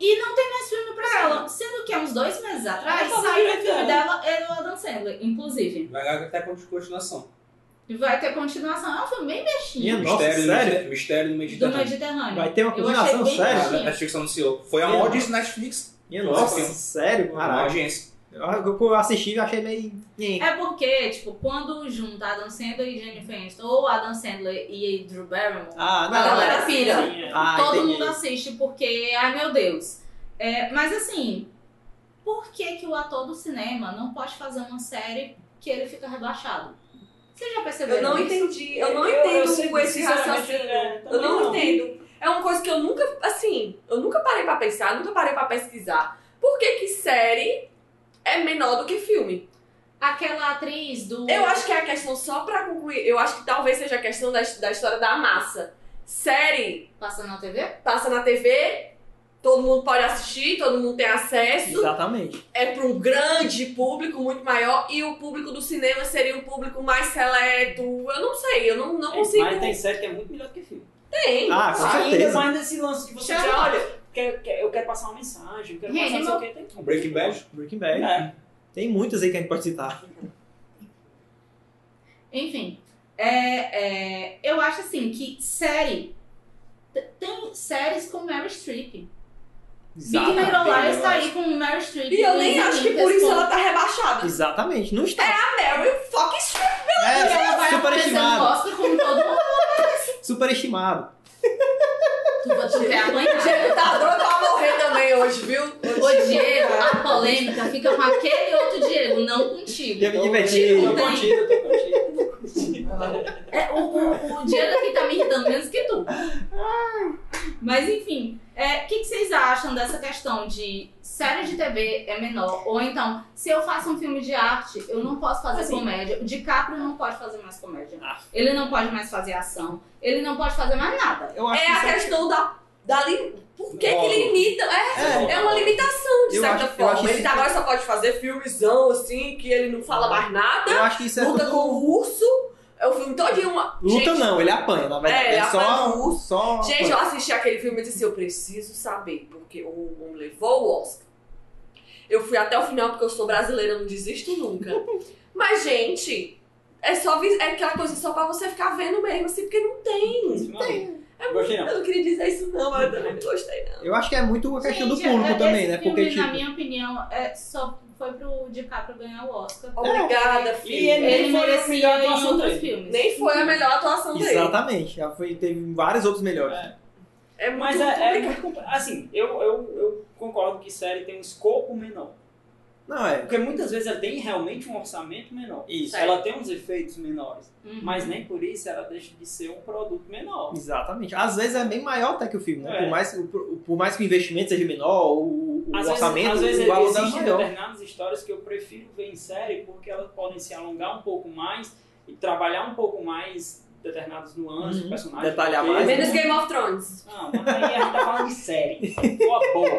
Speaker 1: e não tem mais filme pra ela. Sendo que há uns dois meses atrás
Speaker 2: tá
Speaker 4: Eu tava
Speaker 1: saiu o
Speaker 4: direto
Speaker 1: filme
Speaker 4: dela.
Speaker 1: dela, era o Adam Sandler, inclusive.
Speaker 5: Vai ganhar até com continuação.
Speaker 1: Vai ter continuação, é um filme bem
Speaker 2: Minha
Speaker 1: bestinho.
Speaker 2: Nossa,
Speaker 5: mistério,
Speaker 2: sério?
Speaker 5: No, mistério no
Speaker 1: Do
Speaker 5: Mediterrâneo.
Speaker 1: Mediterrâneo.
Speaker 2: Vai ter uma
Speaker 1: Eu achei
Speaker 2: continuação, né?
Speaker 1: bem
Speaker 2: sério?
Speaker 5: A Netflix anunciou. Foi a maior audiência da Netflix.
Speaker 2: Minha
Speaker 5: Nossa,
Speaker 2: nossa,
Speaker 5: sim.
Speaker 2: sério?
Speaker 5: A maior
Speaker 2: Caralho.
Speaker 5: audiência.
Speaker 2: Eu, eu assisti e achei meio. Nhen.
Speaker 1: É porque, tipo, quando junta Adam Sandler e Jennifer Aniston, ou Adam Sandler e Drew Barrymore,
Speaker 2: Ah,
Speaker 1: a galera
Speaker 2: não.
Speaker 1: pira.
Speaker 4: Sim, é.
Speaker 2: Ah,
Speaker 1: todo
Speaker 2: entendi.
Speaker 1: mundo assiste porque, ai meu Deus. É, mas assim, por que que o ator do cinema não pode fazer uma série que ele fica rebaixado? Vocês já perceberam
Speaker 3: Eu não
Speaker 1: isso?
Speaker 3: entendi. Eu não
Speaker 4: eu
Speaker 3: entendo
Speaker 4: sempre,
Speaker 3: esse
Speaker 4: sinceramente,
Speaker 3: raciocínio.
Speaker 4: é, também
Speaker 3: Eu não,
Speaker 4: não.
Speaker 3: entendo. É uma coisa que eu nunca, assim, eu nunca parei pra pensar, nunca parei pra pesquisar. Por que que série é menor do que filme?
Speaker 1: Aquela atriz do...
Speaker 3: Eu acho que é a questão, só pra concluir, eu acho que talvez seja a questão da, da história da massa. Série
Speaker 1: Passa na TV?
Speaker 3: passa na TV, todo mundo pode assistir, todo mundo tem acesso,
Speaker 2: Exatamente.
Speaker 3: é pra um grande público, muito maior, e o público do cinema seria um público mais seleto. Eu não sei, eu não, não consigo.
Speaker 4: Mas tem série que é muito melhor do que filme.
Speaker 3: Tem.
Speaker 2: Ah, com
Speaker 4: Ainda
Speaker 2: certeza.
Speaker 4: mais nesse lance de você
Speaker 1: Chama.
Speaker 4: dizer, olha, quer- quer- eu quero passar uma mensagem, eu quero
Speaker 1: Gente,
Speaker 4: passar não sei o que, tem tudo.
Speaker 5: Breaking Bad.
Speaker 2: Um Breaking Bad.
Speaker 4: É.
Speaker 2: Tem muitas aí que a gente pode citar.
Speaker 1: Enfim, é, é, eu acho assim que série... t- Tem séries com Meryl Streep. Big Little Lies tá aí com Meryl Streep.
Speaker 3: E eu
Speaker 1: com
Speaker 3: nem
Speaker 1: Lily
Speaker 3: acho que por
Speaker 1: Pinkerton.
Speaker 3: isso ela tá rebaixada.
Speaker 2: Exatamente. Não está.
Speaker 3: A Meryl fucking Streep.
Speaker 1: E ela vai aparecer
Speaker 2: É,
Speaker 1: no
Speaker 2: superestimado.
Speaker 1: Oscar como todo mundo.
Speaker 2: Superestimado.
Speaker 1: Tu, tu quer apanhar.
Speaker 3: Diego tá doido pra morrer também hoje, viu?
Speaker 1: O <laughs> Diego, a polêmica fica com aquele outro Diego, não contigo.
Speaker 2: Diego
Speaker 1: Então,
Speaker 2: divertido.
Speaker 1: o
Speaker 4: Tô
Speaker 1: Diego tem-
Speaker 4: contigo, eu tô contigo, eu tô
Speaker 3: <laughs>
Speaker 4: contigo.
Speaker 1: é, o, o, o Diego aqui tá me irritando menos que tu. Mas enfim, é, o que, que vocês acham dessa questão de série de TV é menor? Ou então, se eu faço um filme de arte, eu não posso fazer
Speaker 4: Assim.
Speaker 1: comédia. O DiCaprio não pode fazer mais comédia.
Speaker 2: Ah.
Speaker 1: Ele não pode mais fazer ação. Ele não pode fazer mais nada.
Speaker 2: Eu acho
Speaker 3: É
Speaker 2: que
Speaker 3: a
Speaker 2: isso um
Speaker 3: questão da. da li... Por que que
Speaker 5: Modo.
Speaker 3: limita? É, é uma limitação, de
Speaker 2: Eu
Speaker 3: certa
Speaker 2: acho- eu acho
Speaker 3: forma.
Speaker 2: que
Speaker 3: Ele tá
Speaker 2: isso-
Speaker 3: agora só pode fazer filmezão, assim, que ele não fala mais nada.
Speaker 2: Eu acho que isso é
Speaker 3: Luta
Speaker 2: tudo-
Speaker 3: com o urso. É o filme todo de uma.
Speaker 2: Luta
Speaker 3: gente,
Speaker 2: não, ele apanha, na verdade.
Speaker 3: É, ele apanha
Speaker 2: só, um,
Speaker 3: o-
Speaker 2: só apanha.
Speaker 3: Gente, eu assisti aquele filme e disse: assim, eu preciso saber, porque o homem levou o Oscar. Eu fui até o final porque eu sou brasileira, eu não desisto nunca.
Speaker 4: <laughs>
Speaker 3: Mas, gente, é só vi- é aquela coisa só pra você ficar vendo mesmo, assim, porque não tem. É muito-
Speaker 4: Gostei não.
Speaker 3: Eu não queria dizer isso, não, mas eu também não gostei, não.
Speaker 2: Eu acho que é muito uma questão do
Speaker 1: Gente,
Speaker 2: público
Speaker 1: é-
Speaker 2: também,
Speaker 1: esse
Speaker 2: né?
Speaker 1: filme,
Speaker 2: Porque,
Speaker 1: na
Speaker 2: tipo,
Speaker 1: minha opinião, é, só foi pro DiCaprio ganhar o Oscar.
Speaker 3: Obrigada,
Speaker 4: E é
Speaker 3: filho.
Speaker 4: ele,
Speaker 1: Ele
Speaker 4: nem foi o melhor
Speaker 1: merecia em
Speaker 4: atuação
Speaker 1: outros
Speaker 4: dele.
Speaker 1: filmes.
Speaker 3: Nem foi a melhor atuação dele.
Speaker 2: exatamente. Já foi, teve vários outros melhores.
Speaker 4: É.
Speaker 3: É muito
Speaker 4: Mas é, é
Speaker 3: complicado.
Speaker 4: muito complicado. Assim, eu, eu, eu concordo que série tem um escopo menor.
Speaker 2: Não, é.
Speaker 4: Porque muitas vezes ela tem realmente um orçamento menor.
Speaker 2: Isso.
Speaker 4: Ela tem uns efeitos menores.
Speaker 1: Uhum.
Speaker 4: Mas nem por isso ela deixa de ser um produto menor.
Speaker 2: Exatamente. Às vezes é bem maior até que o filme, né?
Speaker 4: É.
Speaker 2: Por, mais, por, por mais que o investimento seja menor, o, o
Speaker 4: Às
Speaker 2: orçamento,
Speaker 4: vezes, às
Speaker 2: o
Speaker 4: vezes
Speaker 2: valor é
Speaker 4: existem
Speaker 2: maior.
Speaker 4: determinadas histórias que eu prefiro ver em série porque elas podem se alongar um pouco mais e trabalhar um pouco mais determinadas nuances,
Speaker 2: Uhum.
Speaker 4: personagens.
Speaker 2: Detalhar
Speaker 4: porque-
Speaker 2: mais. né?
Speaker 3: Menos Game of Thrones.
Speaker 4: Não, mas aí a gente tá falando de série. Boa, boa.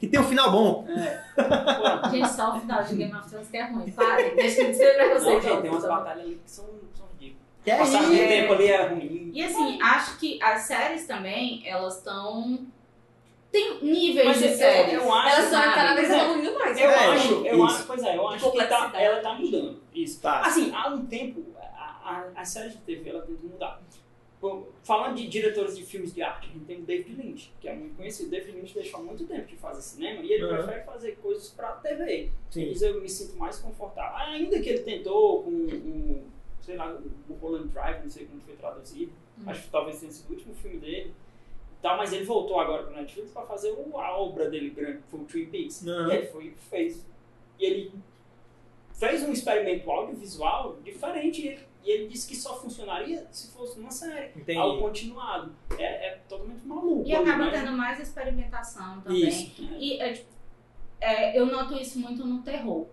Speaker 2: Que tem um final bom.
Speaker 4: boa.
Speaker 1: Gente, só o final de Game of Thrones que é ruim. Parem, deixa eu dizer pra
Speaker 4: Não,
Speaker 1: vocês.
Speaker 4: gente, tem umas
Speaker 1: Então,
Speaker 4: batalhas ali que são, são ridículas.
Speaker 2: Que é
Speaker 4: Passar muito
Speaker 2: isso.
Speaker 4: tempo ali é ruim.
Speaker 1: E assim, acho que as séries também, elas estão... Tem níveis
Speaker 4: Mas
Speaker 1: de
Speaker 4: eu-
Speaker 1: séries.
Speaker 4: eu acho-
Speaker 3: Ela só é
Speaker 1: sabe?
Speaker 3: cada vez
Speaker 4: Mas Ah, é-
Speaker 3: evoluindo mais.
Speaker 4: Eu
Speaker 2: É,
Speaker 4: acho, eu
Speaker 2: isso.
Speaker 4: acho, pois é, eu acho que tá,
Speaker 3: Complexidade.
Speaker 4: ela tá mudando. Isso.
Speaker 2: Tá.
Speaker 4: Assim, há um tempo, a, a, a série de TV ela tenta mudar. Bom, falando de diretores de filmes de arte, a gente tem o David Lynch, que é muito conhecido. David Lynch deixou há muito tempo de fazer cinema e ele
Speaker 2: Uhum.
Speaker 4: prefere fazer coisas pra TV.
Speaker 2: Sim.
Speaker 4: Isso eu me sinto mais confortável. Ah, Ainda que ele tentou com um, sei lá, o Holland Drive, não sei como foi traduzido.
Speaker 1: Hum.
Speaker 4: Acho que talvez tenha sido o último filme dele. e Tal, mas ele voltou agora para Netflix para fazer o- a obra dele grande, que foi o Twin Peaks.
Speaker 2: Uhum.
Speaker 4: E ele foi, fez. E ele fez um experimento audiovisual diferente e ele, e ele disse que só funcionaria se fosse uma série,
Speaker 2: Entendi.
Speaker 4: algo continuado. É, é totalmente maluco.
Speaker 1: E acaba
Speaker 4: né?
Speaker 1: tendo mais experimentação também.
Speaker 2: Isso.
Speaker 1: E é, tipo, é, eu noto isso muito no terror.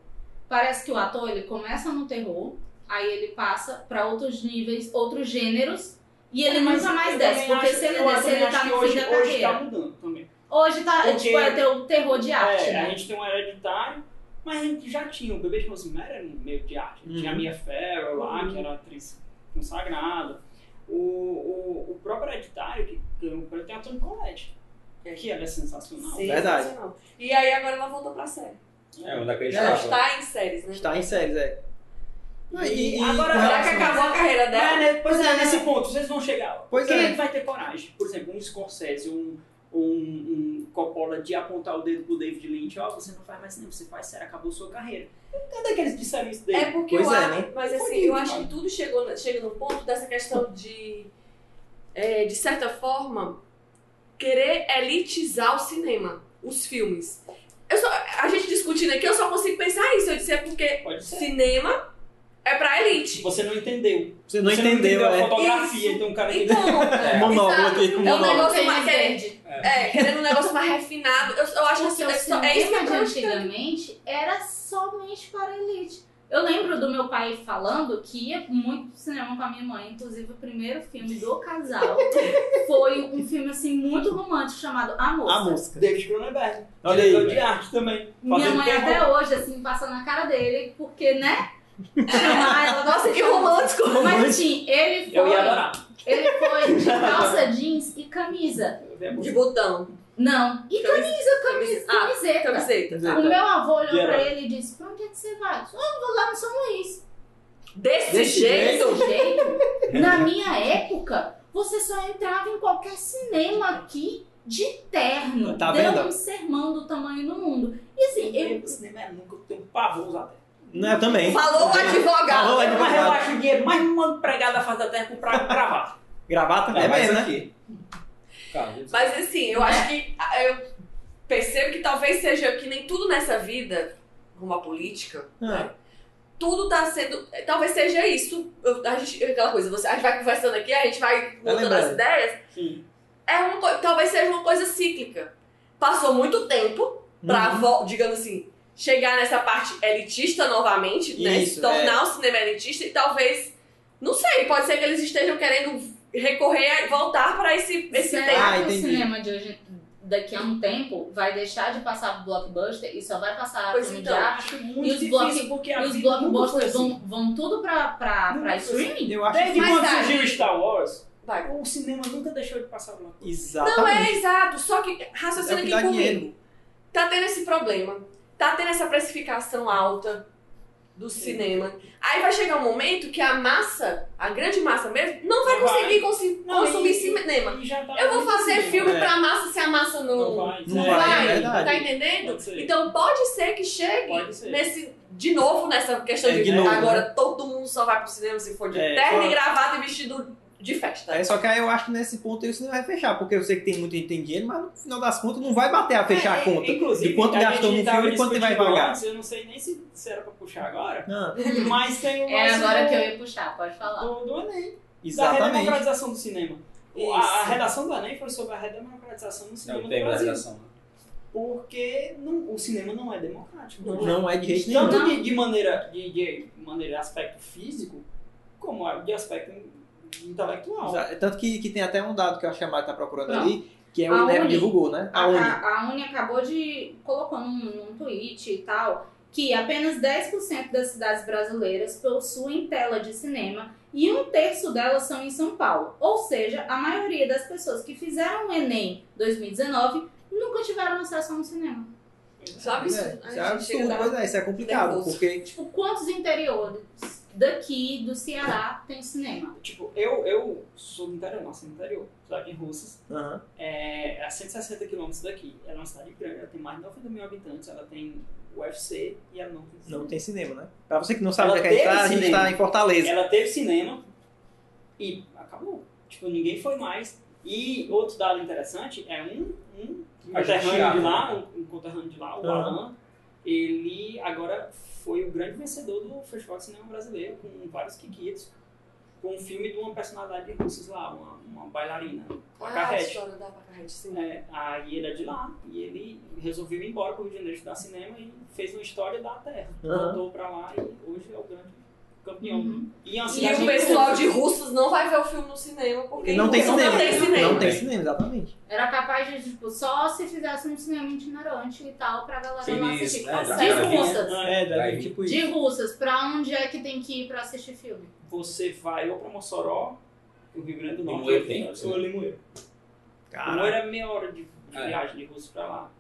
Speaker 1: Parece que o ator ele começa no terror, aí ele passa pra outros níveis, outros gêneros, e ele
Speaker 4: É, Mas
Speaker 1: nunca mais
Speaker 4: eu
Speaker 1: desce,
Speaker 4: também
Speaker 1: porque
Speaker 4: acho-
Speaker 1: se ele
Speaker 4: eu
Speaker 1: descer, ele
Speaker 4: também
Speaker 1: tá
Speaker 4: acho
Speaker 1: no
Speaker 4: que
Speaker 1: fim
Speaker 4: hoje,
Speaker 1: da
Speaker 4: hoje
Speaker 1: carreira.
Speaker 4: tá mudando também.
Speaker 1: Hoje tá,
Speaker 4: Porque-
Speaker 1: tipo, é ter o terror de arte,
Speaker 4: É,
Speaker 1: né?
Speaker 4: a gente tem um hereditário, mas a gente já tinha. O bebê de Rosemary era um meio de arte.
Speaker 2: Uhum.
Speaker 4: Tinha a Mia Farrow lá,
Speaker 1: Uhum.
Speaker 4: que era atriz consagrada. O, o, o próprio hereditário, que ganhou o prêmio, tem a Toni Collette, que ela é sensacional.
Speaker 3: Sim,
Speaker 2: Verdade.
Speaker 3: sensacional. E aí agora ela voltou pra série.
Speaker 5: É, onde é que a gente
Speaker 3: Ela
Speaker 2: tá-
Speaker 5: tava.
Speaker 3: está em séries, né?
Speaker 2: Está em séries, é. Não, e- e-
Speaker 4: Agora,
Speaker 2: com
Speaker 3: Será que
Speaker 2: relação-
Speaker 3: acabou a carreira
Speaker 4: Mas,
Speaker 3: dela?
Speaker 4: né, pois
Speaker 2: Pois é,
Speaker 4: é, nesse
Speaker 2: né?
Speaker 4: ponto, vocês vão chegar lá.
Speaker 2: Pois
Speaker 4: Quem
Speaker 2: é.
Speaker 4: é que vai ter coragem? Por exemplo, um Scorsese, um, um, um Coppola de apontar o dedo pro David Lynch, ó, você não faz mais cinema, você faz sério, acabou sua carreira. é Cadê aqueles disseram isso dele?
Speaker 3: É porque
Speaker 2: Pois
Speaker 3: eu
Speaker 2: é,
Speaker 3: acho.
Speaker 2: né?
Speaker 3: Mas assim,
Speaker 4: Pode ir,
Speaker 3: eu acho
Speaker 4: mano.
Speaker 3: que tudo chegou, na- chega no ponto dessa questão de. é, de certa forma, querer elitizar o cinema, os filmes. Eu só, a gente discutindo aqui, eu só consigo pensar isso. Eu disse, é porque
Speaker 4: Pode ser.
Speaker 3: cinema é pra elite.
Speaker 4: Você não entendeu.
Speaker 2: Você não
Speaker 4: você
Speaker 2: entendeu,
Speaker 4: não entendeu a
Speaker 2: é.
Speaker 4: fotografia,
Speaker 3: Isso.
Speaker 4: então o cara que.
Speaker 3: Então,
Speaker 5: É,
Speaker 2: Monólogo
Speaker 3: Exato.
Speaker 2: aqui com
Speaker 3: É um
Speaker 2: monólogo.
Speaker 3: negócio mais. É, é, querendo um negócio mais refinado. Eu, eu acho
Speaker 1: Porque
Speaker 3: que
Speaker 1: o
Speaker 3: é, só,
Speaker 1: cinema
Speaker 3: é isso que é
Speaker 1: de
Speaker 3: pra-
Speaker 1: antigamente era somente para elite. Eu lembro do meu pai falando que ia muito pro cinema com a minha mãe. Inclusive, o primeiro filme do
Speaker 3: <laughs>
Speaker 1: casal foi um filme, assim, muito romântico chamado A Moça.
Speaker 2: A música.
Speaker 4: <laughs> David Cronenberg.
Speaker 2: Olha aí,
Speaker 4: Diretor de
Speaker 2: velho.
Speaker 4: arte também.
Speaker 1: Minha
Speaker 4: fazendo
Speaker 1: mãe
Speaker 4: terror.
Speaker 1: até hoje, assim, passa na cara dele, porque,
Speaker 3: <laughs>
Speaker 1: né? Chamar ela,
Speaker 3: Nossa, que romântico!
Speaker 1: Mas, assim, ele
Speaker 4: Eu ia
Speaker 1: foi,
Speaker 4: adorar.
Speaker 1: ele foi
Speaker 4: <laughs>
Speaker 1: de calça jeans e camisa.
Speaker 4: Eu ia
Speaker 3: De
Speaker 4: muito.
Speaker 3: botão.
Speaker 1: Não, e
Speaker 3: Camisa-
Speaker 1: camisa, camisa,
Speaker 3: camisa- ah,
Speaker 1: camiseta.
Speaker 3: Camiseta.
Speaker 1: O meu
Speaker 2: Tá.
Speaker 1: avô olhou
Speaker 4: De
Speaker 1: pra ele e disse: Pra onde é que você vai? Eu disse, "Ah, eu vou lá no São Luís.
Speaker 3: Desse,
Speaker 2: Desse
Speaker 3: jeito.
Speaker 1: Desse jeito, na minha época, você só entrava em qualquer cinema aqui de terno.
Speaker 2: Tá
Speaker 1: deu
Speaker 2: vendo?
Speaker 1: um sermão do tamanho do mundo. E assim, eu,
Speaker 4: Eu, cinema é nunca, eu tenho pavor usar terra.
Speaker 2: Não, eu também.
Speaker 3: Falou o advogado.
Speaker 2: Falou o advogado.
Speaker 4: Mas eu acho o dinheiro mais mal empregado da face da terra é <laughs> comprar gravata.
Speaker 2: Gravata
Speaker 5: Tá,
Speaker 2: é
Speaker 5: mas
Speaker 2: mesmo, né?
Speaker 5: aqui. Calma.
Speaker 3: Mas assim, eu acho que. Eu percebo que talvez seja que nem tudo nessa vida, rumo à política,
Speaker 2: Ah,
Speaker 3: tudo tá sendo. Talvez seja isso. Eu- a gente, aquela coisa, você, a gente vai conversando aqui, a gente vai montando
Speaker 2: Tá lembrando.
Speaker 3: as ideias.
Speaker 4: Sim.
Speaker 3: É uma, coi- talvez seja uma coisa cíclica. Passou muito tempo pra, vo- digamos assim, chegar nessa parte elitista novamente, né?
Speaker 2: Isso,
Speaker 3: Tornar o cinema elitista e talvez. Não sei, pode ser que eles estejam querendo recorrer, a- voltar pra esse, esse
Speaker 1: será
Speaker 3: tema.
Speaker 2: Ah,
Speaker 1: que o
Speaker 2: entendi.
Speaker 1: cinema de hoje, daqui a um tempo, vai deixar de passar blockbuster e só vai passar
Speaker 3: Pois
Speaker 1: filme
Speaker 3: então,
Speaker 1: de
Speaker 4: Eu
Speaker 1: arte?
Speaker 4: acho
Speaker 1: E
Speaker 4: muito
Speaker 1: os
Speaker 4: difícil
Speaker 1: block-
Speaker 4: porque a
Speaker 1: E os
Speaker 4: vida nunca foi
Speaker 1: blockbusters
Speaker 4: assim.
Speaker 1: vão, vão tudo pra, pra,
Speaker 4: Não,
Speaker 1: pra
Speaker 4: não sei.
Speaker 3: assim.
Speaker 1: streaming?
Speaker 2: Eu acho
Speaker 4: Desde
Speaker 1: Mas
Speaker 4: quando
Speaker 1: tá,
Speaker 4: surgiu Star Wars,
Speaker 3: Vai.
Speaker 4: o cinema nunca deixou de passar uma coisa.
Speaker 2: Exatamente.
Speaker 3: Não é exato, só que
Speaker 2: É
Speaker 3: raciocina
Speaker 2: o que
Speaker 3: aqui
Speaker 2: dá
Speaker 3: comigo.
Speaker 2: dinheiro.
Speaker 3: Tá tendo esse problema, tá tendo essa precificação alta do cinema. Aí vai chegar um momento que a massa, a grande massa mesmo, não vai
Speaker 4: Não vai.
Speaker 3: conseguir consi-
Speaker 4: Não,
Speaker 3: consumir
Speaker 4: e-
Speaker 3: cinema.
Speaker 4: E já tá
Speaker 3: Eu vou
Speaker 4: muito
Speaker 3: fazer
Speaker 4: cinema.
Speaker 3: filme
Speaker 2: É.
Speaker 3: pra massa se a massa
Speaker 4: Não
Speaker 3: não.
Speaker 4: vai.
Speaker 2: Não
Speaker 4: né?
Speaker 2: vai,
Speaker 3: vai,
Speaker 2: é verdade.
Speaker 3: tá entendendo?
Speaker 4: Pode ser.
Speaker 3: Então pode ser que chegue
Speaker 4: Pode ser.
Speaker 3: nesse. De novo, né? nessa questão
Speaker 2: É,
Speaker 3: de,
Speaker 2: de novo,
Speaker 3: agora todo mundo só vai pro cinema se for de
Speaker 2: É,
Speaker 3: terno
Speaker 2: só-
Speaker 3: e gravata e vestido de festa.
Speaker 2: É, só que aí eu acho que nesse ponto aí o cinema vai fechar, porque eu sei que tem muita gente que tem dinheiro, mas no final das contas não vai bater a fechar a conta.
Speaker 4: Inclusive,
Speaker 2: Então, de quanto
Speaker 4: a
Speaker 2: gastou
Speaker 4: gente
Speaker 2: no
Speaker 4: tava
Speaker 2: filme e quanto ele vai
Speaker 4: discutindo
Speaker 2: pagar.
Speaker 4: antes, Eu não sei nem se, se era pra puxar agora,
Speaker 2: Ah,
Speaker 4: mas tem o
Speaker 1: Era
Speaker 4: lance
Speaker 1: É, agora
Speaker 4: do-
Speaker 1: que eu ia puxar, pode falar.
Speaker 4: do, do Enem, da
Speaker 2: exatamente.
Speaker 4: redemocratização do cinema.
Speaker 3: Isso.
Speaker 4: A, a redação do Enem foi sobre a redemocratização do
Speaker 5: É
Speaker 4: cinema
Speaker 5: o
Speaker 4: no
Speaker 5: tema da
Speaker 4: Brasil.
Speaker 5: redação. né?
Speaker 4: Porque não- o cinema não é democrático.
Speaker 3: Não
Speaker 2: Não é de jeito nenhum.
Speaker 4: Tanto
Speaker 1: Não.
Speaker 4: de, de maneira, de, de maneira de aspecto físico, como de aspecto intelectual.
Speaker 2: Exa- é Tanto que, que tem até um dado que eu acho que a Mari tá procurando
Speaker 1: Não. Ah,
Speaker 2: ali, que é o
Speaker 1: A
Speaker 2: INEP
Speaker 1: Uni.
Speaker 2: divulgou, né?
Speaker 1: A,
Speaker 2: A Uni.
Speaker 1: a, a Uni acabou de. colocou num, num tweet e tal que apenas 10% das cidades brasileiras possuem tela de cinema e um terço delas são em São Paulo. Ou seja, a maioria das pessoas que fizeram o Enem 2019 nunca tiveram acesso a um cinema.
Speaker 3: Sabe isso?
Speaker 2: É,
Speaker 3: Ai,
Speaker 2: isso é
Speaker 3: gente, chega
Speaker 2: absurdo,
Speaker 3: né? a dar-
Speaker 2: pois é, isso é complicado,
Speaker 3: nervoso.
Speaker 2: porque
Speaker 1: Tipo, quantos interiores daqui do Ceará tem cinema?
Speaker 4: Tipo, eu, eu sou do interior, nasci no interior, cidade em Russas.
Speaker 2: aham,
Speaker 4: É, a 160 quilômetros daqui. Ela é uma cidade grande, ela tem mais de 90 mil habitantes, ela tem UFC e ela não tem
Speaker 2: não
Speaker 4: cinema.
Speaker 2: tem cinema, né? Pra você que não sabe
Speaker 4: Ela
Speaker 2: onde é que a gente
Speaker 4: teve
Speaker 2: tá, a gente
Speaker 4: cinema.
Speaker 2: tá em Fortaleza.
Speaker 4: Ela teve cinema e acabou. Tipo, ninguém foi mais. E outro dado interessante é um, um
Speaker 5: A gente
Speaker 4: conterrâneo de
Speaker 5: acha,
Speaker 4: lá,
Speaker 5: né?
Speaker 4: um, um conterrâneo de lá, o
Speaker 2: Aham.
Speaker 4: Alan, ele agora foi o grande vencedor do Festival de Cinema Brasileiro, com vários Kikitos. com um filme de uma personalidade russa lá, uma, uma bailarina,
Speaker 3: Ah,
Speaker 4: a
Speaker 3: a
Speaker 4: Carrete.
Speaker 3: história da Pacarrete, sim.
Speaker 4: É, aí ele é de lá, e ele resolveu ir embora para o Rio de Janeiro estudar cinema e fez uma história da terra.
Speaker 2: Aham.
Speaker 4: Voltou para lá e hoje é o grande campeão.
Speaker 1: Uhum.
Speaker 4: E, é uma
Speaker 3: E
Speaker 4: cidade
Speaker 3: o
Speaker 1: Cidade
Speaker 3: pessoal
Speaker 4: russa.
Speaker 3: de russos não vai ver o filme no cinema porque
Speaker 2: E não tem
Speaker 3: não
Speaker 2: cinema.
Speaker 3: tem cinema.
Speaker 2: Não tem cinema, exatamente.
Speaker 1: Era capaz de, tipo, só se fizesse um cinema itinerante e tal pra galera lá
Speaker 5: Filmes,
Speaker 1: assistir.
Speaker 5: né, da-
Speaker 1: de
Speaker 5: da-
Speaker 1: russas.
Speaker 4: né?
Speaker 2: É,
Speaker 5: Daí.
Speaker 2: tipo
Speaker 1: De russas, pra onde é que tem que ir pra assistir filme?
Speaker 4: Você vai ou para Mossoró, no Rio Grande do Norte,
Speaker 5: Limoeiro tem?
Speaker 4: ou Limoeiro. Limoeiro
Speaker 2: Cara,
Speaker 4: é meia hora de, de
Speaker 5: É.
Speaker 4: viagem de russo para lá.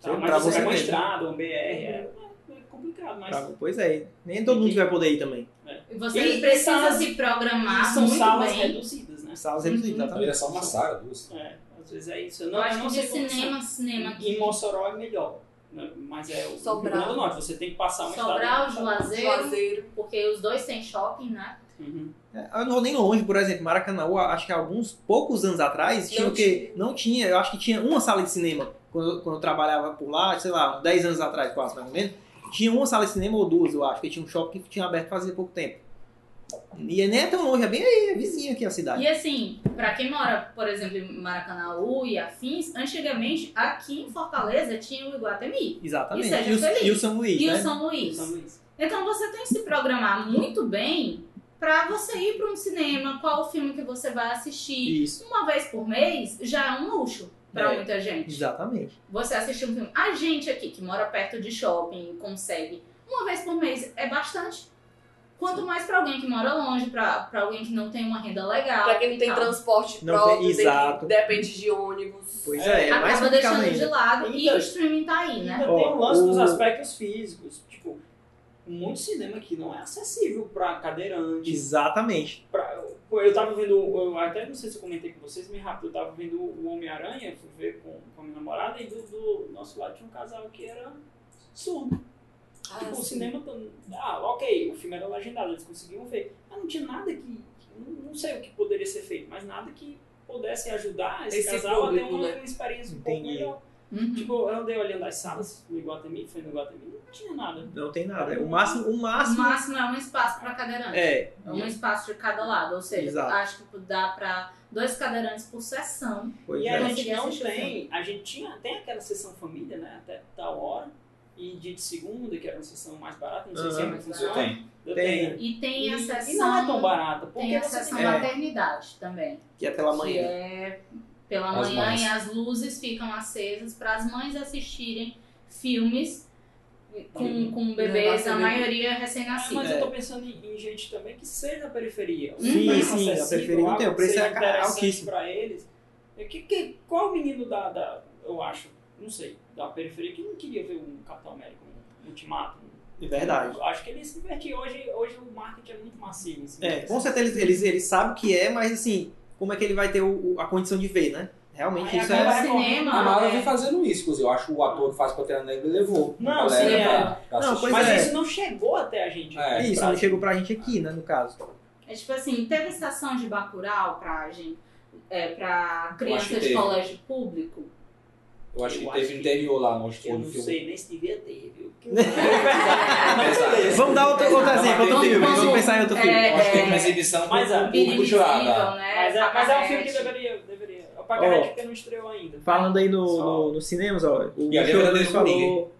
Speaker 4: Tá,
Speaker 2: Pra
Speaker 4: mas
Speaker 2: você
Speaker 4: você pega uma
Speaker 2: ver.
Speaker 4: estrada, um BR, é, é complicado, mas...
Speaker 2: tá, pois é. Nem todo mundo vai poder ir também.
Speaker 1: E você
Speaker 4: E
Speaker 1: precisa
Speaker 4: salas-
Speaker 1: se programar
Speaker 4: são
Speaker 1: Ah, muito
Speaker 4: salas
Speaker 1: bem.
Speaker 4: reduzidas, né?
Speaker 2: Salas
Speaker 1: Uhum.
Speaker 2: reduzidas, exatamente.
Speaker 5: Talvez é só uma saga, duas.
Speaker 4: É, às vezes é isso. Eu
Speaker 1: Eu
Speaker 4: não,
Speaker 1: acho
Speaker 4: eu não
Speaker 1: que de
Speaker 4: sei como
Speaker 1: cinema, cinema
Speaker 4: funciona. Em Mossoró é melhor. né? Mas é o
Speaker 3: Sobral.
Speaker 4: Rio Grande do Norte. Você tem que passar uma
Speaker 1: Sobral,
Speaker 4: estrada.
Speaker 1: Juazeiro,
Speaker 3: Juazeiro.
Speaker 1: porque os dois têm shopping, né?
Speaker 4: Uhum.
Speaker 2: É, Eu não vou nem longe, por exemplo, Maracanã, acho que há alguns poucos anos atrás, tinha
Speaker 3: Não
Speaker 2: o quê? Não tinha, eu acho que tinha uma sala de cinema quando, eu- quando eu trabalhava por lá, sei lá, 10 anos atrás, quase mais ou menos. Tinha uma sala de cinema ou duas, eu acho, que tinha um shopping que tinha aberto fazia pouco tempo. E nem é tão longe, é bem aí, é vizinho aqui a cidade.
Speaker 1: E assim, pra quem mora, por exemplo, em Maracanaú e afins, antigamente aqui em Fortaleza tinha o Iguatemi
Speaker 2: Exatamente.
Speaker 1: é- E seja
Speaker 2: o,
Speaker 1: feliz.
Speaker 2: e o São Luís,
Speaker 1: e
Speaker 2: né?
Speaker 1: o São Luís.
Speaker 4: São Luís.
Speaker 1: Então você tem que se programar muito bem pra você ir pra um cinema, qual o filme que você vai assistir.
Speaker 2: Isso,
Speaker 1: Uma vez por mês já é um luxo pra
Speaker 2: É.
Speaker 1: muita gente.
Speaker 2: exatamente.
Speaker 1: Você assistir um filme. A gente aqui que mora perto de shopping consegue uma vez por mês é bastante. Quanto mais pra alguém que mora longe, pra pra alguém que não tem uma renda legal.
Speaker 3: Pra quem não tem
Speaker 1: e tal.
Speaker 3: transporte
Speaker 2: Não
Speaker 3: próprio,
Speaker 2: tem-
Speaker 3: tem-
Speaker 2: exato.
Speaker 3: depende de ônibus.
Speaker 2: Pois é, é mais
Speaker 1: acaba
Speaker 2: complicado
Speaker 1: deixando de
Speaker 2: ainda.
Speaker 1: lado e
Speaker 4: Então-
Speaker 1: o streaming tá aí, né?
Speaker 4: Ainda
Speaker 2: Ó,
Speaker 4: tem o lance dos
Speaker 2: o-
Speaker 4: aspectos físicos. Tipo, muito cinema que não é acessível pra cadeirantes,
Speaker 2: Exatamente.
Speaker 4: Pra, pô, eu tava vendo, eu até não sei se eu comentei com vocês, me rápido, eu tava vendo o Homem-Aranha, fui ver com, com a minha namorada, e do, do nosso lado tinha um casal que era surdo.
Speaker 3: Ah,
Speaker 4: tipo, o
Speaker 3: sim.
Speaker 4: cinema. tam- Ah, ok, o filme era legendado, eles conseguiam ver. Mas não tinha nada que. que- não- não sei o que poderia ser feito, mas nada que pudesse ajudar esse,
Speaker 3: Esse
Speaker 4: casal a ter
Speaker 3: público,
Speaker 4: uma,
Speaker 3: né?
Speaker 4: uma experiência um pouco
Speaker 2: Entendi.
Speaker 4: melhor.
Speaker 1: Uhum.
Speaker 4: Tipo, eu andei olhando as salas no Iguatemi, foi no Iguatemi, não tinha nada.
Speaker 2: Não tem nada. O máximo, o
Speaker 1: O
Speaker 2: máximo.
Speaker 1: máximo é um espaço pra cadeirante.
Speaker 2: É,
Speaker 1: É Um espaço de cada lado. Ou seja,
Speaker 2: Exato.
Speaker 1: acho que dá pra dois cadeirantes por sessão.
Speaker 2: pois
Speaker 4: e
Speaker 2: é.
Speaker 4: a
Speaker 1: Mas
Speaker 4: gente
Speaker 1: Conseguia
Speaker 4: não
Speaker 1: assistir o
Speaker 4: tem, a gente tinha tem aquela sessão família, né, até tal hora, e dia de segunda, que era uma sessão mais barata, não sei se
Speaker 2: Aham.
Speaker 4: ainda
Speaker 5: Eu
Speaker 4: funciona.
Speaker 5: tenho.
Speaker 4: Eu
Speaker 2: Tem.
Speaker 4: tenho.
Speaker 1: E tem a
Speaker 4: E-
Speaker 1: sessão.
Speaker 4: E não é tão barata, porque
Speaker 1: Tem a
Speaker 4: você
Speaker 1: sessão
Speaker 4: tem-
Speaker 2: É.
Speaker 1: maternidade também.
Speaker 2: Que é pela
Speaker 1: Que
Speaker 2: manhã.
Speaker 1: é pela
Speaker 5: né? As
Speaker 1: manhã
Speaker 5: mães.
Speaker 1: e as luzes ficam acesas para as mães assistirem filmes com, com bebês,
Speaker 3: Negócio
Speaker 5: é
Speaker 1: a
Speaker 3: bem-
Speaker 1: maioria
Speaker 4: Ah,
Speaker 1: recém-nascida.
Speaker 4: mas
Speaker 2: É.
Speaker 4: eu tô pensando em, em gente também que seja da periferia. Um
Speaker 2: Sim,
Speaker 4: preço
Speaker 2: sim, da
Speaker 4: acessível,
Speaker 2: periferia não
Speaker 4: algo
Speaker 2: tem, o
Speaker 4: que
Speaker 2: preço
Speaker 4: seja
Speaker 2: é ca-
Speaker 4: interessante
Speaker 2: altíssimo.
Speaker 4: Pra eles. É que, que, qual o menino da, da- eu acho, não sei, da periferia que não queria ver um Capitão América, um Ultimato?
Speaker 2: É verdade.
Speaker 4: Eu acho que eles se divertiam. Hoje, hoje o marketing é muito massivo. Assim,
Speaker 2: É, com certeza eles, eles, eles sabem o que é, mas assim, como é que ele vai ter o- o- a condição de ver, né? Realmente
Speaker 4: Aí
Speaker 2: isso
Speaker 4: agora
Speaker 2: é.
Speaker 1: é cinema,
Speaker 5: A
Speaker 4: Ah,
Speaker 5: Marvel
Speaker 4: é.
Speaker 5: vem fazendo isso, inclusive. Eu acho que o ator que faz Pantera Negra levou.
Speaker 4: Não,
Speaker 5: a galera
Speaker 4: sim, é.
Speaker 5: pra- pra
Speaker 2: Não,
Speaker 5: assistir.
Speaker 2: pois
Speaker 4: Mas
Speaker 2: é.
Speaker 4: isso não chegou até a gente.
Speaker 5: É.
Speaker 2: Isso,
Speaker 4: Pra-
Speaker 2: não chegou pra gente aqui, né, no caso.
Speaker 1: É tipo assim, teve estação de Bacurau pra gente, é, pra
Speaker 5: acho
Speaker 1: criança
Speaker 5: que
Speaker 1: de
Speaker 5: teve.
Speaker 1: colégio público.
Speaker 5: Eu acho que
Speaker 4: Eu
Speaker 5: teve
Speaker 4: acho
Speaker 5: no interior lá, no
Speaker 4: Eu
Speaker 5: estúdio
Speaker 4: não
Speaker 5: do filme.
Speaker 4: sei nem se devia ter,
Speaker 2: <laughs>
Speaker 4: viu?
Speaker 5: Exato.
Speaker 2: Vamos dar outro, outro
Speaker 5: Não,
Speaker 2: exemplo, outro
Speaker 5: vamos-
Speaker 2: filme. Vamos
Speaker 1: vamos-
Speaker 2: pensar em outro
Speaker 1: é,
Speaker 2: filme.
Speaker 5: Eu acho que teve uma exibição
Speaker 4: Mas a-
Speaker 5: com o público
Speaker 1: Invisível,
Speaker 5: jurado.
Speaker 1: né?
Speaker 4: Mas é, mas é um filme que
Speaker 1: Facarete.
Speaker 4: deveria. deveria. O Pacarete porque não estreou ainda.
Speaker 2: Falando aí no,
Speaker 4: Só-
Speaker 2: no- nos cinemas, ó, o
Speaker 5: E a
Speaker 2: Show
Speaker 5: Verdadeiro
Speaker 2: Luiz falou,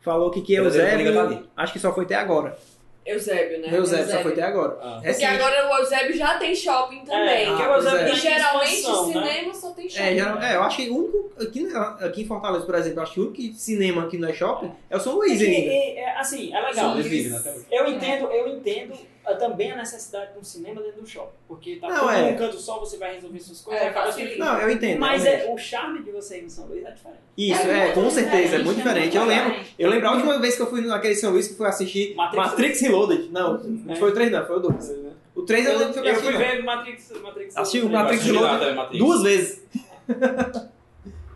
Speaker 2: falou que que é o
Speaker 5: Verdadeiro Coringa tá
Speaker 2: Zé, acho que só foi até agora.
Speaker 3: Eusébio, né?
Speaker 2: Meu Zé, só foi até agora. É
Speaker 5: Ah.
Speaker 3: Porque
Speaker 2: Recente.
Speaker 3: agora o Eusébio já tem shopping
Speaker 4: É,
Speaker 3: também.
Speaker 2: Ah,
Speaker 4: porque
Speaker 2: pois
Speaker 4: o Zé
Speaker 2: é.
Speaker 4: tá
Speaker 3: e
Speaker 4: em
Speaker 3: geralmente
Speaker 4: expansão, né?
Speaker 3: cinema só tem shopping.
Speaker 2: É, já, é, eu acho que o único, aqui, né, aqui em Fortaleza, por exemplo, eu acho que o único cinema aqui não é shopping é o São
Speaker 4: É,
Speaker 2: Luís
Speaker 4: que,
Speaker 2: ainda.
Speaker 4: é, é, assim, é legal.
Speaker 5: São Luís vive, né, até hoje.
Speaker 4: Eu entendo, eu entendo ah, também a necessidade de um cinema dentro do shopping. Porque tá
Speaker 2: Não,
Speaker 4: todo
Speaker 2: é.
Speaker 4: num canto só, você vai resolver suas coisas
Speaker 3: É,
Speaker 4: e acaba
Speaker 3: facilita.
Speaker 4: se-
Speaker 2: Não, eu entendo.
Speaker 4: Mas
Speaker 2: realmente.
Speaker 4: é, o charme de você ir no São Luís é diferente.
Speaker 2: Isso, é, com
Speaker 1: muito né?
Speaker 2: certeza, é muito diferente. Eu lembro,
Speaker 1: diferente.
Speaker 2: eu lembro a última vez que eu fui naquele São Luís que fui assistir
Speaker 4: Matrix.
Speaker 2: Matrix, Reloaded. Não, não
Speaker 4: É.
Speaker 2: foi o 3 não, foi o 2. O 3 eu lembro que eu
Speaker 4: Eu fui
Speaker 2: assisti
Speaker 4: ver Matrix. Matrix
Speaker 2: Assisti Ah, o
Speaker 4: três.
Speaker 5: Eu acho
Speaker 2: Matrix
Speaker 5: que
Speaker 2: Lobo.
Speaker 5: jurado é Matrix.
Speaker 2: duas vezes.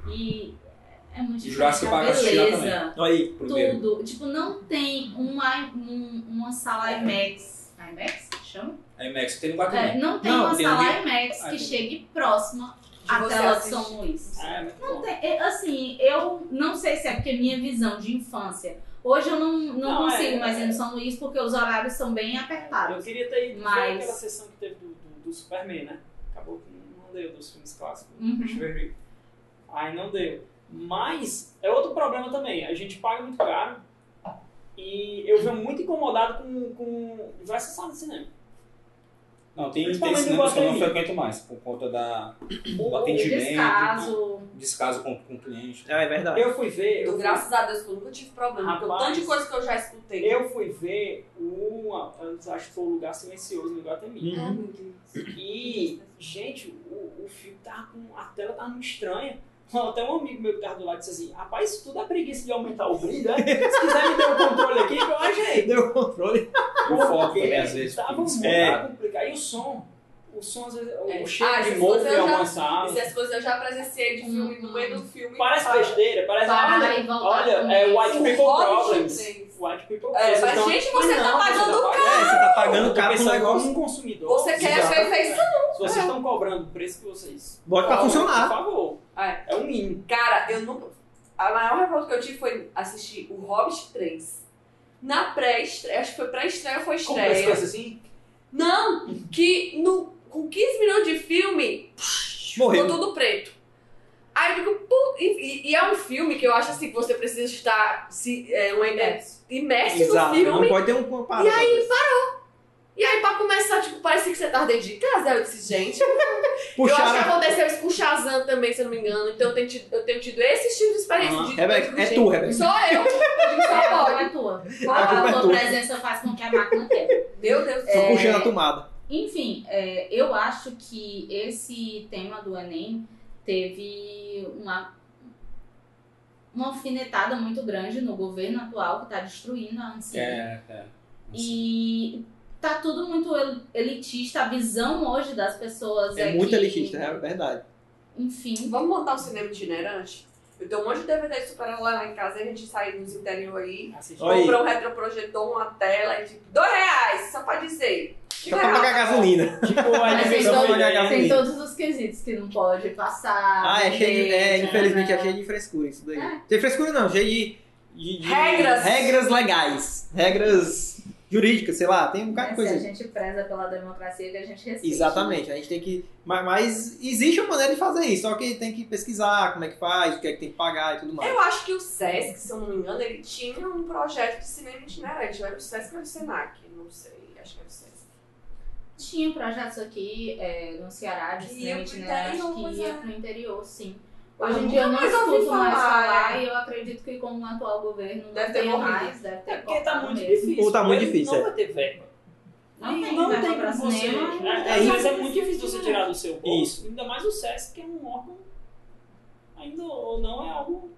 Speaker 1: E é muito
Speaker 5: E Jurassic
Speaker 1: diferente. A
Speaker 5: Park assistia
Speaker 1: beleza,
Speaker 2: Olha aí.
Speaker 5: Primeiro.
Speaker 1: tudo. Tipo, não tem uma, um- uma sala IMAX. IMAX? que Chama?
Speaker 5: Aí, Max, tem um no
Speaker 1: É,
Speaker 5: Guatemi.
Speaker 1: não tem
Speaker 2: Não,
Speaker 1: uma
Speaker 5: tem
Speaker 1: sala
Speaker 5: ali-
Speaker 1: IMAX
Speaker 5: Ah,
Speaker 1: que
Speaker 5: tem.
Speaker 1: chegue próxima
Speaker 3: De
Speaker 1: à
Speaker 3: você
Speaker 1: tela de
Speaker 3: assistir.
Speaker 1: São Luís.
Speaker 4: Ah, é muito
Speaker 1: Não
Speaker 4: bom.
Speaker 1: tem, é, assim, eu não sei se é porque minha visão de infância. Hoje eu não, não,
Speaker 4: Não,
Speaker 1: consigo
Speaker 4: é,
Speaker 1: mais ir
Speaker 4: é.
Speaker 1: no São Luís porque os horários são bem
Speaker 4: Eu
Speaker 1: apertados.
Speaker 4: queria ter ido ver
Speaker 1: Mas-
Speaker 4: aquela sessão que teve do do Superman, né? Acabou que não deu dos filmes clássicos,
Speaker 1: Uhum.
Speaker 4: do Bicho Vermelho. Aí não deu. Mas é outro problema também. A gente paga muito caro e eu venho muito incomodado com, com diversas salas de cinema.
Speaker 5: Não, tem, tem
Speaker 4: Principalmente
Speaker 5: cinemas que eu não
Speaker 4: Guarani.
Speaker 5: frequento mais, por conta da
Speaker 1: O
Speaker 5: atendimento.
Speaker 1: descaso.
Speaker 5: descaso com, com o cliente.
Speaker 2: É verdade.
Speaker 4: Eu fui ver. Eu
Speaker 3: Eu,
Speaker 4: fui,
Speaker 3: graças a Deus, um que eu nunca tive problema. Porque o
Speaker 4: Rapaz.
Speaker 3: tanto de coisa que eu já escutei.
Speaker 4: eu fui ver uma. Antes acho que foi o lugar silencioso no Iguatemi.
Speaker 2: Uhum.
Speaker 3: Ah, meu Deus.
Speaker 4: E, gente, o, o filme tava com. A tela tava muito estranha. <laughs> Até um amigo meu que tava do lado disse assim: rapaz, isso tudo é preguiça de aumentar o brilho, né? Se quiser me dar o controle aqui, então, que eu ajeito.
Speaker 2: Deu o controle.
Speaker 5: E o foco
Speaker 4: Porque
Speaker 5: também, às vezes.
Speaker 4: Tava
Speaker 5: fica assim.
Speaker 4: muito
Speaker 2: É.
Speaker 5: desfocado.
Speaker 4: complicado. E o som? O som, às vezes,
Speaker 3: É.
Speaker 4: o cheiro
Speaker 3: Ah,
Speaker 4: de
Speaker 3: essas
Speaker 4: mofo
Speaker 3: coisas
Speaker 4: em
Speaker 3: eu já- é
Speaker 4: algumas salas.
Speaker 3: Essas coisas eu já presenciei de filme,
Speaker 1: Hum.
Speaker 3: no meio do filme.
Speaker 4: Parece
Speaker 3: Fala,
Speaker 4: besteira, parece.
Speaker 1: Vai
Speaker 4: Olha,
Speaker 1: e volta.
Speaker 4: olha, é White
Speaker 3: Um
Speaker 4: Tipo, People
Speaker 3: roda de
Speaker 4: Problems.
Speaker 3: três.
Speaker 4: White
Speaker 3: É,
Speaker 4: People Problems.
Speaker 3: mas,
Speaker 4: Então,
Speaker 3: gente, você
Speaker 4: não,
Speaker 3: tá pagando
Speaker 4: você tá
Speaker 3: caro.
Speaker 2: É, você tá pagando
Speaker 4: Tá
Speaker 2: caro pro
Speaker 4: pensando como
Speaker 2: negócio.
Speaker 4: um consumidor.
Speaker 3: Você quer a
Speaker 2: Exato.
Speaker 3: perfeição.
Speaker 4: Se vocês
Speaker 3: né?
Speaker 4: estão cobrando o preço que vocês.
Speaker 2: Bote pra
Speaker 4: cobram,
Speaker 2: funcionar.
Speaker 4: Por favor.
Speaker 3: É.
Speaker 4: É um mínimo.
Speaker 3: Cara, eu nunca. A maior revolta que eu tive foi assistir O Hobbit 3. Na pré-estreia, acho que foi pré-estreia ou foi
Speaker 4: Como é
Speaker 3: estreia.
Speaker 4: coisas assim?
Speaker 3: Não, que no, com 15 minutos de filme,
Speaker 2: Morreu.
Speaker 3: ficou tudo preto. Aí eu digo, pô, e, e- e é um filme que eu acho assim que você precisa estar se, é, um, é, imerso
Speaker 2: Exato.
Speaker 3: no
Speaker 2: Não
Speaker 3: filme.
Speaker 2: pode ter um parada.
Speaker 3: E aí, E aí, pra começar, tipo, parecia que você tava dentro de casa. Aí eu disse, gente, eu acho que
Speaker 2: Puxaram.
Speaker 3: aconteceu isso com o Shazam também, se eu não me engano. Então eu tenho tido, eu tenho tido esse tipo de experiência.
Speaker 4: Ah,
Speaker 3: de,
Speaker 2: Rebeca, é
Speaker 3: de-
Speaker 2: tu, Rebeca.
Speaker 3: Só eu.
Speaker 2: <laughs>
Speaker 3: Eu digo,
Speaker 1: É,
Speaker 3: Só
Speaker 1: a
Speaker 3: pode.
Speaker 1: culpa é tua.
Speaker 2: A culpa
Speaker 1: A
Speaker 2: é
Speaker 1: tua
Speaker 2: tua.
Speaker 1: presença faz com que a máquina quebre.
Speaker 3: Meu Deus do
Speaker 2: Só
Speaker 3: céu.
Speaker 2: puxando a tomada.
Speaker 1: Enfim, é, eu acho que esse tema do Enem teve uma, uma alfinetada muito grande no governo atual que está destruindo a Ancine.
Speaker 5: É, é.
Speaker 1: E tá tudo muito el- elitista, a visão hoje das pessoas
Speaker 2: É
Speaker 1: que-
Speaker 2: muito elitista, é verdade.
Speaker 1: Enfim,
Speaker 3: Vamos montar um cinema itinerante? Eu tenho um monte de DVD de super lá em casa, a gente sai nos interior aí.
Speaker 4: Assiste.
Speaker 2: Olha aí.
Speaker 3: Compra um retroprojetor, uma tela, e tipo, dois reais, só pra dizer. é
Speaker 2: Só pra pagar gasolina.
Speaker 4: Tipo, a
Speaker 1: Mas tem,
Speaker 2: Só
Speaker 4: dimensão
Speaker 2: pra
Speaker 1: todo-
Speaker 2: pagar
Speaker 4: dele.
Speaker 1: tem
Speaker 2: gasolina.
Speaker 1: todos os quesitos que não pode passar.
Speaker 2: Ah, é
Speaker 1: não
Speaker 2: cheio de, é,
Speaker 1: deixa,
Speaker 2: infelizmente é
Speaker 1: né?
Speaker 2: cheio de frescura isso daí.
Speaker 1: É.
Speaker 2: Tem frescura não, cheio de, de- de-
Speaker 3: Regras.
Speaker 2: regras legais, regras jurídicas, sei lá, tem um bocado de
Speaker 1: Mas
Speaker 2: coisa.
Speaker 1: se a
Speaker 2: aí.
Speaker 1: gente né? preza pela democracia que a gente respeita.
Speaker 2: Exatamente, a gente tem que. ma- Mas, existe uma maneira de fazer isso, só que tem que pesquisar como é que faz, o que é que tem que pagar e tudo mais.
Speaker 3: Eu acho que o Sesc, se eu não me engano, ele tinha um projeto de cinema itinerante. Não era o Sesc ou era o Senac? Não sei, acho que era o Sesc.
Speaker 1: Tinha projetos aqui é, no Ceará de
Speaker 3: Que
Speaker 1: cinema
Speaker 3: ia pro
Speaker 1: itinerante
Speaker 3: interior,
Speaker 1: que
Speaker 3: pois
Speaker 1: ia
Speaker 3: é.
Speaker 1: pro interior, sim.
Speaker 3: Mas
Speaker 1: Hoje em
Speaker 3: eu
Speaker 1: dia eu não
Speaker 3: Ah, nunca mais ouvi
Speaker 1: escuto mais
Speaker 3: falar.
Speaker 1: falar e eu acredito que como o atual governo não
Speaker 3: Deve ter
Speaker 1: tenha
Speaker 3: morrido.
Speaker 1: mais, deve ter
Speaker 4: É porque tá
Speaker 1: cortado
Speaker 4: muito
Speaker 1: mesmo.
Speaker 4: difícil.
Speaker 2: Ou tá muito
Speaker 4: Ele
Speaker 2: difícil,
Speaker 4: Não
Speaker 2: é.
Speaker 4: vai ter verba.
Speaker 1: Não tem,
Speaker 4: não
Speaker 1: vai
Speaker 4: tem
Speaker 1: pra
Speaker 4: pra você.
Speaker 1: cinema,
Speaker 4: né?
Speaker 1: não
Speaker 4: Às
Speaker 1: tem.
Speaker 4: vezes é muito difícil você tirar do seu bolso. Ainda mais o SESC, que é um órgão, ainda ou não, é algo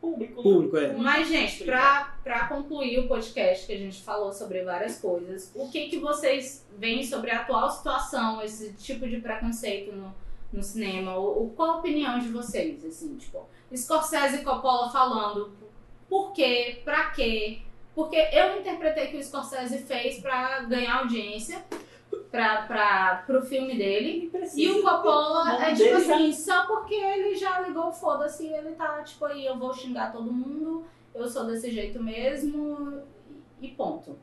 Speaker 4: público. né?
Speaker 2: Público, é.
Speaker 1: Mas, gente, pra, pra concluir o podcast que a gente falou sobre várias coisas, o que, que vocês veem sobre a atual situação, esse tipo de preconceito no, no cinema? O, o- qual a opinião de vocês, assim, tipo, Scorsese e Coppola falando por quê, pra quê? Porque eu interpretei que o Scorsese fez pra ganhar audiência pra, pra, pro filme dele.
Speaker 4: Ele precisa
Speaker 1: E o Coppola
Speaker 4: ter-
Speaker 1: é
Speaker 4: não,
Speaker 1: tipo
Speaker 4: dele já-
Speaker 1: assim, só porque ele já ligou o foda-se, ele tá tipo aí, eu vou xingar todo mundo, eu sou desse jeito mesmo e ponto.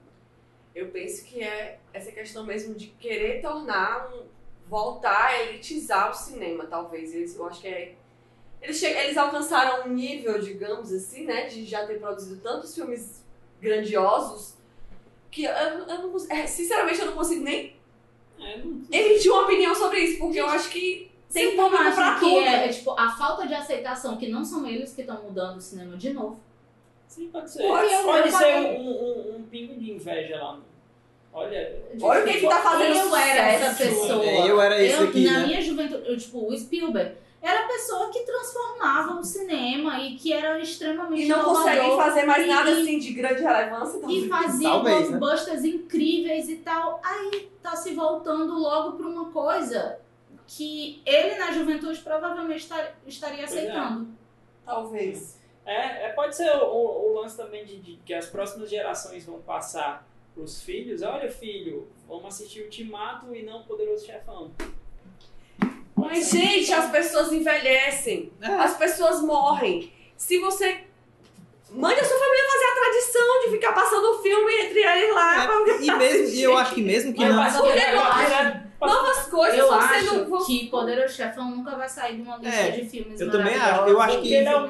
Speaker 3: Eu penso que é essa questão mesmo de querer tornar um. voltar a elitizar o cinema, talvez. Eles, eu acho que é. Eles, che- eles alcançaram um nível, digamos assim, né? De já ter produzido tantos filmes grandiosos que eu, eu não consigo. é, sinceramente, eu não consigo nem
Speaker 4: É, não-
Speaker 3: emitir uma opinião sobre isso, porque eu acho que tem
Speaker 1: Então,
Speaker 3: público
Speaker 1: acho
Speaker 3: pra
Speaker 1: que
Speaker 3: tudo.
Speaker 1: é, é, tipo a falta de aceitação, que não são eles que estão mudando o cinema de novo.
Speaker 4: Sim, pode ser.
Speaker 1: Porque eu-
Speaker 4: pode
Speaker 1: eu
Speaker 4: ser
Speaker 1: falei-
Speaker 4: um, um, um- um pingo de inveja lá. no- Olha.
Speaker 1: Tipo,
Speaker 3: Olha o que que tá fazendo
Speaker 1: eu era essa
Speaker 3: sucesso.
Speaker 1: pessoa.
Speaker 2: É, eu era esse
Speaker 1: Eu,
Speaker 2: aqui,
Speaker 1: na <laughs>
Speaker 2: né?
Speaker 1: minha juventude, eu, tipo, o Spielberg era a pessoa que transformava o cinema e que era extremamente
Speaker 3: E não conseguem
Speaker 1: inovador
Speaker 3: fazer mais
Speaker 1: e-
Speaker 3: nada
Speaker 1: e-
Speaker 3: assim de grande relevância. Então,
Speaker 1: e fazia
Speaker 2: Talvez, né?
Speaker 1: blockbusters incríveis e tal. Aí tá se voltando logo pra uma coisa que ele na juventude provavelmente estar- estaria
Speaker 4: Pois é.
Speaker 1: aceitando.
Speaker 3: Talvez.
Speaker 4: É, é, pode ser o, o- o lance também de, de que as próximas gerações vão passar pros filhos. Olha, filho, vamos assistir Ultimato e não Poderoso Chefão.
Speaker 3: Mas, gente, as pessoas envelhecem. As pessoas morrem. Se você. Mande a sua família fazer a tradição de ficar passando o filme entre eles lá.
Speaker 2: É, e mesmo, e eu acho que mesmo que
Speaker 4: Mas
Speaker 2: não.
Speaker 4: vai ser
Speaker 1: eu
Speaker 4: direto,
Speaker 1: acho-
Speaker 4: direto,
Speaker 3: Novas coisas
Speaker 1: Eu
Speaker 3: vão
Speaker 1: acho
Speaker 3: sendo. vão-
Speaker 1: que Poderoso Chefão nunca vai sair de uma lista
Speaker 2: É,
Speaker 1: de filmes
Speaker 2: eu também
Speaker 1: maravilhosos.
Speaker 2: acho. Eu acho
Speaker 4: Porque
Speaker 2: que-
Speaker 4: ele é o melhor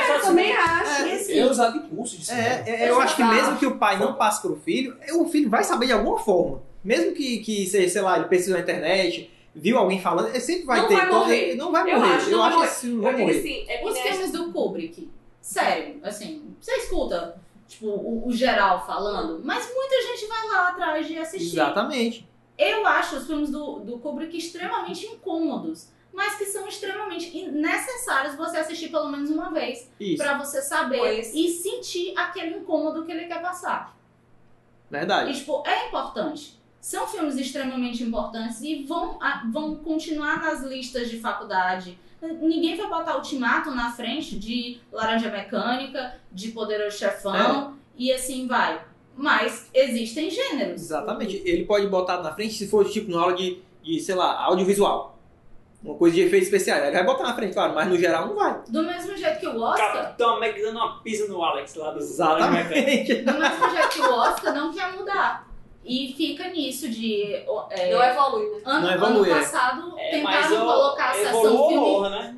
Speaker 4: que
Speaker 3: Eu também acho.
Speaker 2: É,
Speaker 3: E assim,
Speaker 5: Eu usava em curso de cinema.
Speaker 2: É, é, eu acho que mesmo que o pai não passe para o filho, é, o filho vai saber de alguma forma. Mesmo que, que sei, sei lá, ele pesquisou na internet, viu alguém falando, ele sempre vai
Speaker 3: Não
Speaker 2: ter.
Speaker 3: vai
Speaker 2: todo-
Speaker 3: morrer.
Speaker 2: Não vai
Speaker 3: Eu
Speaker 2: morrer.
Speaker 3: acho,
Speaker 2: eu
Speaker 3: não
Speaker 2: acho
Speaker 3: vai
Speaker 2: que esse filme não
Speaker 3: Eu
Speaker 2: vai
Speaker 3: digo
Speaker 2: morrer.
Speaker 3: assim, é que
Speaker 1: Os
Speaker 3: nem-
Speaker 1: filmes
Speaker 4: né?
Speaker 1: do Kubrick, sério, assim, você escuta, tipo, o, o geral falando, mas muita gente vai lá atrás de assistir.
Speaker 2: Exatamente.
Speaker 1: Eu acho os filmes do, do Kubrick extremamente incômodos, mas que são extremamente in- necessários você assistir pelo menos uma vez,
Speaker 2: Isso.
Speaker 1: pra você saber
Speaker 3: Pois.
Speaker 1: e sentir aquele incômodo que ele quer passar.
Speaker 2: Verdade.
Speaker 1: E, tipo, é importante. São filmes extremamente importantes e vão, a- vão continuar nas listas de faculdade. Ninguém vai botar Ultimato na frente de Laranja Mecânica, de Poderoso Chefão e assim vai. Mas existem gêneros.
Speaker 2: Exatamente. Ele pode botar na frente se for tipo na aula de, de, sei lá, audiovisual. Uma coisa de efeitos especiais. Ele vai botar na frente, claro, mas no geral não vai.
Speaker 1: Do mesmo jeito que o Oscar,
Speaker 4: Capitão Mac dando uma pisa no Alex lá do né,
Speaker 2: Exatamente.
Speaker 1: do mesmo jeito que o Oscar não quer mudar. E fica nisso de. ó, é,
Speaker 3: Não evolui, né?
Speaker 1: ano,
Speaker 2: Não evolui,
Speaker 1: ano
Speaker 2: é.
Speaker 1: passado
Speaker 4: É, mas
Speaker 1: tentaram
Speaker 4: eu,
Speaker 1: colocar a sessão
Speaker 4: evolua ou
Speaker 1: filme.
Speaker 4: morra, né?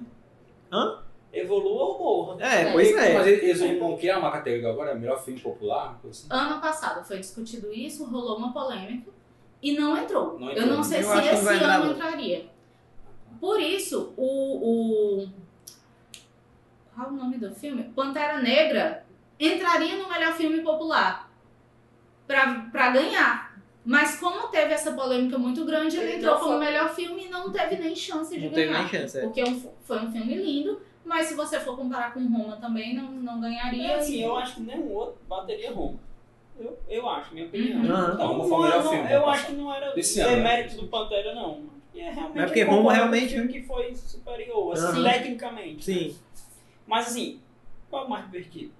Speaker 2: Hã?
Speaker 4: Evolua ou morra.
Speaker 2: É,
Speaker 1: É.
Speaker 2: pois é.
Speaker 5: Mas eles vão criar uma categoria agora, é melhor filme popular, uma coisa assim.
Speaker 1: Ano passado foi discutido isso, rolou uma polêmica e não entrou.
Speaker 5: Não
Speaker 1: Eu
Speaker 5: entrou.
Speaker 1: não sei
Speaker 2: Eu
Speaker 1: se
Speaker 2: acho que não
Speaker 1: esse
Speaker 2: vai entrar,
Speaker 1: ano
Speaker 2: não.
Speaker 1: entraria. Por isso, o, o- Qual o nome do filme? Pantera Negra entraria no melhor filme popular pra, pra ganhar. Mas como teve essa polêmica muito grande, ele
Speaker 3: Ele
Speaker 1: entrou
Speaker 3: não
Speaker 1: como
Speaker 3: foi.
Speaker 1: melhor filme e não teve nem chance de
Speaker 2: Não teve
Speaker 1: ganhar.
Speaker 2: nem chance. é.
Speaker 1: Porque é um f- foi um filme lindo, mas se você for comparar com Roma também, não, não ganharia.
Speaker 4: É assim,
Speaker 1: E-
Speaker 4: eu acho que nenhum outro bateria Roma. Eu, eu acho, minha opinião.
Speaker 2: Uhum.
Speaker 4: Então,
Speaker 5: Roma
Speaker 4: não,
Speaker 5: foi o melhor
Speaker 4: não,
Speaker 5: filme
Speaker 4: eu
Speaker 5: do
Speaker 4: acho que não era
Speaker 5: Desse ano, né?
Speaker 4: demérito do Pantera, não. E é realmente
Speaker 2: É porque
Speaker 4: eu
Speaker 2: Roma
Speaker 4: concordo
Speaker 2: realmente-
Speaker 4: com o filme que foi superior, assim,
Speaker 1: Sim.
Speaker 4: tecnicamente.
Speaker 2: Sim.
Speaker 4: Mas assim, qual é o mais divertido?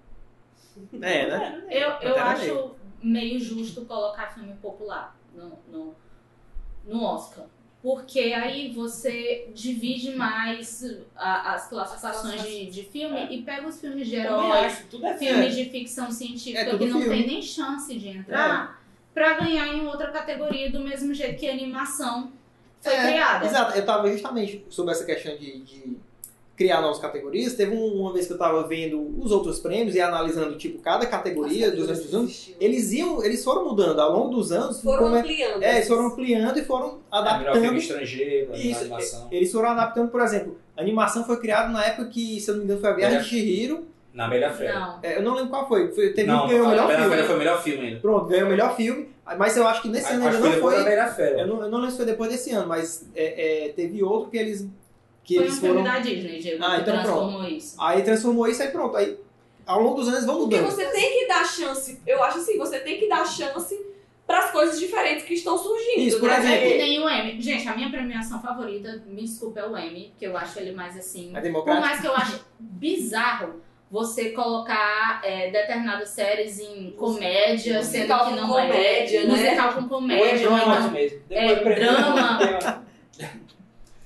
Speaker 2: É, né?
Speaker 4: Pantera Negra.
Speaker 1: Eu, eu
Speaker 2: Pantera
Speaker 1: acho meio justo colocar filme popular no, no, no Oscar. Porque aí você divide mais a- as classificações de, de filme
Speaker 4: É.
Speaker 1: e pega os filmes de
Speaker 4: Também
Speaker 1: herói,
Speaker 4: acho, tudo é filme.
Speaker 1: filmes de ficção científica
Speaker 2: É
Speaker 1: que
Speaker 2: tudo
Speaker 1: não
Speaker 2: filme. É.
Speaker 1: tem nem chance de entrar, pra ganhar em outra categoria, do mesmo jeito que a animação foi
Speaker 2: É,
Speaker 1: criada.
Speaker 2: Exato, eu tava justamente sobre essa questão de, de criar novas categorias. Teve um- uma vez que eu tava vendo os outros prêmios e analisando, tipo, cada categoria durante os anos. Eles iam, eles foram mudando ao longo dos anos.
Speaker 3: foram
Speaker 2: como é-
Speaker 3: ampliando. assim.
Speaker 2: é, eles foram ampliando e foram
Speaker 5: É, Melhor filme
Speaker 2: adaptando.
Speaker 5: estrangeiro,
Speaker 2: Isso, é.
Speaker 5: animação.
Speaker 2: Eles foram adaptando, por exemplo, a animação foi criada na época que, se eu não me engano, foi a Viagem
Speaker 5: É.
Speaker 2: de Chihiro.
Speaker 5: Na Bela Fera.
Speaker 1: Não.
Speaker 2: É, eu não lembro qual foi. foi teve um
Speaker 5: Não,
Speaker 2: que ganhou o
Speaker 5: a
Speaker 2: melhor
Speaker 5: Bela
Speaker 2: filme.
Speaker 5: Fera foi o melhor filme ainda.
Speaker 2: Pronto, ganhou o melhor filme. Mas eu acho que nesse ano
Speaker 5: Acho
Speaker 2: ainda
Speaker 5: que
Speaker 2: não
Speaker 5: foi depois da
Speaker 2: foi.
Speaker 5: Bela
Speaker 2: Eu
Speaker 5: Fera.
Speaker 2: não, eu não lembro se foi depois desse ano, mas é, é, teve outro que eles, que
Speaker 1: Foi um
Speaker 2: eles
Speaker 1: filme
Speaker 2: foram.
Speaker 1: da Disney, Diego,
Speaker 2: Ah,
Speaker 1: que
Speaker 2: então pronto.
Speaker 1: transformou isso.
Speaker 2: Aí transformou isso, aí pronto. Aí ao longo dos anos vão
Speaker 3: Porque
Speaker 2: mudando.
Speaker 3: você tem que dar chance, eu acho assim, você tem que dar chance para as coisas diferentes que estão surgindo.
Speaker 2: Isso, por
Speaker 3: né?
Speaker 1: É que
Speaker 2: exemplo.
Speaker 1: nem o M. Gente, a minha premiação favorita, me desculpa, é o M, que eu acho ele mais assim.
Speaker 2: É
Speaker 1: Por
Speaker 2: democrático.
Speaker 1: mais que eu ache bizarro você colocar é, determinadas séries em comédia, sendo que
Speaker 3: Musical com
Speaker 1: não
Speaker 3: comédia,
Speaker 1: é.
Speaker 3: né?
Speaker 1: Musical com
Speaker 4: Ou é
Speaker 1: comédia,
Speaker 4: drama
Speaker 1: drama,
Speaker 4: mesmo.
Speaker 1: É,
Speaker 4: Depois prefiro- <laughs>
Speaker 1: drama.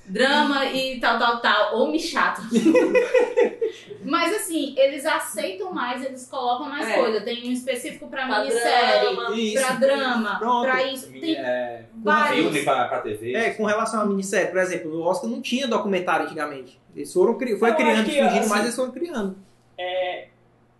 Speaker 1: drama e tal, tal, tal. Ou me chato. Mas assim, eles aceitam mais, eles colocam mais
Speaker 3: É.
Speaker 1: coisa. Tem um específico pra,
Speaker 3: Pra
Speaker 1: minissérie,
Speaker 3: drama.
Speaker 2: Isso.
Speaker 1: pra drama,
Speaker 2: Pronto.
Speaker 1: pra isso. Tem
Speaker 5: É,
Speaker 1: vários.
Speaker 5: filme pra, pra TV.
Speaker 2: É, com relação à minissérie, por exemplo, no Oscar não tinha documentário antigamente. Eles foram cri... foi
Speaker 4: Eu acho
Speaker 2: criando,
Speaker 4: que,
Speaker 2: surgindo,
Speaker 4: assim,
Speaker 2: mas eles foram criando.
Speaker 4: É,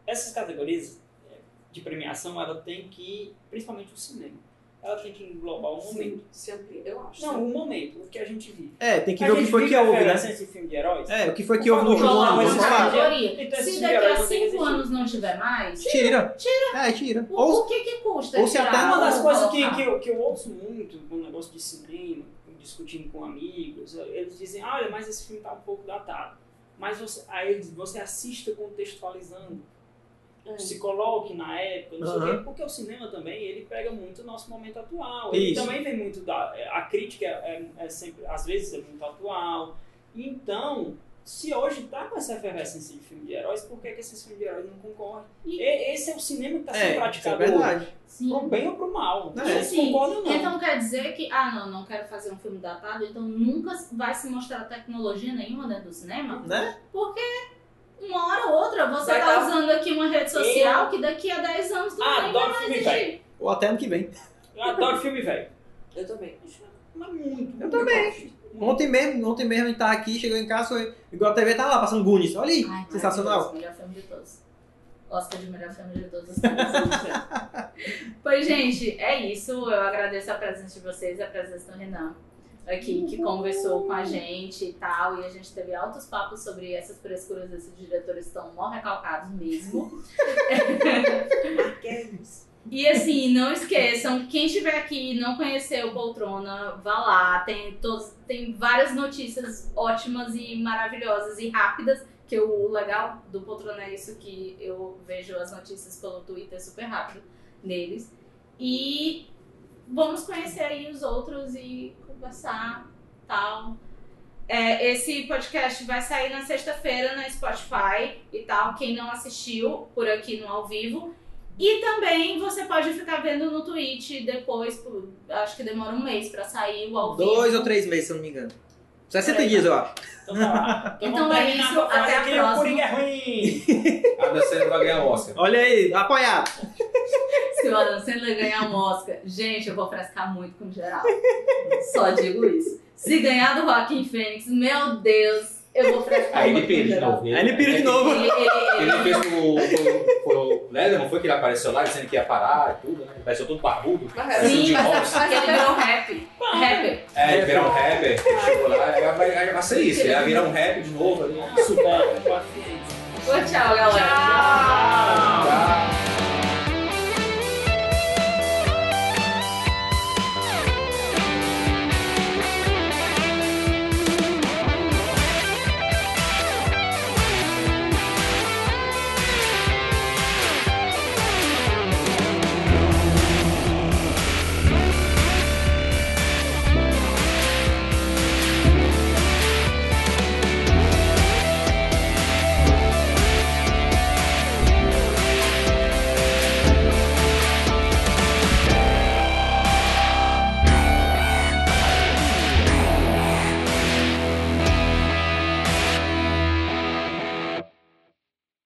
Speaker 4: essas categorias é, de premiação, ela tem que, principalmente o cinema, ela tem que englobar o momento.
Speaker 3: Sim, se amplia, eu acho.
Speaker 4: Não, o momento, o que a gente vive.
Speaker 2: É, tem que
Speaker 4: a
Speaker 2: ver o que
Speaker 4: gente
Speaker 2: foi
Speaker 4: vive
Speaker 2: que houve, né?
Speaker 4: referência a Esse filme de heróis.
Speaker 2: É, o que foi
Speaker 4: Por
Speaker 2: que houve no
Speaker 4: favor,
Speaker 2: último ano,
Speaker 4: coloca
Speaker 2: vamos
Speaker 4: uma
Speaker 2: falar.
Speaker 1: categoria.
Speaker 4: Então,
Speaker 1: Se
Speaker 4: esses
Speaker 1: daqui a
Speaker 4: heróis vão ter que
Speaker 1: cinco
Speaker 4: existir.
Speaker 1: anos não tiver mais,
Speaker 2: Tira. Tira. É, tira.
Speaker 1: o,
Speaker 2: Ou
Speaker 1: o que que custa?
Speaker 2: ou se
Speaker 1: tirar
Speaker 2: até
Speaker 4: Uma
Speaker 1: ou
Speaker 4: das coisas que,
Speaker 1: Ah, colocar?
Speaker 4: que, eu, que eu ouço muito no negócio de cinema, discutindo com amigos, eles dizem, ah, olha, mas esse filme tá um pouco datado. Mas você, aí eles, você assista contextualizando,
Speaker 3: É.
Speaker 4: se coloque na época, não sei o
Speaker 2: Aham.
Speaker 4: quê, porque o cinema também, ele pega muito o nosso momento atual. Ele
Speaker 2: Isso.
Speaker 4: também vem muito da... A crítica é, é sempre, às vezes, é muito atual. Então, se hoje tá com essa efervescência de filme de heróis, por que, que esses filmes de heróis não concorrem?
Speaker 1: E-
Speaker 4: E- esse é o cinema que tá sendo
Speaker 2: É, isso é
Speaker 4: praticado hoje
Speaker 2: verdade.
Speaker 1: Sim.
Speaker 4: pro bem ou pro mal.
Speaker 2: É.
Speaker 4: Vocês
Speaker 1: Sim.
Speaker 4: concordam ou não?
Speaker 1: Então quer dizer que, ah, não, não quero fazer um filme datado, então nunca vai se mostrar tecnologia nenhuma dentro do cinema?
Speaker 2: Né?
Speaker 1: Porque uma hora ou outra você
Speaker 3: Vai
Speaker 1: tá
Speaker 3: tá-
Speaker 1: usando aqui uma rede social que daqui a 10 anos não
Speaker 4: Ah,
Speaker 1: vai
Speaker 4: adoro
Speaker 1: mais
Speaker 4: filme
Speaker 1: existir.
Speaker 2: Ou até ano que vem.
Speaker 4: Eu adoro filme velho.
Speaker 3: Eu também.
Speaker 4: Mas muito.
Speaker 2: Eu também. Ontem mesmo, ontem mesmo a gente tava aqui, chegou em casa, foi, igual a TV tava lá passando Goonies. Olha aí,
Speaker 1: Ai,
Speaker 2: sensacional.
Speaker 1: maravilhoso, Melhor filme de todos. Oscar de melhor filme de todos os tempos. pois, gente, é isso. Eu agradeço a presença de vocês e a presença do Renan aqui, que conversou com a gente e tal. E a gente teve altos papos sobre essas frescuras desses diretores estão mal recalcados mesmo. E assim, não esqueçam, quem estiver aqui e não conheceu o Poltrona, vá lá. Tem, todos, tem várias notícias ótimas e maravilhosas e rápidas que o legal do Poltrona é isso que eu vejo as notícias pelo Twitter super rápido neles. E vamos conhecer aí os outros e conversar, tal. É, esse podcast vai sair na sexta-feira na Spotify e tal, quem não assistiu por aqui no ao vivo. E também você pode ficar vendo no Twitch depois, por- acho que demora um mês pra sair o ao vivo.
Speaker 2: Dois ou três meses, se eu não me engano. 60
Speaker 1: Peraí,
Speaker 2: dias, eu acho.
Speaker 4: Então tá lá.
Speaker 1: Então
Speaker 4: vamos
Speaker 1: é
Speaker 4: terminar
Speaker 1: isso,
Speaker 4: com frase
Speaker 1: até a
Speaker 4: aqui,
Speaker 1: próxima.
Speaker 4: O Coringa é ruim.
Speaker 5: A Dancena vai ganhar o Oscar.
Speaker 2: Olha aí, apoiado.
Speaker 1: Se o Adam Sandler ganhar um Oscar, gente, eu vou frescar muito com geral. Só digo isso. Se ganhar do Joaquim Fênix, meu Deus, eu vou frescar
Speaker 5: Aí
Speaker 1: muito
Speaker 5: ele
Speaker 1: com
Speaker 5: pira de
Speaker 1: geral.
Speaker 5: novo.
Speaker 2: Aí ele pira de novo.
Speaker 1: Ele- ele-
Speaker 5: Ele fez o. o- o- o Lederman foi que ele apareceu lá dizendo que ia parar e tudo, né? Apareceu todo barbudo.
Speaker 1: ele-
Speaker 5: Sim,
Speaker 1: Ah, é. Sim,
Speaker 5: de
Speaker 1: mas
Speaker 5: rosto.
Speaker 1: mas ele virou rap. Rap.
Speaker 5: É, ele virou um rapper, ele chegou lá, aí vai, aí vai é um
Speaker 4: É,
Speaker 5: ser isso, ele vai virar um rapper de novo ali.
Speaker 4: Isso, velho.
Speaker 1: Tchau, galera.
Speaker 3: Tchau.